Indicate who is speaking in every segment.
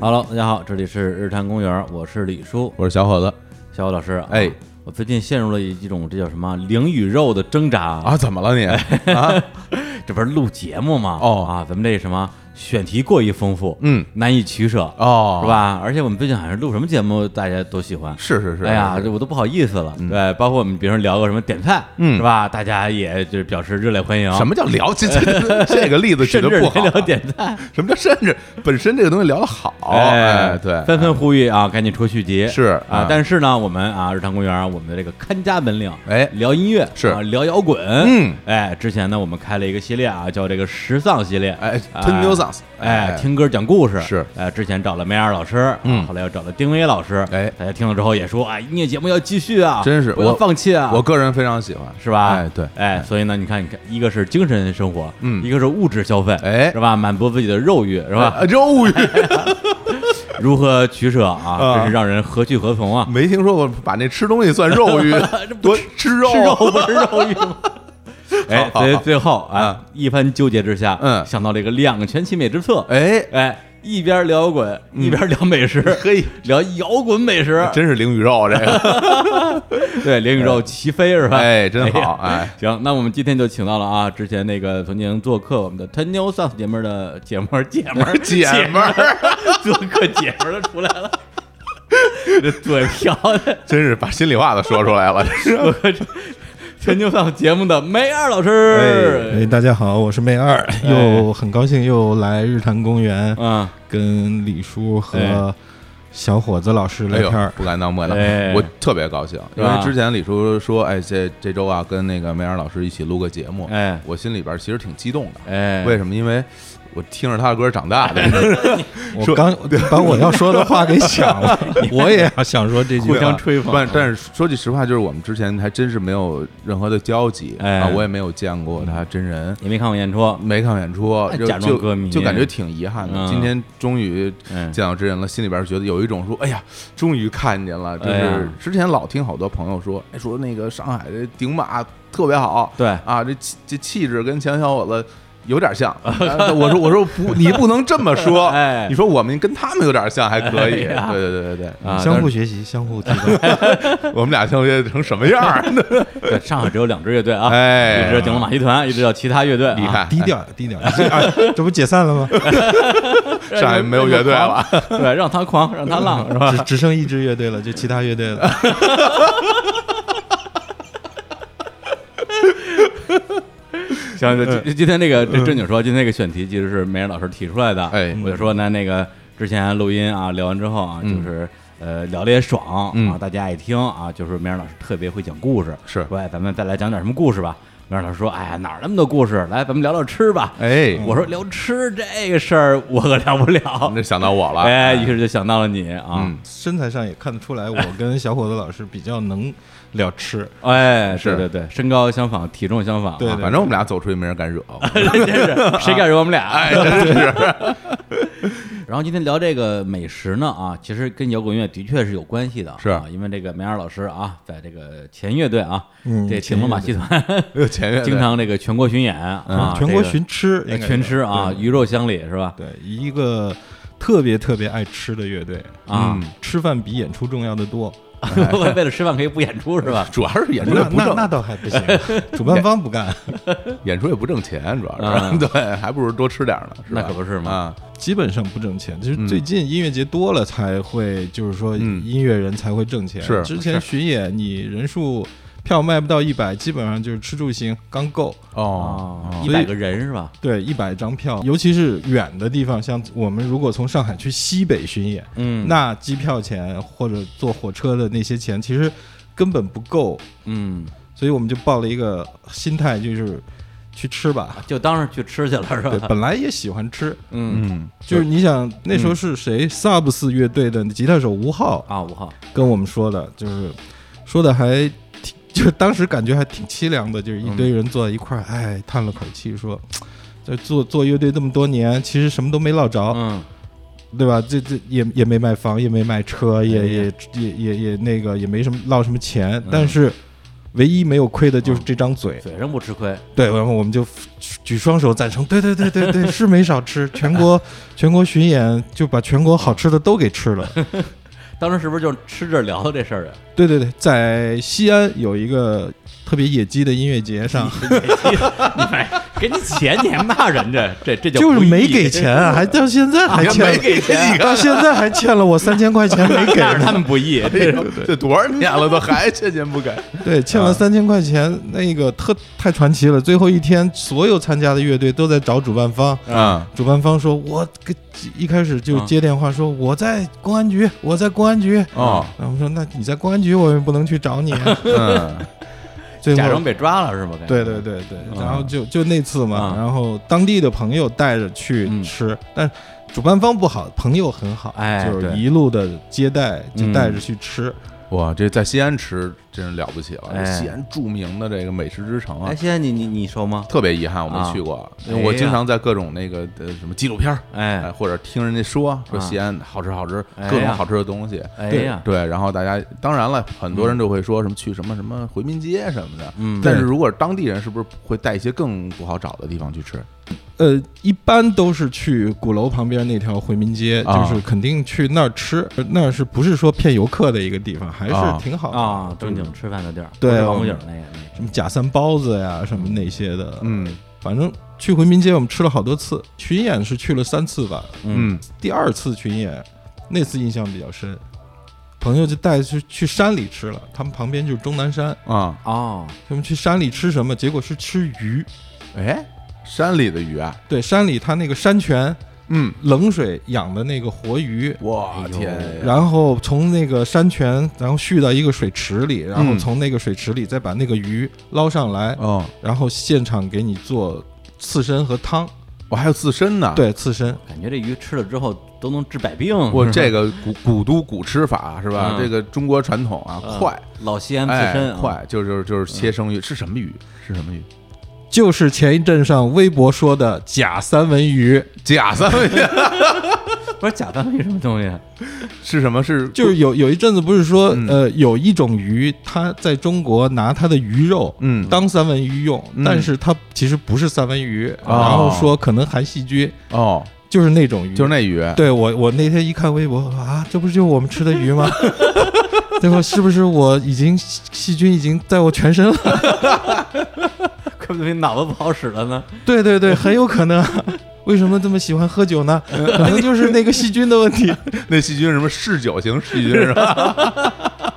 Speaker 1: Hello，大家好，这里是日坛公园，我是李叔，
Speaker 2: 我是小伙子
Speaker 1: 小虎老师。啊
Speaker 2: 哎，
Speaker 1: 我最近陷入了一种这叫什么灵与肉的挣扎啊！
Speaker 2: 啊，怎么了你？啊，
Speaker 1: 这不是录节目吗？
Speaker 2: 哦
Speaker 1: 啊，咱们这什么选题过于丰富，
Speaker 2: 嗯，
Speaker 1: 难以取舍，
Speaker 2: 哦，
Speaker 1: 是？吧？而且我们最近好像录什么节目大家都喜欢。
Speaker 2: 是是是，
Speaker 1: 哎呀，
Speaker 2: 是
Speaker 1: 这我都不好意思了。对，包括我们比如说聊个什么点菜，
Speaker 2: 嗯
Speaker 1: 是吧？大家也就是表示热烈欢迎。
Speaker 2: 什么叫聊？这 这这个例子举
Speaker 1: 啊甚
Speaker 2: 的
Speaker 1: 至
Speaker 2: 不好
Speaker 1: 连
Speaker 2: 啊。
Speaker 1: 聊点菜，
Speaker 2: 什么叫甚至本身这个东西聊得好？哎，对，
Speaker 1: 纷纷呼吁啊，赶紧出续集
Speaker 2: 是
Speaker 1: 啊
Speaker 2: 嗯。
Speaker 1: 但是呢，我们啊，日常公园啊，我们的这个看家本领，
Speaker 2: 哎
Speaker 1: 聊音乐
Speaker 2: 是
Speaker 1: 啊聊摇滚，
Speaker 2: 嗯，
Speaker 1: 哎，之前呢，我们开了一个系列啊，叫这个时丧系列，
Speaker 2: 哎，Ten New Songs，
Speaker 1: 哎
Speaker 2: 哎，
Speaker 1: 听歌讲故事
Speaker 2: 是，
Speaker 1: 哎，之前找了梅尔老师，啊
Speaker 2: 嗯
Speaker 1: 后来又找了丁薇老师，
Speaker 2: 哎
Speaker 1: 大家听了之后也说，哎，音乐节目要继续啊，
Speaker 2: 真是
Speaker 1: 不要
Speaker 2: 我
Speaker 1: 放弃啊，
Speaker 2: 我个人非常喜欢，
Speaker 1: 是吧？
Speaker 2: 哎，对，
Speaker 1: 哎，所以呢，你看，你看，一个是精神生活，
Speaker 2: 嗯
Speaker 1: 一个是物质消费，
Speaker 2: 哎
Speaker 1: 是吧？满足自己的肉欲，是吧？
Speaker 2: 哎？肉欲
Speaker 1: 如何取舍啊？
Speaker 2: 啊
Speaker 1: 真是让人何去何从啊！
Speaker 2: 没听说过把那吃东西算肉 欲，多吃肉啊
Speaker 1: 吃肉不是肉欲吗？哎，
Speaker 2: 好好
Speaker 1: 所以
Speaker 2: 好
Speaker 1: 最后啊，一番纠结之下，
Speaker 2: 嗯
Speaker 1: 想到了一个两全其美之策，
Speaker 2: 哎，嗯
Speaker 1: 哎，一边聊摇滚，一边聊美食，
Speaker 2: 嘿，哎
Speaker 1: 聊摇滚美食，
Speaker 2: 真是灵与肉这个，
Speaker 1: 对，灵宇宙齐飞是吧？
Speaker 2: 哎，真
Speaker 1: 呀
Speaker 2: 好，哎。
Speaker 1: 行，那我们今天就请到了啊，之前那个曾经做客我们的 Ten New Songs 节目的姐们儿姐 们儿
Speaker 2: 姐们儿，
Speaker 1: 做客姐们儿都出来了，这嘴瓢的，
Speaker 2: 真是把心里话都说出来了。
Speaker 1: 做客 Ten New Songs 节目的梅二老
Speaker 3: 哎，
Speaker 1: 师，
Speaker 3: 大家好，我是妹二，又很高兴又来日坛公园，
Speaker 1: 哎嗯，
Speaker 3: 跟李叔
Speaker 1: 哎
Speaker 3: 和小伙子老师
Speaker 2: 哎
Speaker 3: 聊
Speaker 2: 呦
Speaker 3: 天儿，。
Speaker 2: 不敢当，不敢当
Speaker 1: 哎，
Speaker 2: 我特别高兴，
Speaker 1: 是
Speaker 2: 因
Speaker 1: 吧
Speaker 2: 为之前李叔说，哎，这这周啊，跟那个梅尔老师一起录个节目，
Speaker 1: 哎
Speaker 2: 我心里边其实挺激动的。
Speaker 1: 哎，
Speaker 2: 为什么？因为我听着他的歌长大 的，
Speaker 3: 我
Speaker 2: 说
Speaker 3: 刚把我要说的话给想 了，我也要想说这句
Speaker 1: 互相
Speaker 3: 话。
Speaker 1: 吹捧
Speaker 2: 但，但是说句实话，就是我们之前还真是没有任何的交集，
Speaker 1: 哎嗯
Speaker 2: 啊，我也没有见过他真人，
Speaker 1: 也没看过演出，
Speaker 2: 没看过演出
Speaker 1: 哎，
Speaker 2: 就
Speaker 1: 假装
Speaker 2: 就
Speaker 1: 歌迷
Speaker 2: 就感觉挺遗憾的。
Speaker 1: 嗯
Speaker 2: 今天终于
Speaker 1: 嗯
Speaker 2: 见到真人了，心里边觉得有一种说，哎呀，终于看见了。就
Speaker 1: 哎呀
Speaker 2: 是之前老听好多朋友说，哎，说那个上海的顶马特别好，
Speaker 1: 对
Speaker 2: 啊，这气这气质跟前小伙子。有点 像，啊我说我说不，你不能这么说，
Speaker 1: 哎
Speaker 2: 你说我们跟他们有点像还可以，
Speaker 1: 哎呀
Speaker 2: 对对对对对，
Speaker 1: 啊
Speaker 3: 相互学习，相互提高。
Speaker 2: 我们俩相约成什么样儿？
Speaker 1: 对，上海只有两支乐队啊，
Speaker 2: 哎
Speaker 1: 一支叫顶楼马戏团，一支叫其他乐队啊。
Speaker 2: 你看
Speaker 3: 低调，低调。这啊 这不解散了吗？
Speaker 2: 上海没有乐队了，
Speaker 1: 对，让他狂，让 他浪，是吧？哎
Speaker 3: 只只剩一支乐队了，就其他乐队了。
Speaker 1: 行，
Speaker 2: 嗯
Speaker 1: 这今今天这个这正经说，今天这个选题其实是梅人老师提出来的。
Speaker 2: 哎
Speaker 1: 我就说呢，那个之前录音啊，聊完之后啊，
Speaker 2: 嗯
Speaker 1: 就是呃聊的也爽啊，
Speaker 2: 嗯
Speaker 1: 大家一听啊，就是梅人老师特别会讲故事，
Speaker 2: 是
Speaker 1: 说哎，咱们再来讲点什么故事吧。梅人老师说，哎呀，哪儿那么多故事？来，咱们聊聊吃吧。
Speaker 2: 哎，
Speaker 3: 嗯
Speaker 1: 我说聊吃这个事儿，我可聊不了。
Speaker 2: 那想到我了，
Speaker 1: 哎，于是就想到了你啊
Speaker 2: 嗯，，
Speaker 3: 身材上也看得出来，我跟小伙子老师比较能聊吃。
Speaker 1: 哎，对
Speaker 2: 是
Speaker 1: 对对，身高相仿，体重相仿啊，
Speaker 3: 对对
Speaker 2: 反正我们俩走出去没人敢惹，
Speaker 1: 真是谁敢惹我们俩？
Speaker 2: 哎，真是，
Speaker 1: 然后今天聊这个美食呢啊，其实跟摇滚乐的确是有关系的，
Speaker 2: 是
Speaker 1: 啊，因为这个梅尔老师啊，在这个前乐队啊，
Speaker 3: 嗯
Speaker 1: 这
Speaker 3: 前
Speaker 1: 顶
Speaker 3: 乐
Speaker 1: 楼
Speaker 3: 队
Speaker 1: 马戏 团
Speaker 2: 哎呦前面
Speaker 1: 经常这个全国巡演啊，
Speaker 3: 嗯全国巡吃
Speaker 1: 这
Speaker 3: 应该
Speaker 1: 个
Speaker 3: 叫，
Speaker 1: 全吃啊，鱼肉乡里是吧？
Speaker 3: 对，一个特别特别爱吃的乐队嗯
Speaker 1: 啊，
Speaker 3: 吃饭比演出重要的 多。 哎
Speaker 1: 为为了吃饭可以不演出是 吧？
Speaker 2: 主要是演出也
Speaker 3: 那
Speaker 2: 不
Speaker 3: 那那倒
Speaker 2: 挣，
Speaker 3: 还不行， 主办方不干，
Speaker 2: 演出也不挣钱，主要
Speaker 1: 啊
Speaker 2: 是 对，还不如多吃点儿呢，是吧
Speaker 1: 那可不是嘛
Speaker 2: 啊，
Speaker 3: 基本上不挣钱。
Speaker 1: 嗯
Speaker 3: 就是最近音乐节多了才会，就是说
Speaker 2: 嗯
Speaker 3: 音乐人才会挣钱。
Speaker 2: 是
Speaker 3: 之前巡演你人数票卖不到一百，基本上就是吃住行刚够。啊
Speaker 2: 哦，
Speaker 1: 哦，
Speaker 3: 所
Speaker 1: 一
Speaker 3: 以
Speaker 1: 百个人是吧？
Speaker 3: 对，一百张票，尤其是远的地方，像我们如果从上海去西北巡演，
Speaker 1: 嗯
Speaker 3: 那机票钱或者坐火车的那些钱，其实根本不够。
Speaker 1: 嗯，
Speaker 3: 所以我们就抱了一个心态，就是去吃 吧。
Speaker 1: 就当是去吃去了是
Speaker 3: 对，
Speaker 1: 吧？
Speaker 3: 本来也喜欢吃，
Speaker 1: 嗯
Speaker 2: 嗯，
Speaker 3: 就是你想那时候是谁、s u b s 乐队的吉他手吴昊
Speaker 1: 啊，五号
Speaker 3: 跟我们说的，就是说的还挺，就是当时感觉还挺凄凉的，就是一堆人坐在一块儿，哎，叹了口气说。这做做乐队这么多年，其实什么都没落着，
Speaker 1: 嗯
Speaker 3: 对吧？这这也也没
Speaker 1: 哎
Speaker 3: 卖房，也没卖车，也也也也也那个也没什么落什么钱。但是唯一没有亏的就是这张嘴。
Speaker 1: 嗯嘴上不吃亏，
Speaker 3: 对，然后我们就举双手赞成，对对对对对，是没少吃，全 国全国巡演就把全国好吃的都给吃了。
Speaker 1: 当时是不是就吃着聊到这事儿啊？
Speaker 3: 对对对，在西安有一个特别野鸡的音乐节上，
Speaker 1: 你还 给你钱你还骂人家，这这叫
Speaker 3: 就是
Speaker 1: 不义
Speaker 3: 没给钱啊， 还到现在还
Speaker 2: 你看
Speaker 3: 欠
Speaker 2: 没
Speaker 3: 了，
Speaker 2: 给钱，
Speaker 3: 到现在还欠了我三千块钱没给
Speaker 1: 但是他
Speaker 3: 呢。
Speaker 1: 们 不义，这是
Speaker 2: 哎 这多少年了都还欠钱不给，
Speaker 3: 对，欠
Speaker 1: 啊
Speaker 3: 了三千块钱，那个特太传奇了。最后一天，所有参加的乐队都在找主办方，
Speaker 2: 啊
Speaker 3: 主办方说：“我跟一开始就
Speaker 1: 啊
Speaker 3: 接电话说我在公安局，我在公安局。”
Speaker 2: 哦，
Speaker 3: 然后我们说：“那你在公安局，我也不能去找你啊。
Speaker 2: 嗯，”
Speaker 3: 最
Speaker 1: 假
Speaker 3: 后
Speaker 1: 装，被抓了是吗？
Speaker 3: 对对对对，
Speaker 1: 嗯
Speaker 3: 然后就就那次嘛
Speaker 1: 啊，
Speaker 3: 然后当地的朋友带着去
Speaker 1: 嗯
Speaker 3: 吃，但主办方不好，朋友很好，
Speaker 1: 哎
Speaker 3: 就是
Speaker 1: 对
Speaker 3: 一路的接待，就
Speaker 1: 嗯
Speaker 3: 带着去吃。
Speaker 2: 哇，这在西安吃真是了不起了，
Speaker 1: 哎
Speaker 2: 西安著名的这个美食之城啊
Speaker 1: 哎，，现在你你你收吗？啊
Speaker 2: 特别遗憾我没去过，因为我经常在各种那个呃什么纪录片儿，哎，
Speaker 1: 哎啊
Speaker 2: 或者听人家说说西安好吃好吃，
Speaker 1: 哎呀
Speaker 2: 各种好吃的东西。
Speaker 1: 哎
Speaker 3: 对
Speaker 1: 呀，
Speaker 2: 对，然后大家当然了，很多人就会说什么去什么什么回民街什么的，
Speaker 1: 嗯
Speaker 2: 但是如果当地人是不是会带一些更不好找的地方去吃？
Speaker 3: 呃，一般都是去鼓楼旁边那条回民街，
Speaker 2: 啊
Speaker 3: 就是肯定去那儿吃，那儿是不是说骗游客的一个地方，还
Speaker 2: 啊
Speaker 3: 是挺好的嗯
Speaker 1: 啊，正经吃饭的地儿，
Speaker 3: 对
Speaker 1: 不是王府
Speaker 3: 我
Speaker 1: 井
Speaker 3: 们
Speaker 1: 那个那
Speaker 3: 什么假三包子呀，什么那些的，
Speaker 2: 嗯
Speaker 3: 反正去回民街我们吃了好多次，巡演是去了三次吧，
Speaker 1: 个，嗯，
Speaker 3: 第二次巡演那次印象比较深，朋友就带去去山里吃了，他们旁边就是终南山，
Speaker 2: 啊，
Speaker 1: 哦，
Speaker 3: 他们去山里吃什么？结果是吃鱼，
Speaker 2: 哎，山里的鱼啊，
Speaker 3: 对，山里它那个山泉
Speaker 2: 嗯，
Speaker 3: 冷水养的那个活鱼，
Speaker 2: 我
Speaker 1: 哎呦
Speaker 2: 天呀，
Speaker 3: 然后从那个山泉，然后蓄到一个水池里，然后从那个水池里再把那个鱼捞上来，
Speaker 2: 嗯哦，
Speaker 3: 然后现场给你做刺身和汤。
Speaker 2: 我哦还有刺身呢，，
Speaker 3: 对，刺身，
Speaker 1: 感觉这鱼吃了之后都能治百病。
Speaker 2: 我
Speaker 1: 是吧
Speaker 2: 这个古古都古吃法是吧？
Speaker 1: 嗯
Speaker 2: 这个中国传统啊，
Speaker 1: 嗯
Speaker 2: 快，
Speaker 1: 老西安
Speaker 2: 哎
Speaker 1: 自身啊嗯
Speaker 2: 快，就是就是就是切生鱼，是什么鱼？是 什么鱼？
Speaker 3: 就是前一阵上微博说的假三文鱼，
Speaker 2: 假三文鱼
Speaker 1: 不是假扮为什么东西？啊
Speaker 2: 是什么？是
Speaker 3: 就是有有一阵子不是说，
Speaker 2: 嗯
Speaker 3: 呃，有一种鱼，它在中国拿它的鱼肉。
Speaker 2: 嗯
Speaker 3: 当三文鱼用，
Speaker 2: 嗯
Speaker 3: 但是它其实不是三文鱼，
Speaker 2: 哦
Speaker 3: 然后说可能含细菌，
Speaker 2: 哦，
Speaker 3: 就是那种鱼，
Speaker 2: 就是那鱼，
Speaker 3: 对我，我那天一看微博啊，这不是就是我们吃的鱼吗？ 最后是不是我已经细细菌已经在我全身了？
Speaker 1: 可不你脑子不好使了呢？
Speaker 3: 对对 对，很有可能。 为什么这么喜欢喝酒呢？
Speaker 1: 嗯
Speaker 3: 可能就是那个细菌的问 题。
Speaker 2: 那细菌是什么嗜酒型细菌是吧？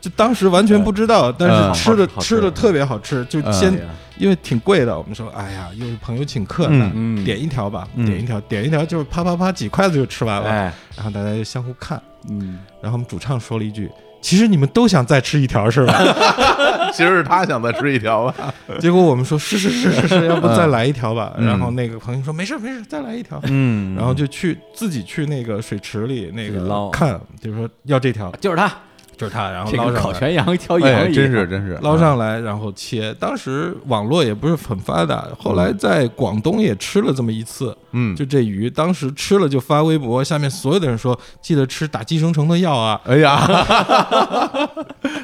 Speaker 3: 就当时完全不知道，但
Speaker 2: 嗯
Speaker 3: 是吃的、
Speaker 1: 好吃好吃
Speaker 3: 吃的特别好吃，就
Speaker 2: 嗯
Speaker 3: 先、
Speaker 1: 哎呀
Speaker 3: 因为挺贵的，我们说哎呀，又是朋友请客，
Speaker 2: 嗯
Speaker 1: 嗯
Speaker 3: 那点一条吧，
Speaker 2: 嗯
Speaker 3: 点一条，点一条就是啪啪啪几筷子就吃完了，
Speaker 1: 哎，
Speaker 3: 然后大家就相互看，
Speaker 1: 嗯，
Speaker 3: 然后我们主唱说了一句：“其实你们都想再吃一条是吧？”
Speaker 2: 其实是他想再吃一条吧？
Speaker 3: 结果我们说是是是是是，要不再来一条吧？
Speaker 2: 嗯
Speaker 3: 然后那个朋友说没事没事，再来一条。
Speaker 2: 嗯
Speaker 3: 然后就去自己去那个水池里那
Speaker 1: 自己捞
Speaker 3: 个看，就是说要这条，
Speaker 1: 啊就是他，
Speaker 3: 就是它，然后
Speaker 1: 这
Speaker 3: 捞
Speaker 1: 个
Speaker 3: 上
Speaker 1: 烤
Speaker 3: 来，
Speaker 1: 全羊、挑羊
Speaker 2: 哎，
Speaker 1: 一样
Speaker 2: 真是真是嗯
Speaker 3: 捞上来然后切。当时网络也不是很发达，后来在广东也吃了这么一次，
Speaker 2: 嗯，
Speaker 3: 就这鱼，当时吃了就发微博，下面所有的人说记得吃打寄生虫的药啊。
Speaker 2: 哎呀，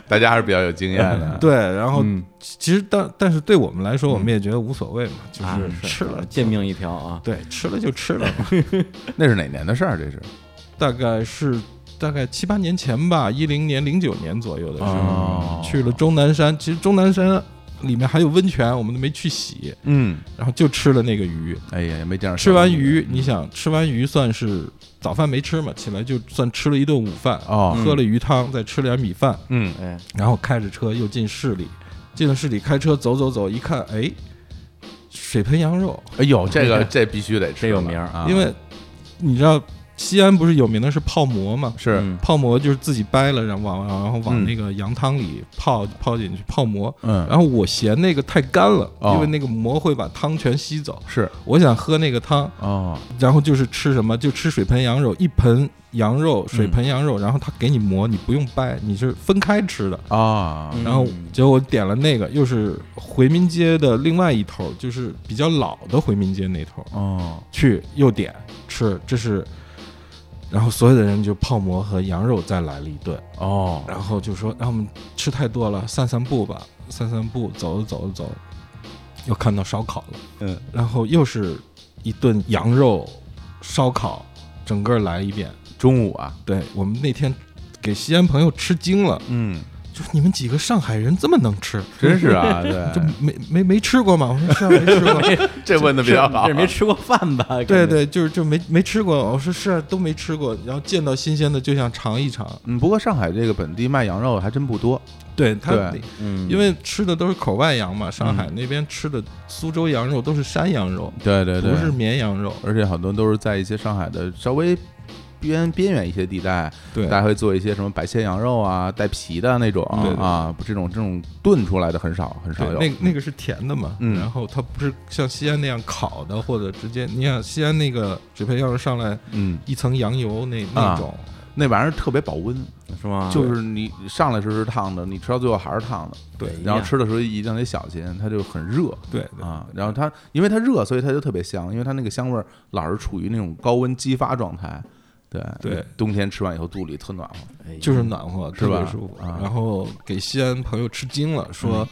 Speaker 2: 大家还是比较有经验的。
Speaker 3: 对，然后
Speaker 1: 嗯
Speaker 3: 其实但但是对我们来说，我
Speaker 2: 嗯
Speaker 3: 们也觉得无所谓嘛，就
Speaker 1: 啊
Speaker 3: 是吃了
Speaker 1: 贱命一条啊！
Speaker 3: 对，吃了就吃了嘛。
Speaker 2: 那是哪年的事儿？这是
Speaker 3: 大概是大概七八年前吧，一零年、零九年左右的时候，
Speaker 2: 哦
Speaker 3: 去了终南山。其实终南山里面还有温泉，我们都没去洗，
Speaker 2: 嗯，
Speaker 3: 然后就吃了那个鱼。
Speaker 2: 哎呀，也没见着
Speaker 3: 吃完鱼，
Speaker 2: 嗯
Speaker 3: 你想吃完鱼算是早饭没吃嘛，起来就算吃了一顿午饭，
Speaker 2: 哦，
Speaker 3: 喝了鱼汤，再吃了点米饭，
Speaker 2: 嗯，
Speaker 1: 哎，
Speaker 3: 然后开着车又进市里，进了市里开车走走走，一看，哎，水盆羊肉，
Speaker 2: 哎呦，这个这必须得吃
Speaker 1: 这
Speaker 2: 了，
Speaker 1: 有名儿
Speaker 2: 啊，
Speaker 3: 因为你知道西安不是有名的是泡馍嘛，
Speaker 2: 是
Speaker 1: 嗯
Speaker 3: 泡馍就是自己掰了，然后往然后往
Speaker 2: 嗯
Speaker 3: 那个羊汤里泡泡进去泡馍。
Speaker 2: 嗯，
Speaker 3: 然后我嫌那个太干了，
Speaker 2: 哦
Speaker 3: 因为那个馍会把汤全吸走。
Speaker 2: 是
Speaker 3: 我想喝那个汤，
Speaker 2: 哦，
Speaker 3: 然后就是吃什么，就吃水盆羊肉，一盆羊肉，水盆羊肉，然后他给你馍，你不用掰，你是分开吃的。
Speaker 2: 啊，
Speaker 1: 嗯
Speaker 3: 然后结果我点了那个，又是回民街的另外一头，就是比较老的回民街那头
Speaker 2: 哦，
Speaker 3: 去又点吃，这是然后所有的人就泡馍和羊肉再来了一顿，
Speaker 2: 哦，
Speaker 3: 然后就说让我们吃太多了，散散步吧，散散步，走着走着走，又看到烧烤了，
Speaker 1: 嗯，
Speaker 3: 然后又是一顿羊肉烧烤，整个来一遍。
Speaker 2: 中午啊，
Speaker 3: 对我们那天给西安朋友吃惊了，
Speaker 2: 嗯，
Speaker 3: 就是你们几个上海人这么能吃，
Speaker 2: 真是 啊，对，
Speaker 3: 就没没没吃过吗？我说是啊，没吃过。
Speaker 2: 这问的比较好，啊
Speaker 1: 这没吃过饭吧？感
Speaker 3: 对
Speaker 1: 觉，
Speaker 3: 对，就是就没没吃过。我说是啊，都没吃过。然后见到新鲜的就想尝一尝。
Speaker 2: 嗯，不过上海这个本地卖羊肉还真不多，
Speaker 3: 对他
Speaker 2: 对嗯
Speaker 3: 那，
Speaker 1: 嗯，
Speaker 3: 因为吃的都是口外羊嘛，上海那边吃的苏州羊肉都是山羊肉，
Speaker 2: 对对
Speaker 3: 不是绵羊肉。
Speaker 2: 而且很多都是在一些上海的稍微边边远一些地带，
Speaker 3: 对
Speaker 2: 大家会做一些什么白切羊肉啊，带皮的那种啊
Speaker 3: 对对
Speaker 2: 啊，这种这种炖出来的很少很
Speaker 3: 对
Speaker 2: 少有，，
Speaker 3: 那那个是甜的嘛，
Speaker 2: 嗯
Speaker 3: 然后它不是像西安那样烤的，或者直接，你想西安那个水培要是上来
Speaker 2: 嗯，
Speaker 3: 一层羊油那
Speaker 2: 啊
Speaker 3: 那种，
Speaker 2: 那玩意儿特别保温，
Speaker 1: 是吗？
Speaker 2: 就是你上来时候是烫的，你吃到最后还是烫的，
Speaker 3: 对
Speaker 2: 然后
Speaker 1: 呀
Speaker 2: 吃的时候一定得小心，它就很热。
Speaker 3: 对对
Speaker 2: 啊，然后它因为它热，所以它就特别香，因为它那个香味儿老是处于那种高温激发状态。对
Speaker 3: 对，
Speaker 2: 冬天吃完以后肚里特暖和。
Speaker 1: 哎呀
Speaker 3: 就是暖和，
Speaker 2: 是
Speaker 3: 特
Speaker 2: 吧
Speaker 3: 别舒服。
Speaker 2: 啊
Speaker 3: 然后给西安朋友吃惊了，说、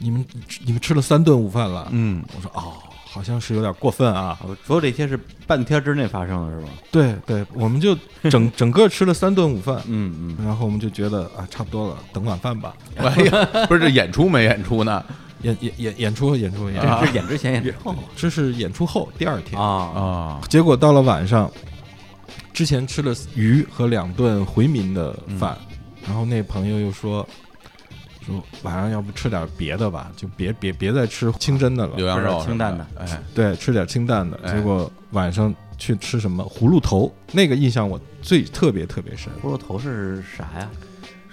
Speaker 3: 你们你们吃了三顿午饭了。
Speaker 2: 嗯，
Speaker 3: 我说哦，好像是有点过分啊。
Speaker 1: 好所有这些是半天之内发生的，是吗？
Speaker 3: 对对，我们就整 整个吃了三顿午饭，
Speaker 1: 嗯嗯，
Speaker 3: 然后我们就觉得啊，差不多了，等晚饭吧。
Speaker 2: 哎呀， 不是这演出没演出呢？啊
Speaker 3: 演演演演出演出演出，
Speaker 1: 这是演之前演之后
Speaker 3: 这是演出后第二天。
Speaker 1: 啊，
Speaker 2: 啊，
Speaker 3: 结果到了晚上，之前吃了鱼和两顿回民的饭，
Speaker 2: 嗯
Speaker 3: 然后那朋友又说说晚上要不吃点别的吧，就别别别再吃清真的
Speaker 2: 牛
Speaker 3: 了，
Speaker 2: 羊肉
Speaker 1: 吃点清淡的
Speaker 2: 什么的，哎，
Speaker 3: 对，吃点清淡的。
Speaker 2: 哎
Speaker 3: 结果晚上去吃什么葫芦头，那个印象我最特别特别深。
Speaker 1: 葫芦头是啥呀？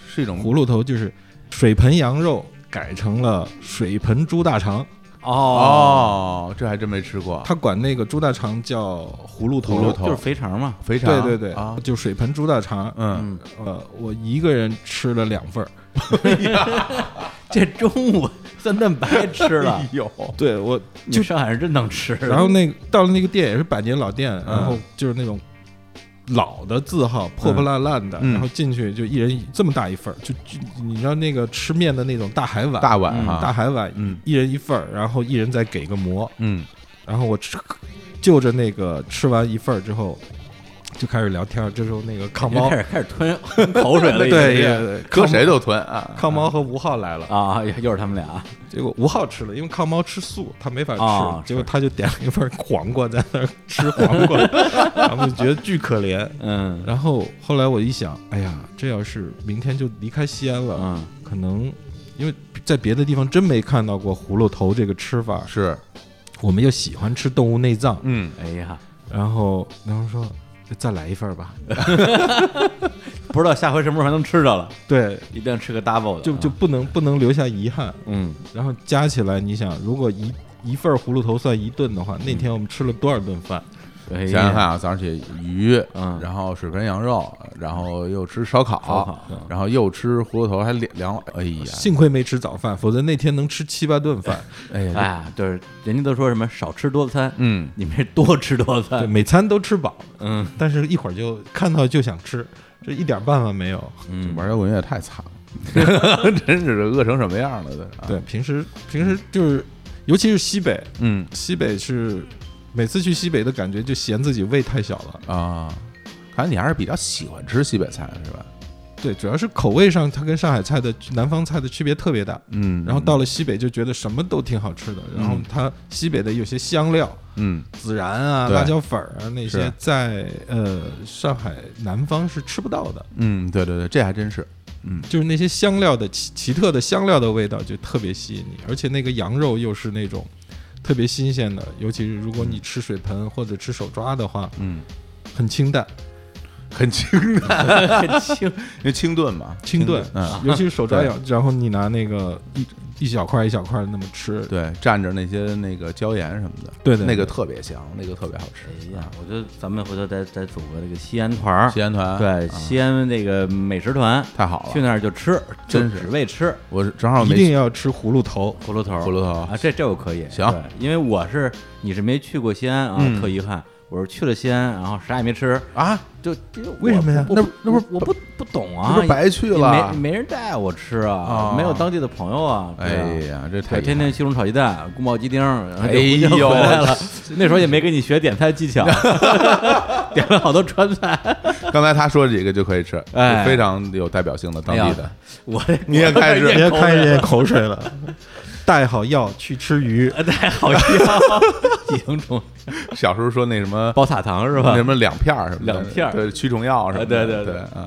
Speaker 2: 是一种
Speaker 3: 葫芦头就是水盆羊肉改成了水盆猪大肠，
Speaker 1: 哦
Speaker 2: 哦，这还真没吃过。
Speaker 3: 他管那个猪大肠叫葫芦头。
Speaker 2: 葫芦头
Speaker 1: 就是肥肠嘛。
Speaker 2: 肥肠，
Speaker 3: 对对对，
Speaker 2: 啊，
Speaker 3: 就水盆猪大肠。
Speaker 2: 嗯，
Speaker 1: 嗯，哎
Speaker 3: 呃，我一个人吃了两 份儿。
Speaker 1: 这中午三顿白吃了
Speaker 2: 哎，呦，
Speaker 3: 对我
Speaker 1: 你
Speaker 3: 就
Speaker 1: 上海人真能吃。嗯
Speaker 3: 然后那个到了那个店也是百年老店，然后就是那种老的字号，破破烂烂的，
Speaker 2: 嗯
Speaker 3: 然后进去就一人一这么大一份儿，就就你知道那个吃面的那种大海碗，
Speaker 2: 大碗哈，
Speaker 3: 大海碗，
Speaker 2: 嗯
Speaker 3: 一人一份儿，然后一人再给个馍，
Speaker 2: 嗯，
Speaker 3: 然后我吃就着那个吃完一份儿之后。就开始聊天儿，这时候那个康
Speaker 1: 就
Speaker 3: 猫
Speaker 1: 开，始开始吞吞口 水了，
Speaker 3: 对
Speaker 1: 已经
Speaker 3: 对
Speaker 1: 是
Speaker 3: 对，
Speaker 2: 搁
Speaker 3: 康
Speaker 2: 谁都吞啊，
Speaker 3: 康猫和吴昊来了，
Speaker 1: 啊，又又是他们俩，
Speaker 3: 结果吴昊吃了，因为康猫吃素，他没法吃，
Speaker 1: 啊
Speaker 3: 结果他就点了一份黄瓜在那儿吃黄 瓜，然后就觉得巨可怜。
Speaker 1: 嗯
Speaker 3: 然后后来我一想，哎呀，这要是明天就离开西安了，
Speaker 1: 嗯，
Speaker 3: 可能因为在别的地方真没看到过葫芦头这个吃法，
Speaker 2: 是，
Speaker 3: 我们又喜欢吃动物内脏，
Speaker 2: 嗯，
Speaker 1: 哎呀，
Speaker 3: 然后然后说再来一份 吧，
Speaker 1: 不知道下回什么时候还能吃着了，
Speaker 3: 对，
Speaker 1: 一定要吃个 double 的，啊
Speaker 3: 就就不能不能留下遗憾。
Speaker 1: 嗯
Speaker 3: 然后加起来，你想，如果一一份葫芦头算一顿的话，那天我们吃了多少顿饭？
Speaker 1: 嗯哎
Speaker 2: 想想看
Speaker 1: 呀
Speaker 2: 啊，早上起鱼，
Speaker 1: 嗯
Speaker 2: 然后水盆羊肉，然后又吃烧烤，
Speaker 1: 烧烤嗯
Speaker 2: 然后又吃葫芦头，还凉凉了，哎呀，
Speaker 3: 幸亏没吃早饭，否则那天能吃七八顿饭。
Speaker 2: 哎呀，
Speaker 1: 哎呀，就是人家都说什么少吃多餐，
Speaker 2: 嗯，
Speaker 1: 你们这多吃多
Speaker 3: 对，
Speaker 1: 餐，
Speaker 3: 每餐都吃饱，
Speaker 1: 嗯
Speaker 3: 但是一会儿就看到就想吃，这一点办法没有。
Speaker 1: 嗯，
Speaker 2: 玩摇滚乐也太惨了， 真是饿成什么样了，这，啊
Speaker 3: 对，平时平时就是，尤其是西北，
Speaker 2: 嗯
Speaker 3: 西北是每次去西北的感觉就嫌自己胃太小了。
Speaker 2: 啊，看来你还是比较喜欢吃西北菜是吧？
Speaker 3: 对，主要是口味上它跟上海菜的南方菜的区别特别大。
Speaker 2: 嗯，
Speaker 3: 然后到了西北就觉得什么都挺好吃的，然后它西北的有些香料，
Speaker 2: 嗯
Speaker 3: 孜然啊、
Speaker 2: 对
Speaker 3: 辣椒粉儿啊那
Speaker 2: 是
Speaker 3: 些，在呃上海南方是吃不到的，
Speaker 2: 嗯，对对对，这还真是，嗯
Speaker 3: 就是那些香料的奇奇特的香料的味道就特别吸引你，而且那个羊肉又是那种特别新鲜的，尤其是如果你吃水盆或者吃手抓的话，
Speaker 2: 嗯，
Speaker 3: 很清淡，
Speaker 2: 很清淡，
Speaker 1: 很轻，
Speaker 2: 因为清炖嘛，
Speaker 3: 清炖，
Speaker 2: 嗯，
Speaker 3: 尤其是手抓羊，然后你拿那个一一小块一小块那么吃，
Speaker 2: 对，蘸着那些那个椒盐什么的，
Speaker 3: 对对
Speaker 2: 那
Speaker 3: 对
Speaker 2: 个特别香，那个特别好吃。
Speaker 1: 哎呀，我觉得咱们回头再再组个这个西安团儿，
Speaker 2: 西安团，
Speaker 1: 对，
Speaker 2: 啊
Speaker 1: 西安那个美食团，
Speaker 2: 太好
Speaker 1: 去
Speaker 2: 了，
Speaker 1: 那儿就吃，就
Speaker 2: 真是
Speaker 1: 只为吃
Speaker 2: 我正好
Speaker 3: 一
Speaker 2: 没
Speaker 3: 定要吃葫芦头。
Speaker 1: 葫芦头儿，
Speaker 2: 葫芦头
Speaker 1: 啊，这这我可以，
Speaker 2: 行
Speaker 1: 对因为我是你是没去过西安啊，
Speaker 2: 嗯
Speaker 1: 特遗憾。我是去了西安，然后啥也没吃，
Speaker 2: 啊，
Speaker 1: 就就
Speaker 3: 为什么呀
Speaker 1: 我
Speaker 2: 那
Speaker 1: 我
Speaker 2: 那不是
Speaker 1: 我不不懂啊，
Speaker 2: 不是白去
Speaker 1: 也
Speaker 2: 了
Speaker 1: 没？没人带我吃啊
Speaker 2: 啊，
Speaker 1: 没有当地的朋友啊，对啊
Speaker 2: 哎呀，这
Speaker 1: 我
Speaker 2: 太
Speaker 1: 天天西红柿炒鸡蛋、宫保鸡丁，然后
Speaker 2: 哎
Speaker 1: 就
Speaker 2: 呦
Speaker 1: 就回来了。 那时候也没跟你学点菜技 巧， 点了好多川菜。
Speaker 2: 刚才他说这个就可以吃，
Speaker 1: 哎
Speaker 2: 非常有代表性的当地的。
Speaker 1: 我
Speaker 2: 你也开始
Speaker 3: 别
Speaker 1: 也
Speaker 3: 看人家口水了，带好药去吃 鱼，
Speaker 1: 太好笑，
Speaker 2: 嗯
Speaker 1: 营虫
Speaker 2: 小时候说那什 么
Speaker 1: 包撒糖是
Speaker 2: 那
Speaker 1: 吧
Speaker 2: 什？么两片儿什么的
Speaker 1: 两片儿
Speaker 2: 对驱虫药什么
Speaker 1: 啊
Speaker 2: 的，
Speaker 1: 对对
Speaker 2: 对
Speaker 1: 对
Speaker 2: 啊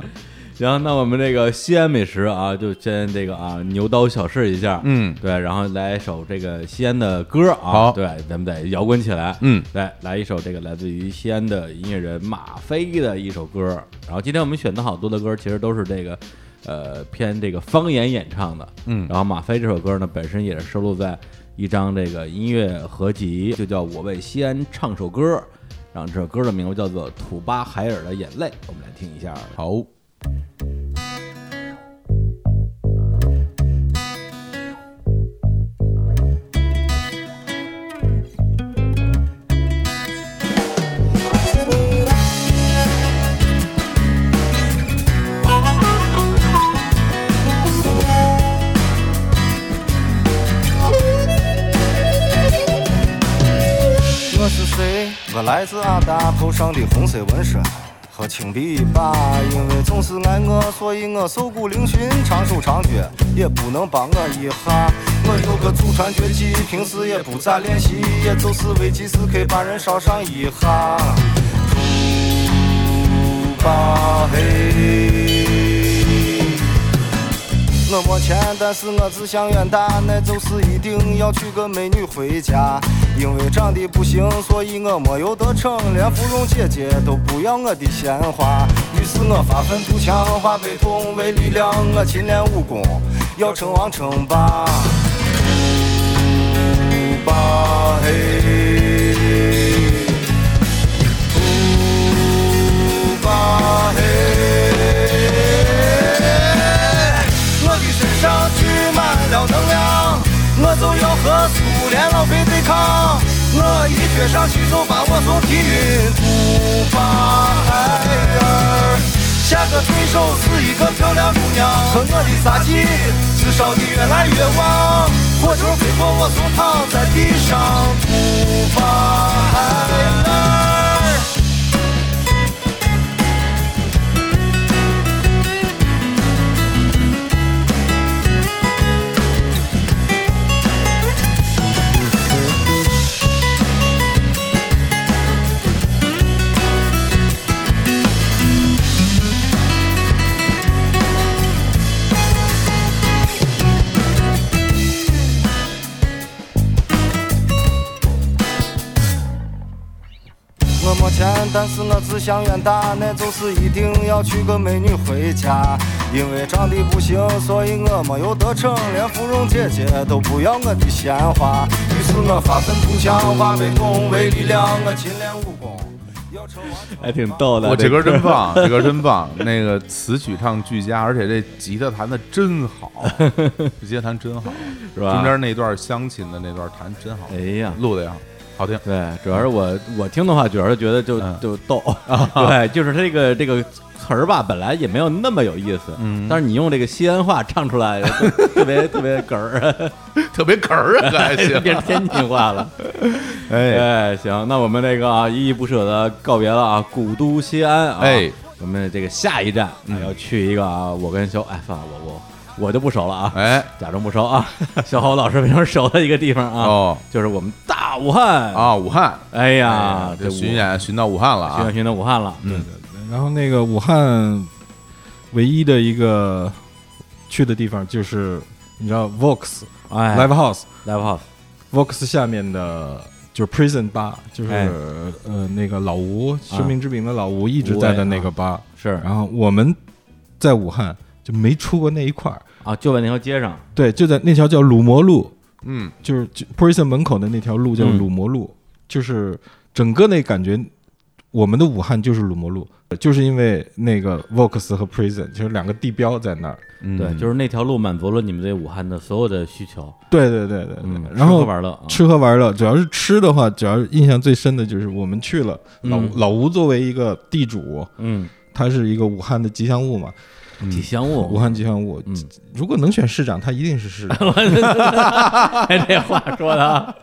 Speaker 1: 行，那我们这个西安美食啊，就先这个啊牛刀小试一下，
Speaker 2: 嗯
Speaker 1: 对，然后来一首这个西安的歌啊，
Speaker 2: 好
Speaker 1: 对，咱们得摇滚起来，
Speaker 2: 嗯
Speaker 1: 来来一首这个来自于西安的音乐人马飞的一首歌，然后今天我们选的好多的歌其实都是这个。呃，偏这个方言演唱的，
Speaker 2: 嗯
Speaker 1: 然后马飞这首歌呢，本身也是收录在一张这个音乐合集，就叫《我为西安唱首歌》，然后这首歌的名字叫做《土巴海尔的眼泪》，我们来听一下。
Speaker 2: 好，
Speaker 4: 我是谁？我来自阿达头上的红色纹身和青皮一把，因为总是爱我，所以我瘦骨嶙峋，长手长脚，也不能帮我一下。我有个祖传绝技，平时也不咋练习，也就是危急时刻把人烧上一下。土巴黑。我没钱，但是我志向远大，那就是一定要娶个美女回家。因为长得不行，所以我没有得逞，连芙蓉姐姐都不要我的鲜花。于是我发愤图强，化悲痛为力量，我勤练武功，要称王称霸。不霸嘿，不霸嘿。我的身上聚满了能量，我就要和苏联老辈对抗。我一撅上去就把我从体运土巴海尔。下个对手是一个漂亮姑娘，和我的杀气至少你越来越旺。火球飞过我就躺在地上，土巴海尔。我没钱，但是我志向远大，那就是一定要娶个美女回家。因为长得不行，所以我没有得逞，连芙蓉姐姐都不要我的鲜花。于是我发愤图强，化悲痛为力量，我勤练武功。要成王成霸
Speaker 1: 还挺逗的。
Speaker 2: 我这
Speaker 1: 歌
Speaker 2: 歌真 棒，这歌真棒，那个词曲唱俱佳，而且这吉他弹的真 好，这吉他弹真好，
Speaker 1: 是吧？
Speaker 2: 中间那段乡亲的那段弹真好，
Speaker 1: 哎呀，
Speaker 2: 录的也好，
Speaker 1: 啊
Speaker 2: 好听。
Speaker 1: 对，主要是我我听的话，主要是觉得就
Speaker 2: 嗯
Speaker 1: 就 逗，对，就是这个这个词儿吧，本来也没有那么有意思，
Speaker 2: 嗯
Speaker 1: 但是你用这个西安话唱出来，就特别特别哏 儿，。
Speaker 2: 特别哏儿啊，这还行
Speaker 1: 变成天津话了。
Speaker 2: 哎，
Speaker 1: 哎，行，那我们这个啊，依依不舍的告别了啊，古都西安啊，
Speaker 2: 哎
Speaker 1: 我们这个下一站、啊、要去一个啊，我跟小哎，算了，我我我就不熟了啊，
Speaker 2: 哎，
Speaker 1: 假装不熟啊， 小侯老师非常熟的一个地方啊，
Speaker 2: 哦
Speaker 1: 就是我们大武汉
Speaker 2: 啊，武汉
Speaker 1: 哎呀，
Speaker 2: 这
Speaker 1: 这
Speaker 2: 巡演巡到武汉了
Speaker 1: 巡演
Speaker 2: 啊，
Speaker 1: 巡到武汉了，
Speaker 2: 嗯，
Speaker 3: 然后那个武汉唯一的一个去的地方就是你知道 Vox
Speaker 1: 哎
Speaker 3: Live House。
Speaker 1: live house，
Speaker 3: Vox 下面的就是 Prison Bar，就是、
Speaker 1: 哎
Speaker 3: 呃那个老吴，生命之名的老吴一直在的那个吧。
Speaker 1: 啊是
Speaker 3: 然后我们在武汉就没出过那一块儿，
Speaker 1: 啊，就在那条街上，
Speaker 3: 对，就在那条叫鲁摩路，
Speaker 2: 嗯，
Speaker 3: 就是就 Prison 门口的那条路叫鲁摩路，就是整个那感觉。我们的武汉就是鲁摩路，就是因为那个 Vox 和 Prison 就是两个地标在那儿。
Speaker 1: 对，就是那条路满足了你们对武汉的所有的需求，
Speaker 3: 对对对对对。
Speaker 1: 嗯，
Speaker 3: 然
Speaker 1: 吃喝
Speaker 3: 后
Speaker 1: 玩乐啊，
Speaker 3: 吃喝玩乐，主要是吃的话，主要是印象最深的就是我们去了老、
Speaker 1: 嗯
Speaker 3: 老吴作为一个地主，
Speaker 1: 嗯，
Speaker 3: 他是一个武汉的吉祥物嘛，
Speaker 1: 体香
Speaker 3: 武
Speaker 1: 物，
Speaker 3: 汉吉祥物。
Speaker 1: 嗯
Speaker 3: 如果能选市长，他一定是市长。
Speaker 1: 哎，这话说的啊，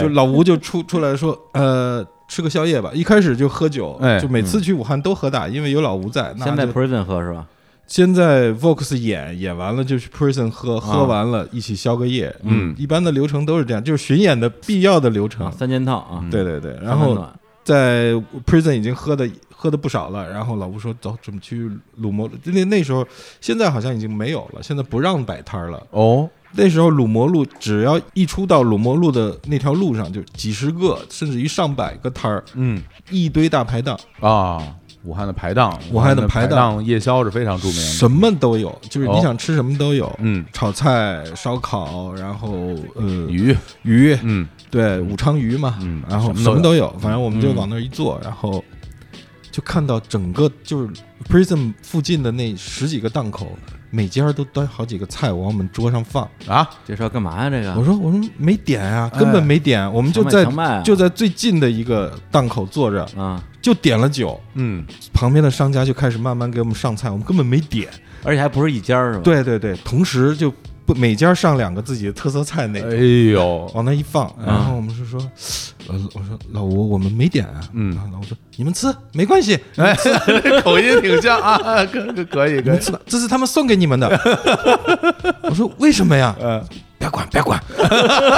Speaker 3: 就老吴就出出来说，呃，吃个宵夜吧。一开始就喝酒，
Speaker 2: 哎
Speaker 3: 就每次去武汉都喝大，因为有老吴在。那
Speaker 1: 嗯先在
Speaker 3: 就
Speaker 1: prison 喝是吧？
Speaker 3: 先在 Vox 演演完了就去 Prison
Speaker 1: 啊
Speaker 3: 喝，喝完了一起消个夜。
Speaker 2: 嗯
Speaker 3: 一般的流程都是这样，就是巡演的必要的流程
Speaker 1: 啊，。三件套
Speaker 2: 嗯
Speaker 1: 啊，
Speaker 3: 对对对，然
Speaker 1: 三温
Speaker 3: 后
Speaker 1: 暖
Speaker 3: 在 prison 已经喝的喝的不少了，然后老吴说走，准备去鲁摩路。那那时候现在好像已经没有了，现在不让摆摊儿了。
Speaker 2: 哦，
Speaker 3: 那时候鲁摩路只要一出到鲁摩路的那条路上，就几十个甚至于上百个摊儿，
Speaker 2: 嗯
Speaker 3: 一堆大排档，
Speaker 2: 啊，武汉的排档，
Speaker 3: 武汉
Speaker 2: 汉
Speaker 3: 的
Speaker 2: 的
Speaker 3: 排
Speaker 2: 排
Speaker 3: 档
Speaker 2: 夜宵是非常著名的。
Speaker 3: 什么都有，就是你
Speaker 2: 哦
Speaker 3: 想吃什么都有。
Speaker 2: 嗯，
Speaker 3: 炒菜、烧烤，然后呃
Speaker 2: 鱼，
Speaker 3: 鱼，
Speaker 2: 嗯，
Speaker 3: 对武昌鱼嘛，
Speaker 2: 嗯
Speaker 3: 然后
Speaker 2: 什么都
Speaker 3: 什么
Speaker 2: 有
Speaker 3: 都有，反正我们就
Speaker 1: 嗯
Speaker 3: 往那儿一坐，然后就看到整个就是 Prism 附近的那十几个档口，每家都端好几个菜往我们桌上放。
Speaker 2: 啊，
Speaker 1: 这是要干嘛呀？这个
Speaker 3: 我说我说没点啊，
Speaker 2: 哎
Speaker 3: 根本没点，我们就
Speaker 1: 强卖
Speaker 3: 在
Speaker 1: 强卖啊
Speaker 3: 就在最近的一个档口坐着，
Speaker 1: 啊，
Speaker 3: 就点了酒，
Speaker 2: 嗯，
Speaker 3: 旁边的商家就开始慢慢给我们上菜，我们根本没点。
Speaker 1: 而且还不是一家儿是吧？，
Speaker 3: 对对对，同时就不每家上两个自己的特色菜那种。
Speaker 2: 哎呦，
Speaker 3: 往那一放，
Speaker 2: 嗯
Speaker 3: 然后我们是说，呃，我说老吴，我们没点啊，
Speaker 2: 嗯
Speaker 3: 然后老吴说你们吃没关系，
Speaker 2: 哎，这口音挺像啊， 可可可以
Speaker 3: 你
Speaker 2: 可
Speaker 3: 们
Speaker 2: 以，
Speaker 3: 吃吧，这是他们送给你 们的。我说为什么呀？
Speaker 2: 嗯，
Speaker 3: 别管别管，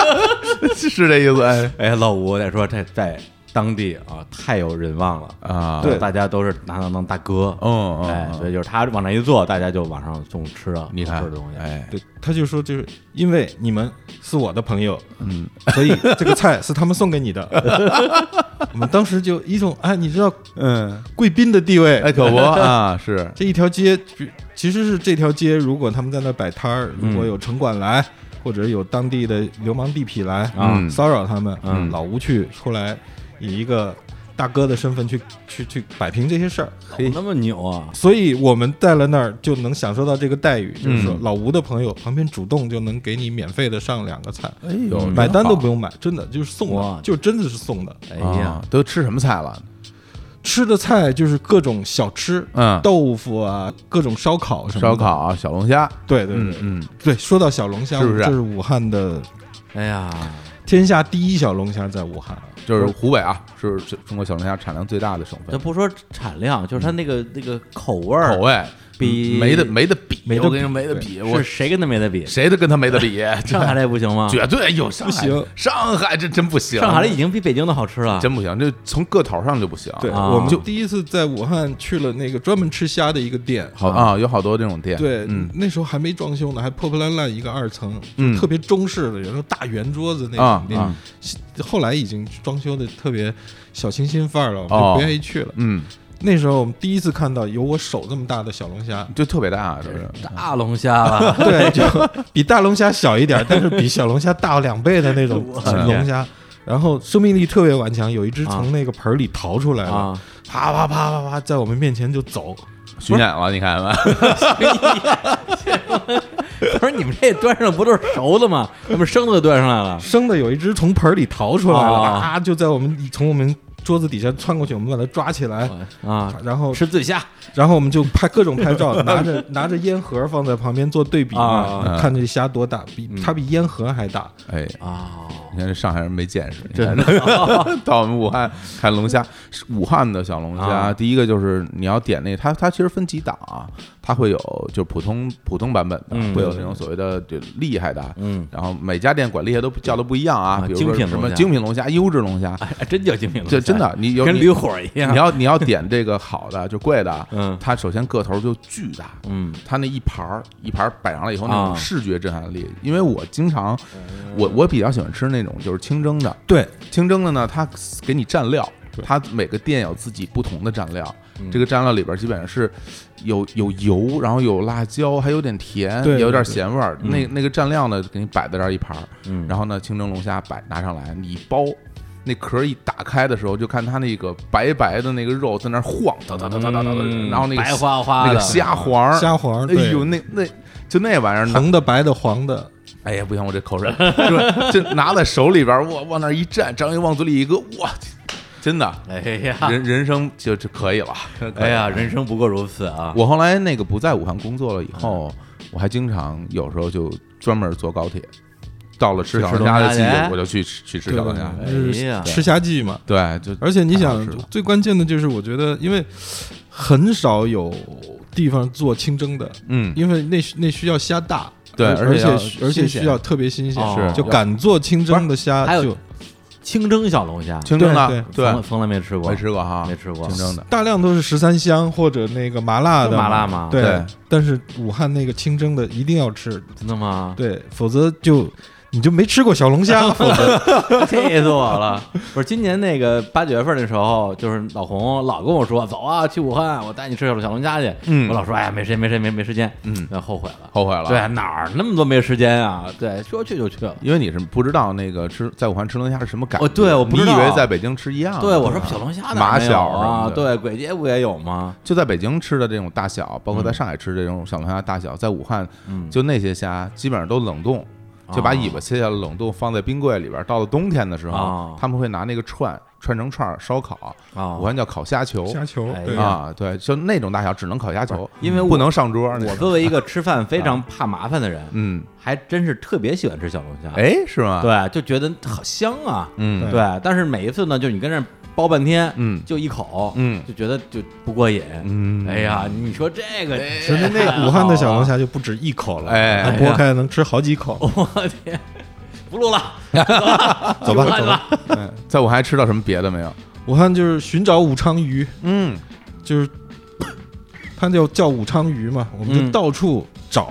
Speaker 2: 是这意思，哎
Speaker 1: 哎，老吴再说这在当地啊太有人望了，
Speaker 2: 啊，
Speaker 3: 对
Speaker 1: 大家都是拿他当大哥，
Speaker 2: 嗯，嗯
Speaker 1: 哎，所
Speaker 2: 嗯，
Speaker 1: 以就是他往那一坐，大家就往上送吃的，
Speaker 2: 你看
Speaker 1: 吃的东西，，
Speaker 2: 哎，
Speaker 3: 对，他就说就是因为你们是我的朋友，嗯，所以这个菜是他们送给你 的。我们当时就一种哎，你知道
Speaker 2: 嗯，
Speaker 3: 贵宾的地位，
Speaker 2: 哎，可不啊，是，
Speaker 3: 这一条街比其实是这条街，如果他们在那摆摊儿，
Speaker 2: 嗯
Speaker 3: 如果有城管来，或者有当地的流氓地痞来
Speaker 1: 啊
Speaker 3: 骚扰他们，
Speaker 1: 嗯
Speaker 3: 老吴去出来以一个大哥的身份去去去摆平这些事儿，
Speaker 1: 老吴那么牛啊，
Speaker 3: 所以我们在了那儿就能享受到这个待遇，就是说
Speaker 2: 嗯
Speaker 3: 老吴的朋友旁边主动就能给你免费的上两个菜，嗯
Speaker 2: 哎呦，真
Speaker 3: 买单都
Speaker 2: 好
Speaker 3: 不用买，真的就是送
Speaker 1: 哇
Speaker 3: 的，就真的是送的。
Speaker 1: 哎
Speaker 2: 啊
Speaker 1: 呀，，
Speaker 2: 都吃什么菜了？
Speaker 3: 吃的菜就是各种小吃，
Speaker 2: 嗯
Speaker 3: 豆腐啊，各种烧烤什么的。
Speaker 2: 烧烤啊，小龙虾，
Speaker 3: 对对
Speaker 2: 嗯
Speaker 3: 对，
Speaker 2: 嗯，
Speaker 3: 对，说到小龙虾，
Speaker 2: 是不是
Speaker 3: 这是武汉的
Speaker 1: 哎呀，
Speaker 3: 天下第一小龙虾，在武汉。
Speaker 2: 就是湖北啊，是是中国小龙虾产量最大的省
Speaker 1: 这
Speaker 2: 份，
Speaker 1: 不说产量，就是他那个那个口味
Speaker 2: 嗯
Speaker 1: 儿，
Speaker 2: 口味嗯
Speaker 1: 比
Speaker 2: 没得没得比，
Speaker 3: 没得
Speaker 2: 我跟你说
Speaker 3: 比
Speaker 2: 没得比，我
Speaker 1: 是谁跟他没得比？
Speaker 2: 谁都跟他没得比，
Speaker 1: 上海这不行吗？
Speaker 2: 绝对有上海
Speaker 3: 不行，
Speaker 2: 上海这真不行，
Speaker 1: 上海这已经比北京的好吃了，
Speaker 2: 真不行，这从个头上就不行。
Speaker 3: 对，
Speaker 1: 啊
Speaker 3: 我们就第一次在武汉去了那个专门吃虾的一个店。
Speaker 2: 好啊，有好多这种店，
Speaker 3: 对，
Speaker 2: 嗯
Speaker 3: 那时候还没装修呢，还破破烂烂一个二层，
Speaker 2: 嗯
Speaker 3: 就特别中式的，有那种大圆桌子那
Speaker 2: 啊
Speaker 3: 种店。
Speaker 2: 啊
Speaker 3: 后来已经装修的特别小清新范儿了，我们
Speaker 2: 哦
Speaker 3: 就不愿意去了。
Speaker 2: 嗯，，
Speaker 3: 那时候我们第一次看到有我手这么大的小龙虾
Speaker 2: 就特别大，啊是不是？
Speaker 1: 大龙虾了，
Speaker 3: 对，就比大龙虾小一 点，但是比小龙虾大两倍的那种龙虾。然后生命力特别顽强，有一只从那个盆儿里逃出来了，
Speaker 1: 啊
Speaker 3: 啪啪啪啪啪，在我们面前就走。
Speaker 2: 巡演了，你看吧，
Speaker 1: 不是你们这端上不都是熟的吗？他们生的都端上来了，
Speaker 3: 生的有一只从盆儿里逃出来了，
Speaker 1: 啊
Speaker 3: 啊，就在我们从我们桌子底下窜过去，我们把它抓起来，
Speaker 1: 啊，
Speaker 3: 然后
Speaker 1: 吃醉虾，
Speaker 3: 然后我们就拍各种拍照，拿 着拿着烟盒放在旁边做对比嘛，
Speaker 1: 啊嗯
Speaker 3: 看这虾多大，比它比烟盒还大。
Speaker 2: 哎。
Speaker 1: 啊，
Speaker 2: 你看这上海人没见识，真的 到我们武汉看龙虾，是武汉的小龙虾，
Speaker 1: 啊
Speaker 2: 第一个就是你要点那它，它其实分几档啊，它会有就是普通普通版本的
Speaker 1: 嗯，
Speaker 2: 会有那种所谓的就厉害的，啊
Speaker 1: 嗯，
Speaker 2: 然后每家店管厉害都不叫的不一样啊
Speaker 1: 啊，
Speaker 2: 比如说
Speaker 1: 精品
Speaker 2: 什
Speaker 1: 龙
Speaker 2: 么
Speaker 1: 虾
Speaker 2: 精品龙虾、优质龙虾，
Speaker 1: 哎，真叫精品龙虾，
Speaker 2: 这真 的你有
Speaker 1: 跟
Speaker 2: 你
Speaker 1: 驴火一样
Speaker 2: 你，要你要点这个好的，就贵的，
Speaker 1: 嗯
Speaker 2: 它首先个头就巨大，
Speaker 1: 嗯，
Speaker 2: 它那一盘儿一盘儿摆上来以后，那
Speaker 1: 啊嗯
Speaker 2: 种视觉震撼力，因为我经常，我我比较喜欢吃那种就是清蒸的，
Speaker 3: 对，
Speaker 2: 清蒸的呢，它给你蘸料，它每个店有自己不同的蘸料，
Speaker 1: 嗯
Speaker 2: 这个蘸料里边基本上是有有油，然后有辣椒，还有点甜，
Speaker 3: 对
Speaker 2: 也有点
Speaker 3: 对嗯
Speaker 2: 咸味儿。那那个蘸料呢，给你摆在这儿一盘儿，
Speaker 1: 嗯
Speaker 2: 然后呢，清蒸龙虾摆拿上来，你一包。那壳一打开的时候，就看它那个白白的那个肉在那儿晃，哒哒哒哒哒哒，
Speaker 1: 嗯
Speaker 2: 然后那个
Speaker 1: 白花花
Speaker 2: 那
Speaker 1: 的
Speaker 2: 个虾黄儿，
Speaker 3: 虾黄儿
Speaker 2: 哎
Speaker 3: 对
Speaker 2: 呦，那那就那玩意儿拿，
Speaker 3: 红的、白的、黄的，
Speaker 2: 哎呀，不行，我这 口水，就就拿在手里边儿，我往那儿一站，张一往嘴里一搁，哇，真的，
Speaker 1: 哎呀，
Speaker 2: 人人生就就可以了，可以了
Speaker 1: 哎呀，人生不过如此啊！嗯
Speaker 2: 我后来那个不在武汉工作了以后，我还经常有时候就专门坐高铁，到了吃小当家的季
Speaker 1: 去吃
Speaker 2: 节
Speaker 1: 小当家，
Speaker 2: 我就去吃去吃
Speaker 3: 对
Speaker 2: 小
Speaker 3: 吧
Speaker 2: 当家。
Speaker 3: 就是
Speaker 1: 哎呀
Speaker 3: 吃虾记嘛。
Speaker 2: 对，就
Speaker 3: 而且你
Speaker 2: 太好
Speaker 3: 想
Speaker 2: 吃了，
Speaker 3: 最关键的就是，我觉得因为很少有地方做清蒸的，
Speaker 2: 嗯，
Speaker 3: 因为那需那需要虾大，
Speaker 2: 对而
Speaker 3: 而
Speaker 2: 且要
Speaker 3: 需而且
Speaker 2: 新鲜
Speaker 3: 需要特别新鲜，
Speaker 1: 哦
Speaker 3: 就敢做清蒸的虾
Speaker 1: 还有
Speaker 3: 就
Speaker 1: 清蒸小龙虾，
Speaker 2: 清蒸
Speaker 3: 对
Speaker 2: 的，对，
Speaker 1: 从从来没吃过，
Speaker 2: 没吃过哈，
Speaker 1: 没吃过
Speaker 2: 清蒸的。
Speaker 3: 大量都是十三香或者那个麻辣的
Speaker 1: 就
Speaker 3: 嘛
Speaker 1: 麻辣嘛
Speaker 3: 对
Speaker 2: 对。
Speaker 3: 但是武汉那个清蒸的一定要吃，
Speaker 1: 真的吗？
Speaker 3: 对，否则就你就没吃过小龙虾，否则
Speaker 1: 气死我了！不是今年那个八九月份的时候，就是老红老跟我说走啊，去武汉，我带你吃小小龙虾去。
Speaker 2: 嗯
Speaker 1: 我老说哎呀，没时间，没时间，没没时间。
Speaker 2: 嗯，
Speaker 1: 那后悔了，
Speaker 2: 后悔了。
Speaker 1: 对，，哪儿那么多没时间啊？对，说去就去了。
Speaker 2: 因为你是不知道那个吃在武汉吃龙虾是什么感觉。
Speaker 1: 哦对我不
Speaker 2: 你
Speaker 1: 知
Speaker 2: 以
Speaker 1: 道
Speaker 2: 为在北京吃一样的。
Speaker 1: 对，我说小龙虾哪
Speaker 2: 马
Speaker 1: 儿没有
Speaker 2: 小什
Speaker 1: 啊
Speaker 2: 么，的
Speaker 1: 对，鬼街不也有吗？
Speaker 2: 就在北京吃的这种大小，包括在上海吃这种小龙虾大小，在武汉
Speaker 1: 嗯，
Speaker 2: 就那些虾基本上都冷冻，就
Speaker 5: 哦
Speaker 2: 把
Speaker 1: 啊
Speaker 2: 尾巴切下来冷冻放在冰柜里边儿。到了冬天的时
Speaker 1: 啊
Speaker 2: 候，他们会拿那个串串成串儿烧烤，
Speaker 1: 啊
Speaker 2: 武，汉叫烤虾球
Speaker 3: 虾球
Speaker 1: 哎
Speaker 3: 对
Speaker 1: 呀
Speaker 2: 啊，对，就那种大小只能烤虾球，
Speaker 1: 因为
Speaker 2: 不能上桌儿那
Speaker 1: 我
Speaker 2: 种。
Speaker 1: 作为一个吃饭非常怕麻烦的人，
Speaker 2: 嗯，
Speaker 1: 还真是特别喜欢吃小龙虾。，
Speaker 2: 哎，是吗？，
Speaker 1: 对，就觉得好香啊。
Speaker 2: 嗯
Speaker 1: 对，但是每一次呢，就你跟那儿包半天，
Speaker 2: 嗯
Speaker 1: 就一口，
Speaker 2: 嗯
Speaker 1: 就觉得就不过瘾。
Speaker 2: 嗯，
Speaker 1: 哎呀，你说这个，
Speaker 3: 其实那武汉的小龙虾就不止一口了，
Speaker 2: 哎
Speaker 3: 它剥开能吃好几口。
Speaker 1: 我天，不录了，
Speaker 3: 走吧，走吧。嗯
Speaker 2: 哎，在我还吃到什么别的没有？
Speaker 3: 武汉就是寻找武昌鱼，
Speaker 2: 嗯
Speaker 3: 就是 它就叫武昌鱼嘛，我们就
Speaker 1: 嗯
Speaker 3: 到处找。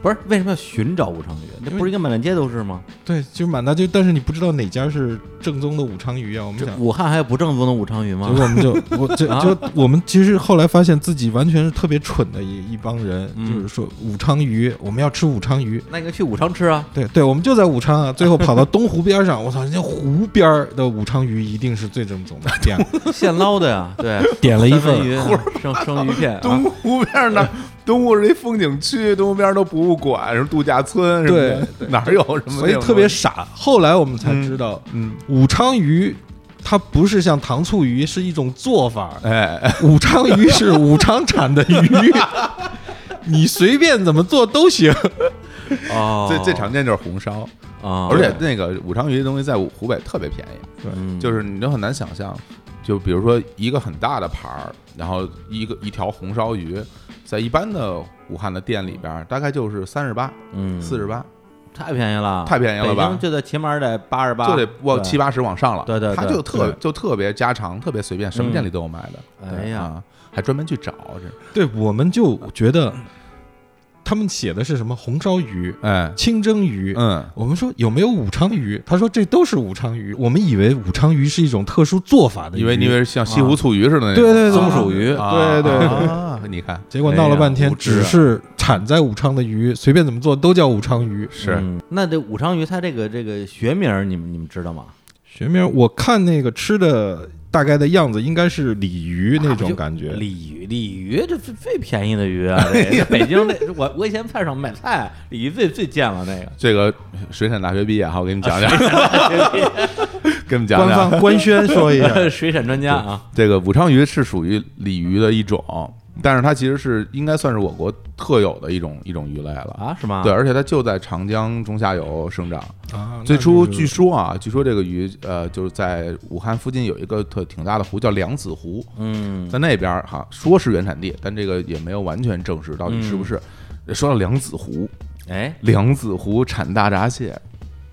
Speaker 1: 不是为什么要寻找武昌鱼？这不是应该满大街都是吗？
Speaker 3: 对，就满大街，但是你不知道哪家是正宗的武昌鱼啊！我们
Speaker 1: 这
Speaker 3: 想，结
Speaker 1: 武汉还有不正宗的武昌鱼吗
Speaker 3: 果？我们就 我就
Speaker 1: 啊
Speaker 3: 就我们其实后来发现自己完全是特别蠢的一一帮人，
Speaker 1: 嗯
Speaker 3: 就是说武昌鱼，我们要吃武昌鱼，
Speaker 1: 那应该去武昌吃啊。
Speaker 3: 对对，我们就在武昌啊，最后跑到东湖边上，我操，人家湖边儿的武昌鱼一定是最正宗的， 点
Speaker 1: 现捞的呀，对，
Speaker 3: 点了一
Speaker 1: 三文
Speaker 3: 份，
Speaker 1: 鱼生生鱼片啊，
Speaker 2: 东湖边儿呢？东湖是一风景区，东湖边儿都博物馆，什么度假村什么的，哪儿有什么
Speaker 3: 所
Speaker 2: 那种东西？
Speaker 3: 以特别傻。后来我们才知道，
Speaker 2: 嗯，
Speaker 3: 武昌鱼它不是像糖醋鱼，是一种做法儿。
Speaker 2: 哎，
Speaker 3: 武昌鱼是武昌产 的鱼，你随便怎么做都行。
Speaker 1: 哦，
Speaker 2: 最最常见就是红烧，
Speaker 1: 啊，
Speaker 2: 而且那个武昌鱼的东西在湖北特别便宜，
Speaker 1: 嗯
Speaker 2: 就是你都很难想象，就比如说一个很大的盘儿，然后一个一条红烧鱼，在一般的武汉的店里边儿，大概就是三十八、
Speaker 1: 嗯
Speaker 2: 四十八，
Speaker 1: 太便宜了，
Speaker 2: 太便宜了吧
Speaker 1: 啊北京就得起码得八十八，
Speaker 2: 就得往
Speaker 1: 对
Speaker 2: 七八十往上了。
Speaker 1: 对对对
Speaker 2: 它就特
Speaker 3: 对
Speaker 2: 就特别家常，特别随便，什么店里都有卖的。
Speaker 1: 嗯
Speaker 2: 对
Speaker 1: 哎呀
Speaker 2: 啊还专门去找这，
Speaker 3: 对，我们就觉得他们写的是什么红烧鱼、
Speaker 2: 哎，
Speaker 3: 清蒸鱼。
Speaker 2: 嗯，
Speaker 3: 我们说有没有武昌鱼？他说这都是武昌鱼。我们以为武昌鱼是一种特殊做法的鱼，啊
Speaker 2: 因为因为像西湖醋鱼似的那种
Speaker 3: 对对对
Speaker 1: 松鼠鱼
Speaker 2: 啊
Speaker 3: 对对对
Speaker 2: 啊你看
Speaker 3: 结果闹了半
Speaker 1: 哎呀
Speaker 3: 天
Speaker 1: 无，知
Speaker 3: 只
Speaker 1: 啊
Speaker 3: 是产在武昌的鱼，随便怎么做都叫武昌鱼。
Speaker 2: 是
Speaker 1: 嗯那这武昌鱼它这个这个学名儿你们你们知道吗？
Speaker 3: 学名，我看那个吃的大概的样子，应该是鲤鱼那种感觉。
Speaker 1: 啊鲤鱼，鲤鱼这最最便宜的 鱼啊！
Speaker 2: 哎
Speaker 1: 这北京那我我以前菜市场买菜，鲤鱼最最贱啊了那个。啊
Speaker 2: 这个水产大学毕业哈，我给你们讲讲， 给你们讲
Speaker 3: 官
Speaker 2: 讲。
Speaker 3: 方官宣说一下，
Speaker 1: 水产专家啊，
Speaker 2: 这个武昌鱼是属于鲤鱼的一种，但是它其实是应该算是我国特有的一种一种鱼类了。
Speaker 1: 啊是吗？
Speaker 2: 对，，而且它就在长江中下游生长。
Speaker 3: 啊
Speaker 2: 最初据
Speaker 3: 据
Speaker 2: 说啊，据说这个鱼，呃，就是在武汉附近有一个特挺大的湖叫梁子湖，
Speaker 1: 嗯，
Speaker 2: 在那边儿哈说是原产地，但这个也没有完全证实到底是不是。说到梁子湖，
Speaker 1: 嗯哎
Speaker 2: 梁子湖产大闸蟹，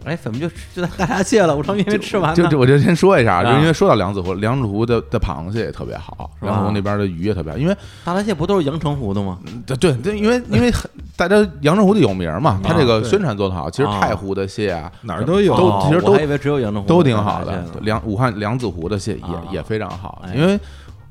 Speaker 1: 哎，怎么就就在大闸蟹了？武昌鱼没吃完
Speaker 2: 就
Speaker 1: 呢
Speaker 2: 就。我就先说一下，
Speaker 1: 啊
Speaker 2: 就因为说到梁子湖，梁子湖的的螃蟹也特别好，
Speaker 1: 是吧
Speaker 2: 梁子湖那边的鱼也特别好，因为
Speaker 1: 啊
Speaker 2: 嗯
Speaker 1: 大闸蟹不都是阳澄湖的吗？
Speaker 2: 对对对，因为因为很大家阳澄湖的有名嘛，它这个
Speaker 3: 对
Speaker 2: 宣传做得好，其实
Speaker 1: 啊
Speaker 2: 太湖的蟹啊，
Speaker 3: 哪儿都有
Speaker 2: 都
Speaker 1: 哦
Speaker 2: 其实
Speaker 1: 我
Speaker 2: 都
Speaker 1: 还以为只有阳澄湖
Speaker 2: 都挺好
Speaker 1: 有大
Speaker 2: 的
Speaker 1: 闸蟹。呢
Speaker 2: 梁武汉梁子湖的蟹也、
Speaker 1: 啊
Speaker 2: 也非常好，
Speaker 1: 哎
Speaker 2: 因为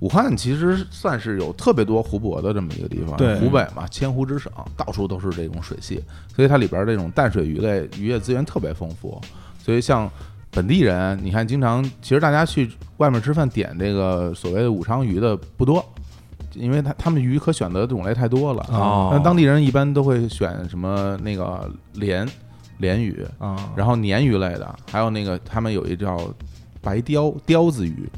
Speaker 2: 武汉其实算是有特别多湖泊的这么一个地方，
Speaker 3: 对
Speaker 2: 湖北嘛，千湖之省，到处都是这种水系，所以它里边儿这种淡水鱼类渔业资源特别丰富，所以像。本地人，你看，经常其实大家去外面吃饭点这个所谓的武昌鱼的不多，因为他他们鱼可选择的种类太多了。
Speaker 1: 哦
Speaker 2: 那当地人一般都会选什么那个鲢鲢鱼，
Speaker 1: 哦
Speaker 3: 啊，
Speaker 2: 然后鲶鱼类的，还有那个他们有一叫白鲷鲷子鱼，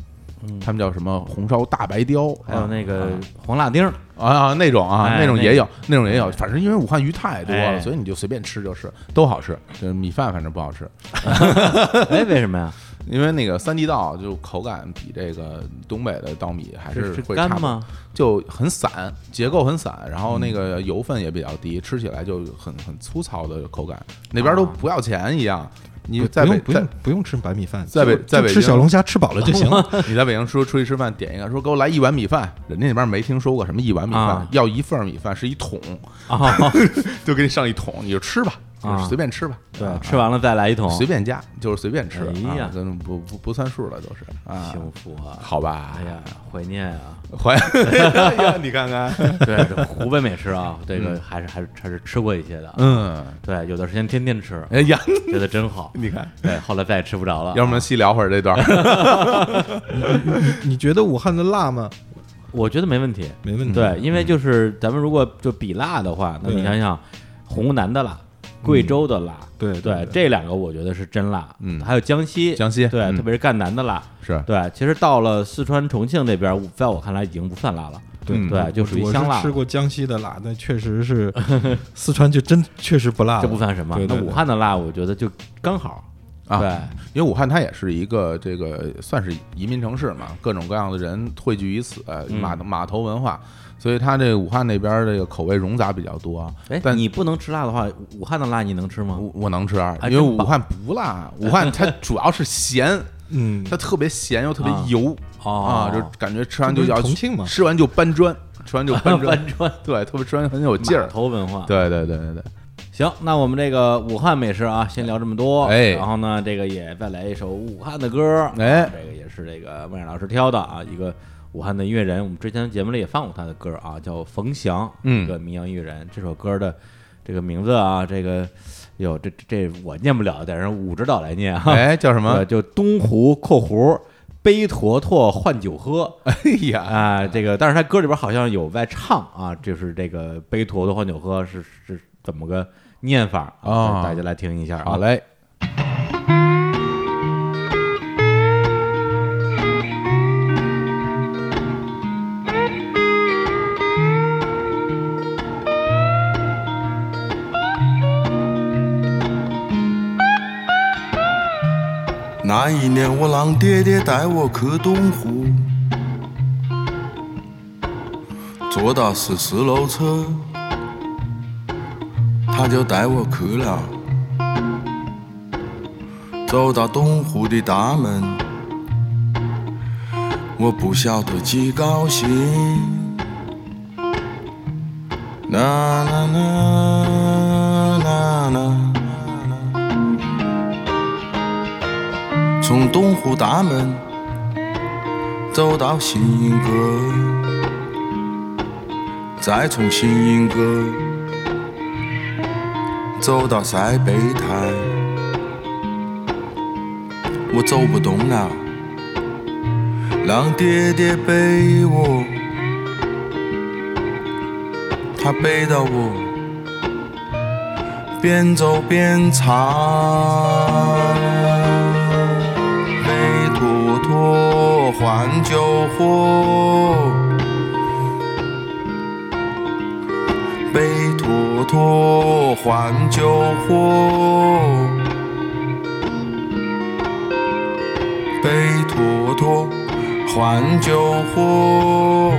Speaker 2: 他们叫什么红烧大白鲷，
Speaker 1: 嗯还有那
Speaker 2: 啊
Speaker 1: 个黄辣丁儿，
Speaker 2: 啊，那种啊，
Speaker 1: 哎
Speaker 2: 那种
Speaker 1: 那
Speaker 2: 也
Speaker 1: 个
Speaker 2: 有，那种也有，反正因为武汉鱼太多
Speaker 1: 哎
Speaker 2: 了，所以你就随便吃就是都好吃，就是米饭反正不好 吃，
Speaker 1: 哎，为什么呀？
Speaker 2: 因为那个三地稻就口感比这个东北的稻米还
Speaker 1: 是
Speaker 2: 会
Speaker 1: 干
Speaker 2: 差不多，
Speaker 1: 吗？
Speaker 2: 就很散，结构很散，然后那个
Speaker 1: 嗯
Speaker 2: 油分也比较低，吃起来就很很粗糙的口感，那边都
Speaker 1: 啊
Speaker 2: 不要钱一样，你
Speaker 3: 不
Speaker 2: 在
Speaker 3: 不
Speaker 2: 北
Speaker 3: 用不
Speaker 2: 在
Speaker 3: 用不用吃白米饭，
Speaker 2: 在北
Speaker 3: 就
Speaker 2: 在
Speaker 3: 就
Speaker 2: 北
Speaker 3: 吃
Speaker 2: 京
Speaker 3: 小龙虾吃饱了就 行了。
Speaker 2: 你在北京说出去吃饭，点一个说给我来一碗米饭，人家那边没听说过什么一碗米饭，
Speaker 1: 啊
Speaker 2: 要一份儿米饭是一桶，
Speaker 1: 啊，
Speaker 2: 就给你上一桶，你就吃吧，就是
Speaker 1: 啊
Speaker 2: 随便吃吧，
Speaker 1: 对，
Speaker 2: 啊
Speaker 1: 吃完了再来一桶，
Speaker 2: 随便加，就是随便吃，
Speaker 1: 哎呀
Speaker 2: 啊，跟不不不算数了，都是啊，
Speaker 1: 幸福啊！
Speaker 2: 好吧
Speaker 1: 哎，呀，怀念啊！
Speaker 2: 怀 哎呀，你看看，
Speaker 1: 对，这湖北美食啊，这个还是还是还是吃过一些的。
Speaker 2: 嗯，
Speaker 1: 对，有段时间天天吃，
Speaker 2: 哎呀，
Speaker 1: 觉得真好。
Speaker 2: 你看，
Speaker 1: 对，后来再也吃不着了。啊
Speaker 2: 要不然细聊会儿这段儿，
Speaker 3: 你觉得武汉的辣吗？
Speaker 1: 我觉得没问题。
Speaker 3: 没问题。
Speaker 2: 嗯
Speaker 1: 对，因为就是咱们如果就比辣的话，那你
Speaker 3: 对
Speaker 1: 想想，湖南的辣，贵州的辣，
Speaker 3: 对对
Speaker 1: 对
Speaker 3: 对，
Speaker 1: 这两个我觉得是真辣。
Speaker 2: 嗯
Speaker 1: 还有江西，
Speaker 2: 江西
Speaker 1: 对，
Speaker 2: 嗯
Speaker 1: 特别是赣南的辣。
Speaker 2: 是
Speaker 1: 对，其实到了四川、重庆那边，我在我看来已经不算辣了。
Speaker 2: 嗯
Speaker 1: 对，就属于
Speaker 3: 我
Speaker 1: 香
Speaker 3: 是
Speaker 1: 辣
Speaker 3: 吃，过江西的辣，但确实是四川就真确实不辣了，
Speaker 1: 这不算什么
Speaker 3: 对。
Speaker 1: 那
Speaker 3: 对
Speaker 1: 武
Speaker 3: 对
Speaker 1: 汉的辣，我觉得就刚好。
Speaker 2: 啊，
Speaker 1: 对，
Speaker 2: 因为武汉它也是一个这个算是移民城市嘛，各种各样的人汇聚于此，
Speaker 1: 嗯
Speaker 2: 码码头文化，所以它这个武汉那边儿这个口味融杂比较多，
Speaker 1: 哎，
Speaker 2: 但
Speaker 1: 你不能吃辣的话，武汉的辣你能吃吗？啊
Speaker 2: 我我能吃，啊因
Speaker 1: 真
Speaker 2: 为武
Speaker 1: 棒
Speaker 2: 汉不辣， 武汉它主要是咸，
Speaker 3: 嗯，
Speaker 2: 它特别咸又特别
Speaker 1: 啊
Speaker 2: 油
Speaker 1: 哦
Speaker 2: 啊，就感觉吃完
Speaker 3: 这不
Speaker 2: 就
Speaker 3: 是
Speaker 2: 要
Speaker 3: 重庆 吗
Speaker 2: 吃完就搬砖，吃完就搬砖，
Speaker 1: 搬砖，
Speaker 2: 对，特别吃完很有劲
Speaker 1: 码
Speaker 2: 儿，
Speaker 1: 头文化。
Speaker 2: 对对对对对，
Speaker 1: 行，那我们这个武汉美食啊，先聊这么多。
Speaker 2: 哎
Speaker 1: 然后呢，这个也再来一首武汉的歌。
Speaker 2: 哎
Speaker 1: 啊这个也是这个孟远老师挑的啊，一个武汉的音乐人。我们之前节目里也放过他的歌啊，叫冯翔，
Speaker 2: 嗯
Speaker 1: 一个民谣音乐人。这首歌的这个名字啊，这个哟，这这这我念不了，得让武指导来念啊。
Speaker 2: 哎叫什
Speaker 1: 呃，
Speaker 2: 么？
Speaker 1: 就东湖（括弧）背坨坨换酒喝。
Speaker 2: 哎呀，
Speaker 1: 啊、这个，但是他歌里边好像有在唱啊，就是这个“背坨坨换酒喝”是是怎么个念法啊？
Speaker 2: 哦
Speaker 1: 大家来听一下、啊。
Speaker 2: 好，嘞，
Speaker 5: 那一年，我让爹爹带我去东湖，坐到十四路车，他就带我去了。走到东湖的大门，我不晓得几高兴。啦啦啦啦啦啦。从东湖大门走到新英阁，再从新英阁走到塞北滩，我走不动了，让爹爹背我，他背到我。边走边唱，背坨坨换酒喝，背坨坨换酒喝，背坨坨换酒喝，